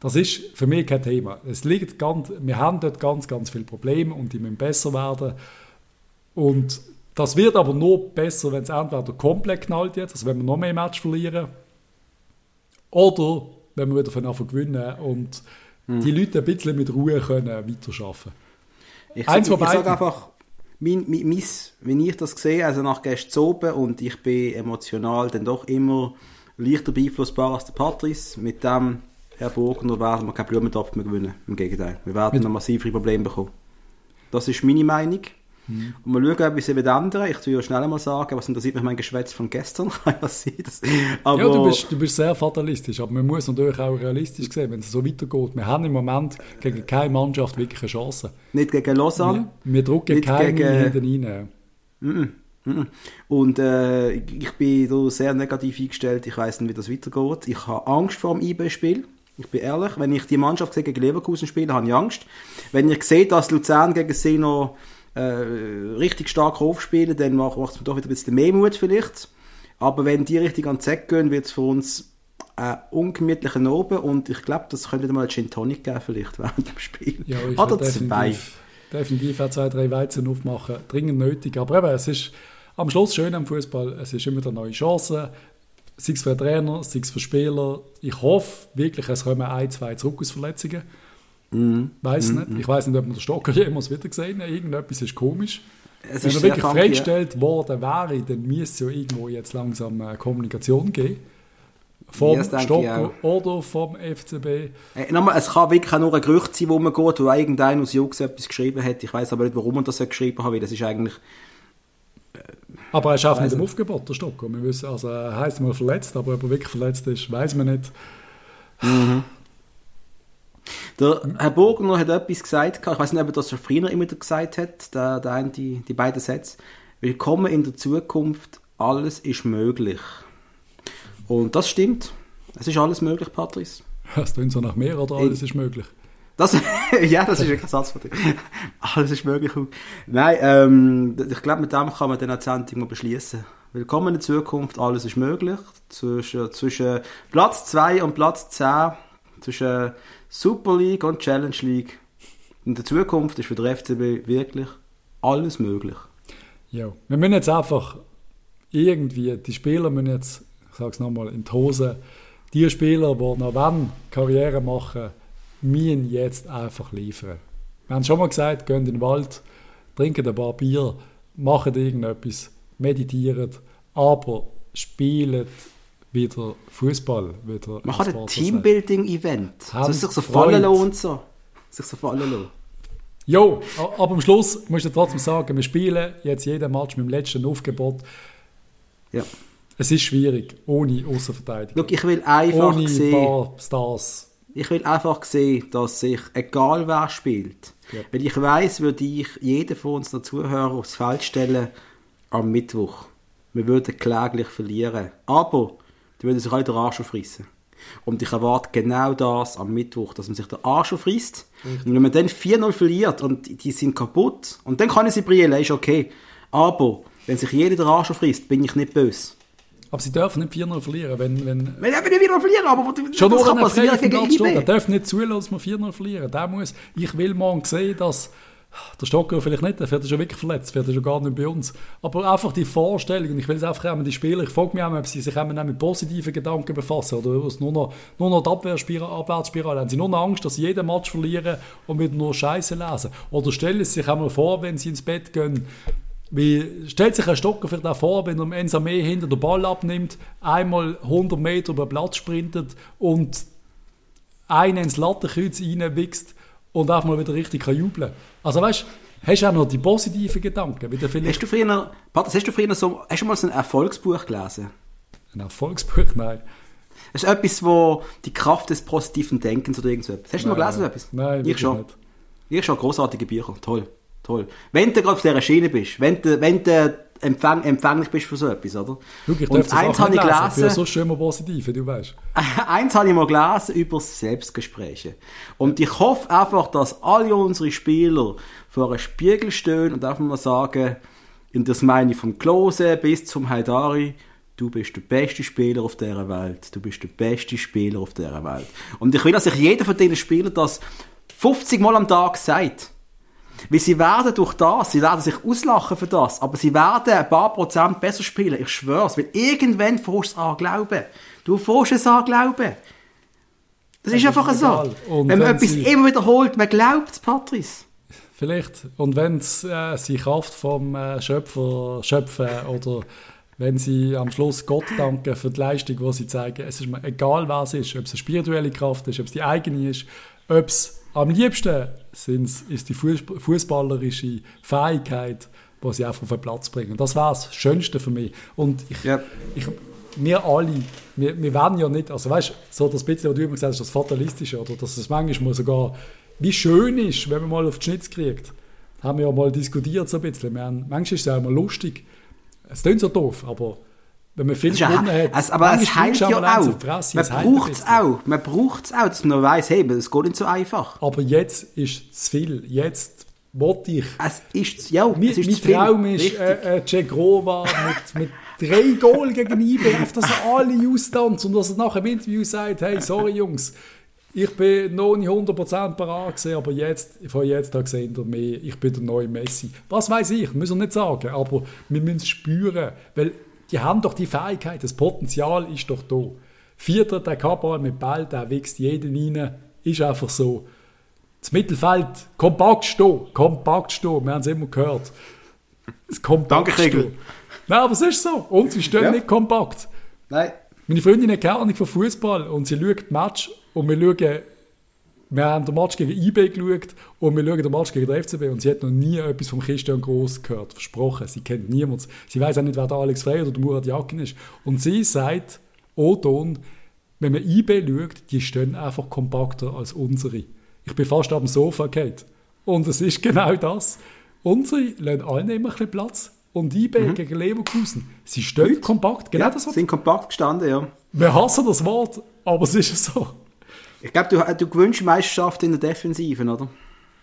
[SPEAKER 1] Das ist für mich kein Thema. Es liegt ganz, wir haben dort ganz, ganz viele Probleme und die müssen besser werden. Und das wird aber nur besser, wenn es entweder komplett knallt jetzt, also wenn wir noch mehr Match verlieren, oder wenn wir wieder von Anfang gewinnen und
[SPEAKER 2] Hm.
[SPEAKER 1] die Leute ein bisschen mit Ruhe können weiterarbeiten
[SPEAKER 2] Ich,
[SPEAKER 1] Eins
[SPEAKER 2] Eins ich,
[SPEAKER 1] von
[SPEAKER 2] ich sage
[SPEAKER 1] beiden.
[SPEAKER 2] einfach, mein, mein, mein, wenn ich das sehe, also nach gestern oben und ich bin emotional dann doch immer leichter beeinflussbar als der Patrice, mit dem Herr Burgner werden wir keinen Blumentopf mehr gewinnen. Im Gegenteil, wir werden noch massivere Probleme bekommen. Das ist meine Meinung.
[SPEAKER 1] Mhm.
[SPEAKER 2] Und mal schauen, ob ich sie wieder ändern. Ich will ja schnell mal sagen, was interessiert mich mein Geschwätz von gestern? Kann ja sein. dass- Aber
[SPEAKER 1] Ja, du bist, du bist sehr fatalistisch, aber man muss natürlich auch realistisch sehen, wenn es so weitergeht. Wir haben im Moment gegen keine Mannschaft wirklich eine Chance.
[SPEAKER 2] nicht gegen Lausanne.
[SPEAKER 1] Wir, wir drücken
[SPEAKER 2] Nicht
[SPEAKER 1] keinen
[SPEAKER 2] gegen-
[SPEAKER 1] hinten rein.
[SPEAKER 2] Mhm. Und äh, ich bin da sehr negativ eingestellt. Ich weiß nicht, wie das weitergeht. Ich habe Angst vor dem IB-Spiel. Ich bin ehrlich. Wenn ich die Mannschaft sehe, gegen Leverkusen spiele, habe ich Angst. Wenn ich sehe, dass Luzern gegen Seno äh, richtig stark aufspielen, dann macht macht es mir doch wieder ein bisschen mehr Mut vielleicht. Aber wenn die richtig an den Zeck gehen, wird es für uns äh, ungemütlich oben. Und ich glaube, das könnte wieder mal ein Gin Tonic geben vielleicht während dem Spiel.
[SPEAKER 1] Ja, ich
[SPEAKER 2] Oder
[SPEAKER 1] würde
[SPEAKER 2] zwei.
[SPEAKER 1] definitiv, definitiv auch zwei, drei Weizen aufmachen. Dringend nötig. Aber eben, es ist am Schluss schön am Fußball. Es ist immer eine neue Chance. Sei es für den Trainer, sei es für Spieler. Ich hoffe wirklich, es kommen ein, zwei zurück aus Verletzungen.
[SPEAKER 2] Mhm.
[SPEAKER 1] Weiß nicht. Ich weiß nicht, ob man den Stocker jemals wieder gesehen hat. Irgendetwas ist komisch.
[SPEAKER 2] Es
[SPEAKER 1] Wenn
[SPEAKER 2] ist
[SPEAKER 1] er
[SPEAKER 2] sehr
[SPEAKER 1] wirklich
[SPEAKER 2] funky,
[SPEAKER 1] freigestellt worden wäre, dann müsste es ja irgendwo jetzt langsam äh, Kommunikation geben. Vom
[SPEAKER 2] das denke ich
[SPEAKER 1] Stocker oder vom FCB.
[SPEAKER 2] Äh, Nochmal, es kann wirklich auch nur ein Gerücht sein, wo man geht, wo irgendein aus Jux etwas geschrieben hat. Ich weiß aber nicht, warum man das so geschrieben hat, weil das ist eigentlich...
[SPEAKER 1] Aber er schafft nicht im Aufgebot, der Stocker. Wir wissen, also er heisst mal verletzt, aber ob er wirklich verletzt ist, weiß man nicht.
[SPEAKER 2] Der Herr Burgner hat etwas gesagt, gehabt. ich weiß nicht, ob er das schon früher immer wieder gesagt hat, der, der eine, die, die beiden Sätze. Willkommen in der Zukunft, alles ist möglich. Und das stimmt. Es ist alles möglich, Patrice.
[SPEAKER 1] Das klingt so nach mehr oder alles ist möglich.
[SPEAKER 2] Das, ja, das ist wirklich ein Satz von dir. Alles ist möglich. Nein, ähm, ich glaube, mit dem kann man dann auch die Sendung mal beschließen. Willkommen in der Zukunft, alles ist möglich. Zwischen, zwischen Platz 2 und Platz 10, zwischen Super League und Challenge League. In der Zukunft ist für den FCB wirklich alles möglich.
[SPEAKER 1] Ja. Wir müssen jetzt einfach irgendwie, die Spieler müssen jetzt, ich sage es nochmal, in die Hose, die Spieler, die noch wenn Karriere machen, müssen jetzt einfach liefern. Wir haben schon mal gesagt, geht in den Wald, trinken ein paar Bier, machen irgendetwas, meditieren, aber spielen wieder Fußball. wieder,
[SPEAKER 2] Man
[SPEAKER 1] als
[SPEAKER 2] kann
[SPEAKER 1] Barca
[SPEAKER 2] ein
[SPEAKER 1] sagt.
[SPEAKER 2] Teambuilding-Event.
[SPEAKER 1] Haben
[SPEAKER 2] Soll sich so
[SPEAKER 1] Freude.
[SPEAKER 2] fallen lassen und so. Sich so fallen lassen.
[SPEAKER 1] Jo, a- aber am Schluss musst du trotzdem sagen, wir spielen jetzt jeden Match mit dem letzten Aufgebot.
[SPEAKER 2] Ja.
[SPEAKER 1] Es ist schwierig, ohne Außenverteidigung.
[SPEAKER 2] Schau, ich will einfach
[SPEAKER 1] ohne
[SPEAKER 2] sehen.
[SPEAKER 1] paar Stars.
[SPEAKER 2] Ich will einfach sehen, dass sich, egal wer spielt,
[SPEAKER 1] Ja.
[SPEAKER 2] weil ich weiß, würde ich jeden von uns der Zuhörer aufs Feld stellen am Mittwoch. Wir würden kläglich verlieren. Aber die würden sich alle den Arsch aufreißen. Und ich erwarte genau das am Mittwoch, dass man sich den Arsch aufreißt.
[SPEAKER 1] Mhm.
[SPEAKER 2] Und wenn man dann 4-0 verliert und die- die sind kaputt, und dann kann ich sie brillen, ist okay. Aber wenn sich jeder den Arsch aufreißt, bin ich nicht böse.
[SPEAKER 1] Aber sie dürfen nicht 4-0 verlieren, wenn, wenn
[SPEAKER 2] Wir dürfen nicht wieder verlieren, aber das
[SPEAKER 1] Schon nur
[SPEAKER 2] kann
[SPEAKER 1] ein
[SPEAKER 2] passieren
[SPEAKER 1] Freitag
[SPEAKER 2] gegen
[SPEAKER 1] Platz steht. Er
[SPEAKER 2] IB.
[SPEAKER 1] darf nicht zulassen, dass wir 4-0 verlieren. Der muss, ich will morgen sehen, dass der Stocker vielleicht nicht, der wird schon wirklich verletzt, der wird schon gar nicht bei uns. Aber einfach die Vorstellung, und ich will es einfach auch die Spieler, ich frage mich auch, ob sie sich auch mit positiven Gedanken befassen oder ob es nur noch, nur noch die Abwärtsspirale, Abwärtsspirale haben. Sie nur noch Angst, dass sie jeden Match verlieren und wieder nur Scheiße lesen. Oder stellen sie sich einmal vor, wenn sie ins Bett gehen, wie stellt sich ein Stocker vielleicht auch vor, wenn er dem Ensame hinter den Ball abnimmt, einmal 100 Meter über den Platz sprintet und einen ins Lattenkreuz reinwichst und einfach mal wieder richtig kann jubeln kann. Also weißt du, hast du auch noch die positiven Gedanken, wieder vielleicht
[SPEAKER 2] Hast du früher, Patrick, hast du früher so, hast du mal so ein Erfolgsbuch gelesen?
[SPEAKER 1] ein Erfolgsbuch? Nein.
[SPEAKER 2] Das ist etwas, wo die Kraft des positiven Denkens oder irgend so etwas. Hast du mal
[SPEAKER 1] Nein,
[SPEAKER 2] gelesen so
[SPEAKER 1] nein.
[SPEAKER 2] etwas?
[SPEAKER 1] Nein,
[SPEAKER 2] ich
[SPEAKER 1] wirklich
[SPEAKER 2] schon.
[SPEAKER 1] nicht.
[SPEAKER 2] Ich schon großartige Bücher. Toll, toll. Wenn du gerade auf dieser Schiene bist, wenn du, wenn du empfäng, empfänglich bist für so etwas, oder?
[SPEAKER 1] Schau, ich darf
[SPEAKER 2] Und
[SPEAKER 1] das auch
[SPEAKER 2] eins habe
[SPEAKER 1] nicht
[SPEAKER 2] ich
[SPEAKER 1] lesen, ich bin ja
[SPEAKER 2] gelesen.
[SPEAKER 1] so schön mal positiv, wie du weißt.
[SPEAKER 2] Eins habe ich mal gelesen über Selbstgespräche. Und ich hoffe einfach, dass alle unsere Spieler vor einem Spiegel stehen und einfach mal sagen, und das meine ich vom Klose bis zum Haidari, du bist der beste Spieler auf dieser Welt. Du bist der beste Spieler auf dieser Welt. Und ich will, dass sich jeder von diesen Spielern das 50 Mal am Tag sagt. Weil sie werden durch das, sie werden sich auslachen für das, aber sie werden ein paar Prozent besser spielen, ich schwör's, weil irgendwann fährst du es an glauben. Du fährst es an glauben. Das ist
[SPEAKER 1] ist
[SPEAKER 2] einfach
[SPEAKER 1] egal.
[SPEAKER 2] so.
[SPEAKER 1] Und
[SPEAKER 2] wenn man
[SPEAKER 1] wenn
[SPEAKER 2] etwas
[SPEAKER 1] sie-
[SPEAKER 2] immer wiederholt, man glaubt es, Patrice.
[SPEAKER 1] Vielleicht. Und wenn es äh, sie Kraft vom äh, Schöpfer schöpfen oder wenn sie am Schluss Gott danken für die Leistung, die sie zeigen, es ist mir egal, was es ist, ob es eine spirituelle Kraft ist, ob es die eigene ist, ob es am liebsten sind's, ist die Fuß- fußballerische Fähigkeit, die sie einfach auf den Platz bringen. Das war das Schönste für mich. Und ich,
[SPEAKER 2] Ja.
[SPEAKER 1] ich, wir alle, wir, wir wollen ja nicht, also weißt du, so das bisschen, was du immer gesagt hast, das Fatalistische, oder dass es manchmal mal sogar, wie schön ist, wenn man mal auf den Schnitz kriegt. Das haben wir ja mal diskutiert so ein bisschen. Wir haben, manchmal ist es auch mal lustig. Es klingt so doof, aber wenn man viel
[SPEAKER 2] Das ist ja-
[SPEAKER 1] gewonnen hat,
[SPEAKER 2] es, aber es
[SPEAKER 1] manchmal
[SPEAKER 2] heilt ja
[SPEAKER 1] brauchst du mal eins
[SPEAKER 2] auch.
[SPEAKER 1] auf die Fresse,
[SPEAKER 2] Man
[SPEAKER 1] es heilt ein
[SPEAKER 2] braucht es
[SPEAKER 1] bisschen.
[SPEAKER 2] auch. Man braucht es auch, dass man weiss, hey, es geht nicht so einfach.
[SPEAKER 1] Aber jetzt ist zu viel. Jetzt wollte ich
[SPEAKER 2] Es ist, ja,
[SPEAKER 1] Mein,
[SPEAKER 2] es ist
[SPEAKER 1] mein
[SPEAKER 2] zu viel.
[SPEAKER 1] Traum ist
[SPEAKER 2] Richtig.
[SPEAKER 1] äh, äh, Cegrova mit, mit drei Goal gegen IB, auf dass er alle austanzt und dass er nach dem Interview sagt, hey, sorry Jungs, ich bin noch nicht 100% parat gewesen, aber jetzt, von jetzt an gesehen ihr mehr, ich bin der neue Messi. Was weiß ich, müssen wir nicht sagen, aber wir müssen es spüren, weil die haben doch die Fähigkeit, das Potenzial ist doch da. Vierter, der Kabal mit Ball, der wächst jeden rein, ist einfach so. Das Mittelfeld, kompakt stehen, kompakt stehen, wir haben es immer gehört. Das kompakt
[SPEAKER 2] Danke, Kegel.
[SPEAKER 1] stehen. Nein, aber es ist so. Und sie stehen
[SPEAKER 2] Ja.
[SPEAKER 1] nicht kompakt.
[SPEAKER 2] Nein.
[SPEAKER 1] Meine Freundin hat keine Ahnung von Fußball und sie schaut den Match und wir schauen, wir haben den Match gegen IB geschaut und wir schauen den Match gegen den FCB und sie hat noch nie etwas von Christian Gross gehört. Versprochen. Sie kennt niemanden. Sie weiß auch nicht, wer der Alex Frey oder der Murat Yakin ist. Und sie sagt, Oton, wenn man IB schaut, die stehen einfach kompakter als unsere. Ich bin fast am Sofa geht. Und es ist genau das. Unsere lassen allen immer ein bisschen Platz. Und IB gegen Leverkusen, sie stehen kompakt. Genau
[SPEAKER 2] Ja,
[SPEAKER 1] das, was
[SPEAKER 2] sind kompakt gestanden, ja.
[SPEAKER 1] wir hassen das Wort, aber es ist so.
[SPEAKER 2] Ich glaube, du, du gewünscht Meisterschaft in der Defensiven, oder?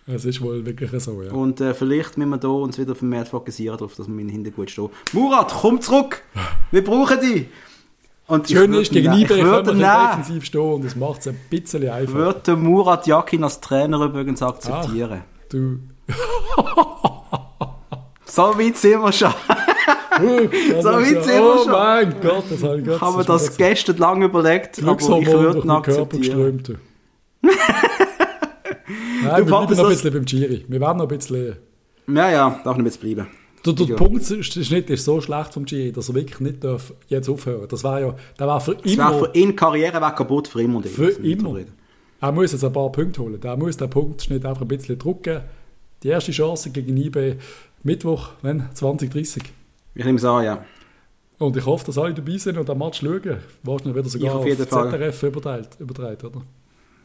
[SPEAKER 1] Es ist wohl wirklich so, ja.
[SPEAKER 2] Und äh, vielleicht müssen wir da uns wieder vermehrt fokussieren darauf, dass wir in den Hintergrund stehen. Murat, komm zurück! Wir brauchen dich! Und
[SPEAKER 1] Das Schöne ist, gegen IB
[SPEAKER 2] Ich ne- würde
[SPEAKER 1] können wir
[SPEAKER 2] nehmen.
[SPEAKER 1] defensiv stehen und das macht es ein bisschen
[SPEAKER 2] Ich
[SPEAKER 1] einfacher.
[SPEAKER 2] würde den Murat Yakin als Trainer übrigens akzeptieren.
[SPEAKER 1] Du, Ah.
[SPEAKER 2] So weit sind wir schon.
[SPEAKER 1] Huck, das
[SPEAKER 2] So
[SPEAKER 1] ist
[SPEAKER 2] weit
[SPEAKER 1] ja-
[SPEAKER 2] sind wir
[SPEAKER 1] Oh
[SPEAKER 2] schon.
[SPEAKER 1] mein Gott, das habe ich gerade
[SPEAKER 2] Haben wir das
[SPEAKER 1] ist mir
[SPEAKER 2] gestern lange überlegt,
[SPEAKER 1] gerade so
[SPEAKER 2] aber ich
[SPEAKER 1] Glückshormon
[SPEAKER 2] würde
[SPEAKER 1] durch
[SPEAKER 2] ihn
[SPEAKER 1] meinen Körper
[SPEAKER 2] akzeptieren.
[SPEAKER 1] geströmt. du. Nein, wir bleiben
[SPEAKER 2] Patrick,
[SPEAKER 1] noch ein
[SPEAKER 2] das-
[SPEAKER 1] bisschen beim Giri. Wir werden noch ein bisschen...
[SPEAKER 2] Ja, ja, darf nicht jetzt bleiben.
[SPEAKER 1] Der, der
[SPEAKER 2] Ja.
[SPEAKER 1] Punktschnitt ist so schlecht vom Giri, dass er wirklich nicht darf jetzt aufhören Das war ja... Der war für
[SPEAKER 2] Es
[SPEAKER 1] immer...
[SPEAKER 2] wäre für ihn die Karriere wäre kaputt, für immer und ewig.
[SPEAKER 1] Für
[SPEAKER 2] müssen wir nicht drüber
[SPEAKER 1] immer.
[SPEAKER 2] reden.
[SPEAKER 1] Er muss jetzt ein paar Punkte holen. Er muss den Punktschnitt einfach ein bisschen drücken. Die erste Chance gegen IB Mittwoch, wenn? 2030.
[SPEAKER 2] Ich nehme es an, ja.
[SPEAKER 1] Und ich hoffe, dass alle dabei sind und den Match schauen. Wahrscheinlich wird er sogar
[SPEAKER 2] Ich auf jeden Fall.
[SPEAKER 1] ZRF überteilt, übertreibt, oder?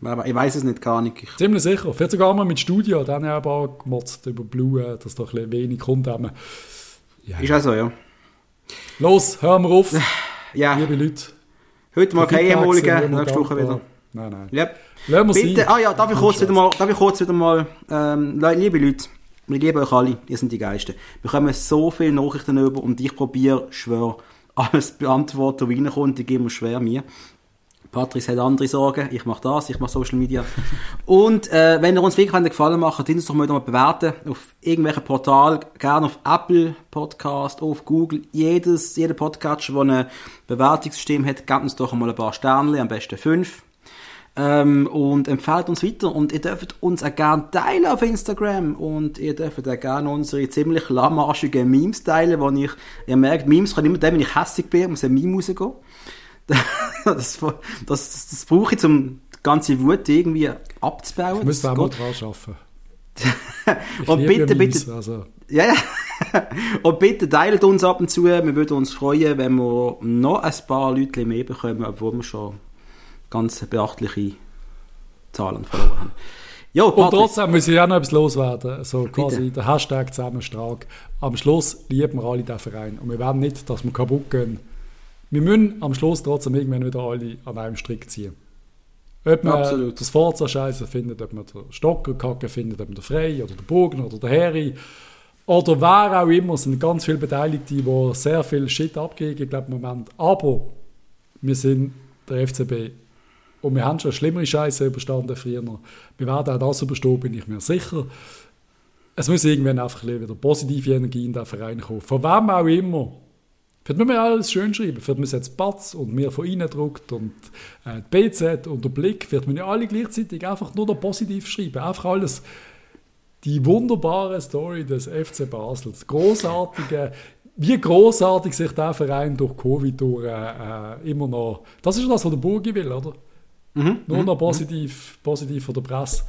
[SPEAKER 2] Aber Ich weiß es nicht, keine Ahnung. Ich
[SPEAKER 1] Ziemlich sicher. Vielleicht sogar mal mit Studio. Dann haben wir aber auch gemotzt über Blue, äh, dass da ein bisschen wenig kommt. haben.
[SPEAKER 2] Ist auch so, ja.
[SPEAKER 1] Los, hören wir auf,
[SPEAKER 2] Ja,
[SPEAKER 1] liebe Leute.
[SPEAKER 2] heute mal keine
[SPEAKER 1] Feedback sind wir
[SPEAKER 2] Emoligen,
[SPEAKER 1] immer
[SPEAKER 2] nächste Woche
[SPEAKER 1] dankbar.
[SPEAKER 2] wieder.
[SPEAKER 1] Nein, nein.
[SPEAKER 2] Ja.
[SPEAKER 1] Lassen wir
[SPEAKER 2] Bitte,
[SPEAKER 1] sein.
[SPEAKER 2] ah ja, darf ich kurz
[SPEAKER 1] Scheiße.
[SPEAKER 2] wieder mal, darf ich kurz wieder mal, ähm, Leute, liebe Leute, wir lieben euch alle, ihr seid die Geisten. Wir kommen so viele Nachrichten über und ich probiere, schwör, alles beantworten, was reinkommt, die geben wir schwer mir. Patrice hat andere Sorgen, ich mache das, ich mache Social Media. Und äh, wenn ihr uns wirklich einen Gefallen macht, dann uns doch mal wieder mal bewerten auf irgendwelchen Portal, gerne auf Apple Podcast, auf Google, jedes, jeder Podcast, der ein Bewertungssystem hat, gebt uns doch mal ein paar Sterne, am besten fünf. Ähm, und empfehlt uns weiter und ihr dürft uns auch gerne teilen auf Instagram und ihr dürft auch gerne unsere ziemlich lahmarschigen Memes teilen, wo ich, ihr merkt, Memes kann immer dann, wenn ich hässig bin, muss ein Meme rausgehen. das, das, das, das brauche ich, um die ganze Wut irgendwie abzubauen.
[SPEAKER 1] Ich müsste auch mal dran arbeiten. Ich
[SPEAKER 2] und
[SPEAKER 1] liebe
[SPEAKER 2] bitte,
[SPEAKER 1] Memes,
[SPEAKER 2] bitte,
[SPEAKER 1] Also,
[SPEAKER 2] ja, ja. Und bitte teilt uns ab und zu. Wir würden uns freuen, wenn wir noch ein paar Leute mehr bekommen, obwohl wir schon ganz beachtliche Zahlen verloren haben. Jo,
[SPEAKER 1] und
[SPEAKER 2] Patrick,
[SPEAKER 1] trotzdem muss ich auch noch etwas loswerden. So quasi
[SPEAKER 2] Bitte.
[SPEAKER 1] der Hashtag Zusammenstrag. Am Schluss lieben wir alle diesen Verein. Und wir wollen nicht, dass wir kaputt gehen. Wir müssen am Schluss trotzdem irgendwann wieder alle an einem Strick ziehen. Ob man
[SPEAKER 2] Absolut.
[SPEAKER 1] das Forza scheiße findet, ob man den Stocker kacke findet, ob man den Frey oder den Bogen oder den Harry oder wer auch immer, es sind ganz viele Beteiligte, die sehr viel Shit abkriegen, glaube ich, im Moment. Aber wir sind der FCB und wir haben schon schlimmere Scheiße überstanden früher. Wir werden auch das überstehen, bin ich mir sicher. Es muss irgendwann einfach ein bisschen wieder positive Energie in den Verein kommen. Von wem auch immer. Vielleicht müssen wir alles schön schreiben. Vielleicht müssen jetzt Batz und mir von innen druckt und äh, die BZ und der Blick. Vielleicht müssen wir alle gleichzeitig einfach nur noch positiv schreiben. Einfach alles. Die wunderbare Story des FC Basel. Das großartige, wie großartig sich der Verein durch Covid durch, äh, äh, immer noch. Das ist das, was der Burgi will, oder? Nur noch positiv, positiv von der Presse.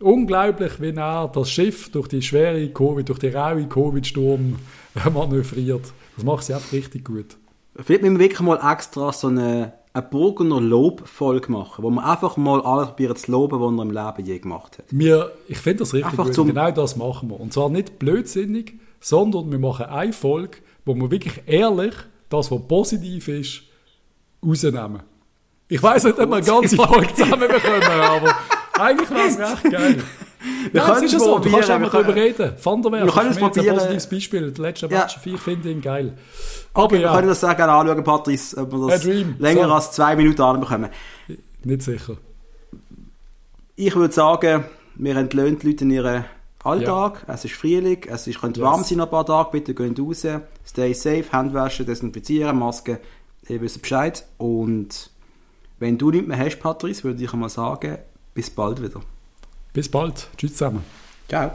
[SPEAKER 1] Unglaublich, wie er das Schiff durch die schwere Covid, durch die raue Covid-Sturm äh, manövriert. Das macht sie einfach richtig gut.
[SPEAKER 2] vielleicht müssen wir wirklich mal extra so eine, eine Burgener Lobfolge machen, wo wir einfach mal alles probieren zu loben, was wir im Leben je gemacht hat.
[SPEAKER 1] Wir, ich finde das richtig
[SPEAKER 2] Einfach
[SPEAKER 1] gut.
[SPEAKER 2] zum-
[SPEAKER 1] genau das machen wir. Und zwar nicht blödsinnig, sondern wir machen eine Folge, wo wir wirklich ehrlich das, was positiv ist, rausnehmen. Ich weiß nicht, ob wir eine ganze Folge zusammenbekommen, aber eigentlich wäre es recht geil. Wir
[SPEAKER 2] können es
[SPEAKER 1] du kannst
[SPEAKER 2] probieren,
[SPEAKER 1] einfach
[SPEAKER 2] wir
[SPEAKER 1] darüber reden. Van der Werf,
[SPEAKER 2] wir können
[SPEAKER 1] das ist
[SPEAKER 2] es
[SPEAKER 1] mir jetzt ein
[SPEAKER 2] probieren.
[SPEAKER 1] positives Beispiel. Die letzten
[SPEAKER 2] Ja.
[SPEAKER 1] Match, ich finde ihn geil. Aber
[SPEAKER 2] Wir können
[SPEAKER 1] ja,
[SPEAKER 2] das sehr gerne anschauen, Patrice, ob wir das
[SPEAKER 1] A dream.
[SPEAKER 2] länger
[SPEAKER 1] So.
[SPEAKER 2] als zwei Minuten anbekommen.
[SPEAKER 1] nicht sicher.
[SPEAKER 2] Ich würde sagen, wir entlöhnen die Leute in ihren Alltag. Es ist Frühling, es ist, könnte warm
[SPEAKER 1] Yes.
[SPEAKER 2] sein noch ein paar Tage. Bitte geht raus, stay safe, Handwaschen, desinfizieren, Maske. Ihr wisst Bescheid. Und wenn du nichts mehr hast, Patrice, würde ich einmal sagen, bis bald wieder.
[SPEAKER 1] Bis bald. Tschüss zusammen.
[SPEAKER 2] Ciao.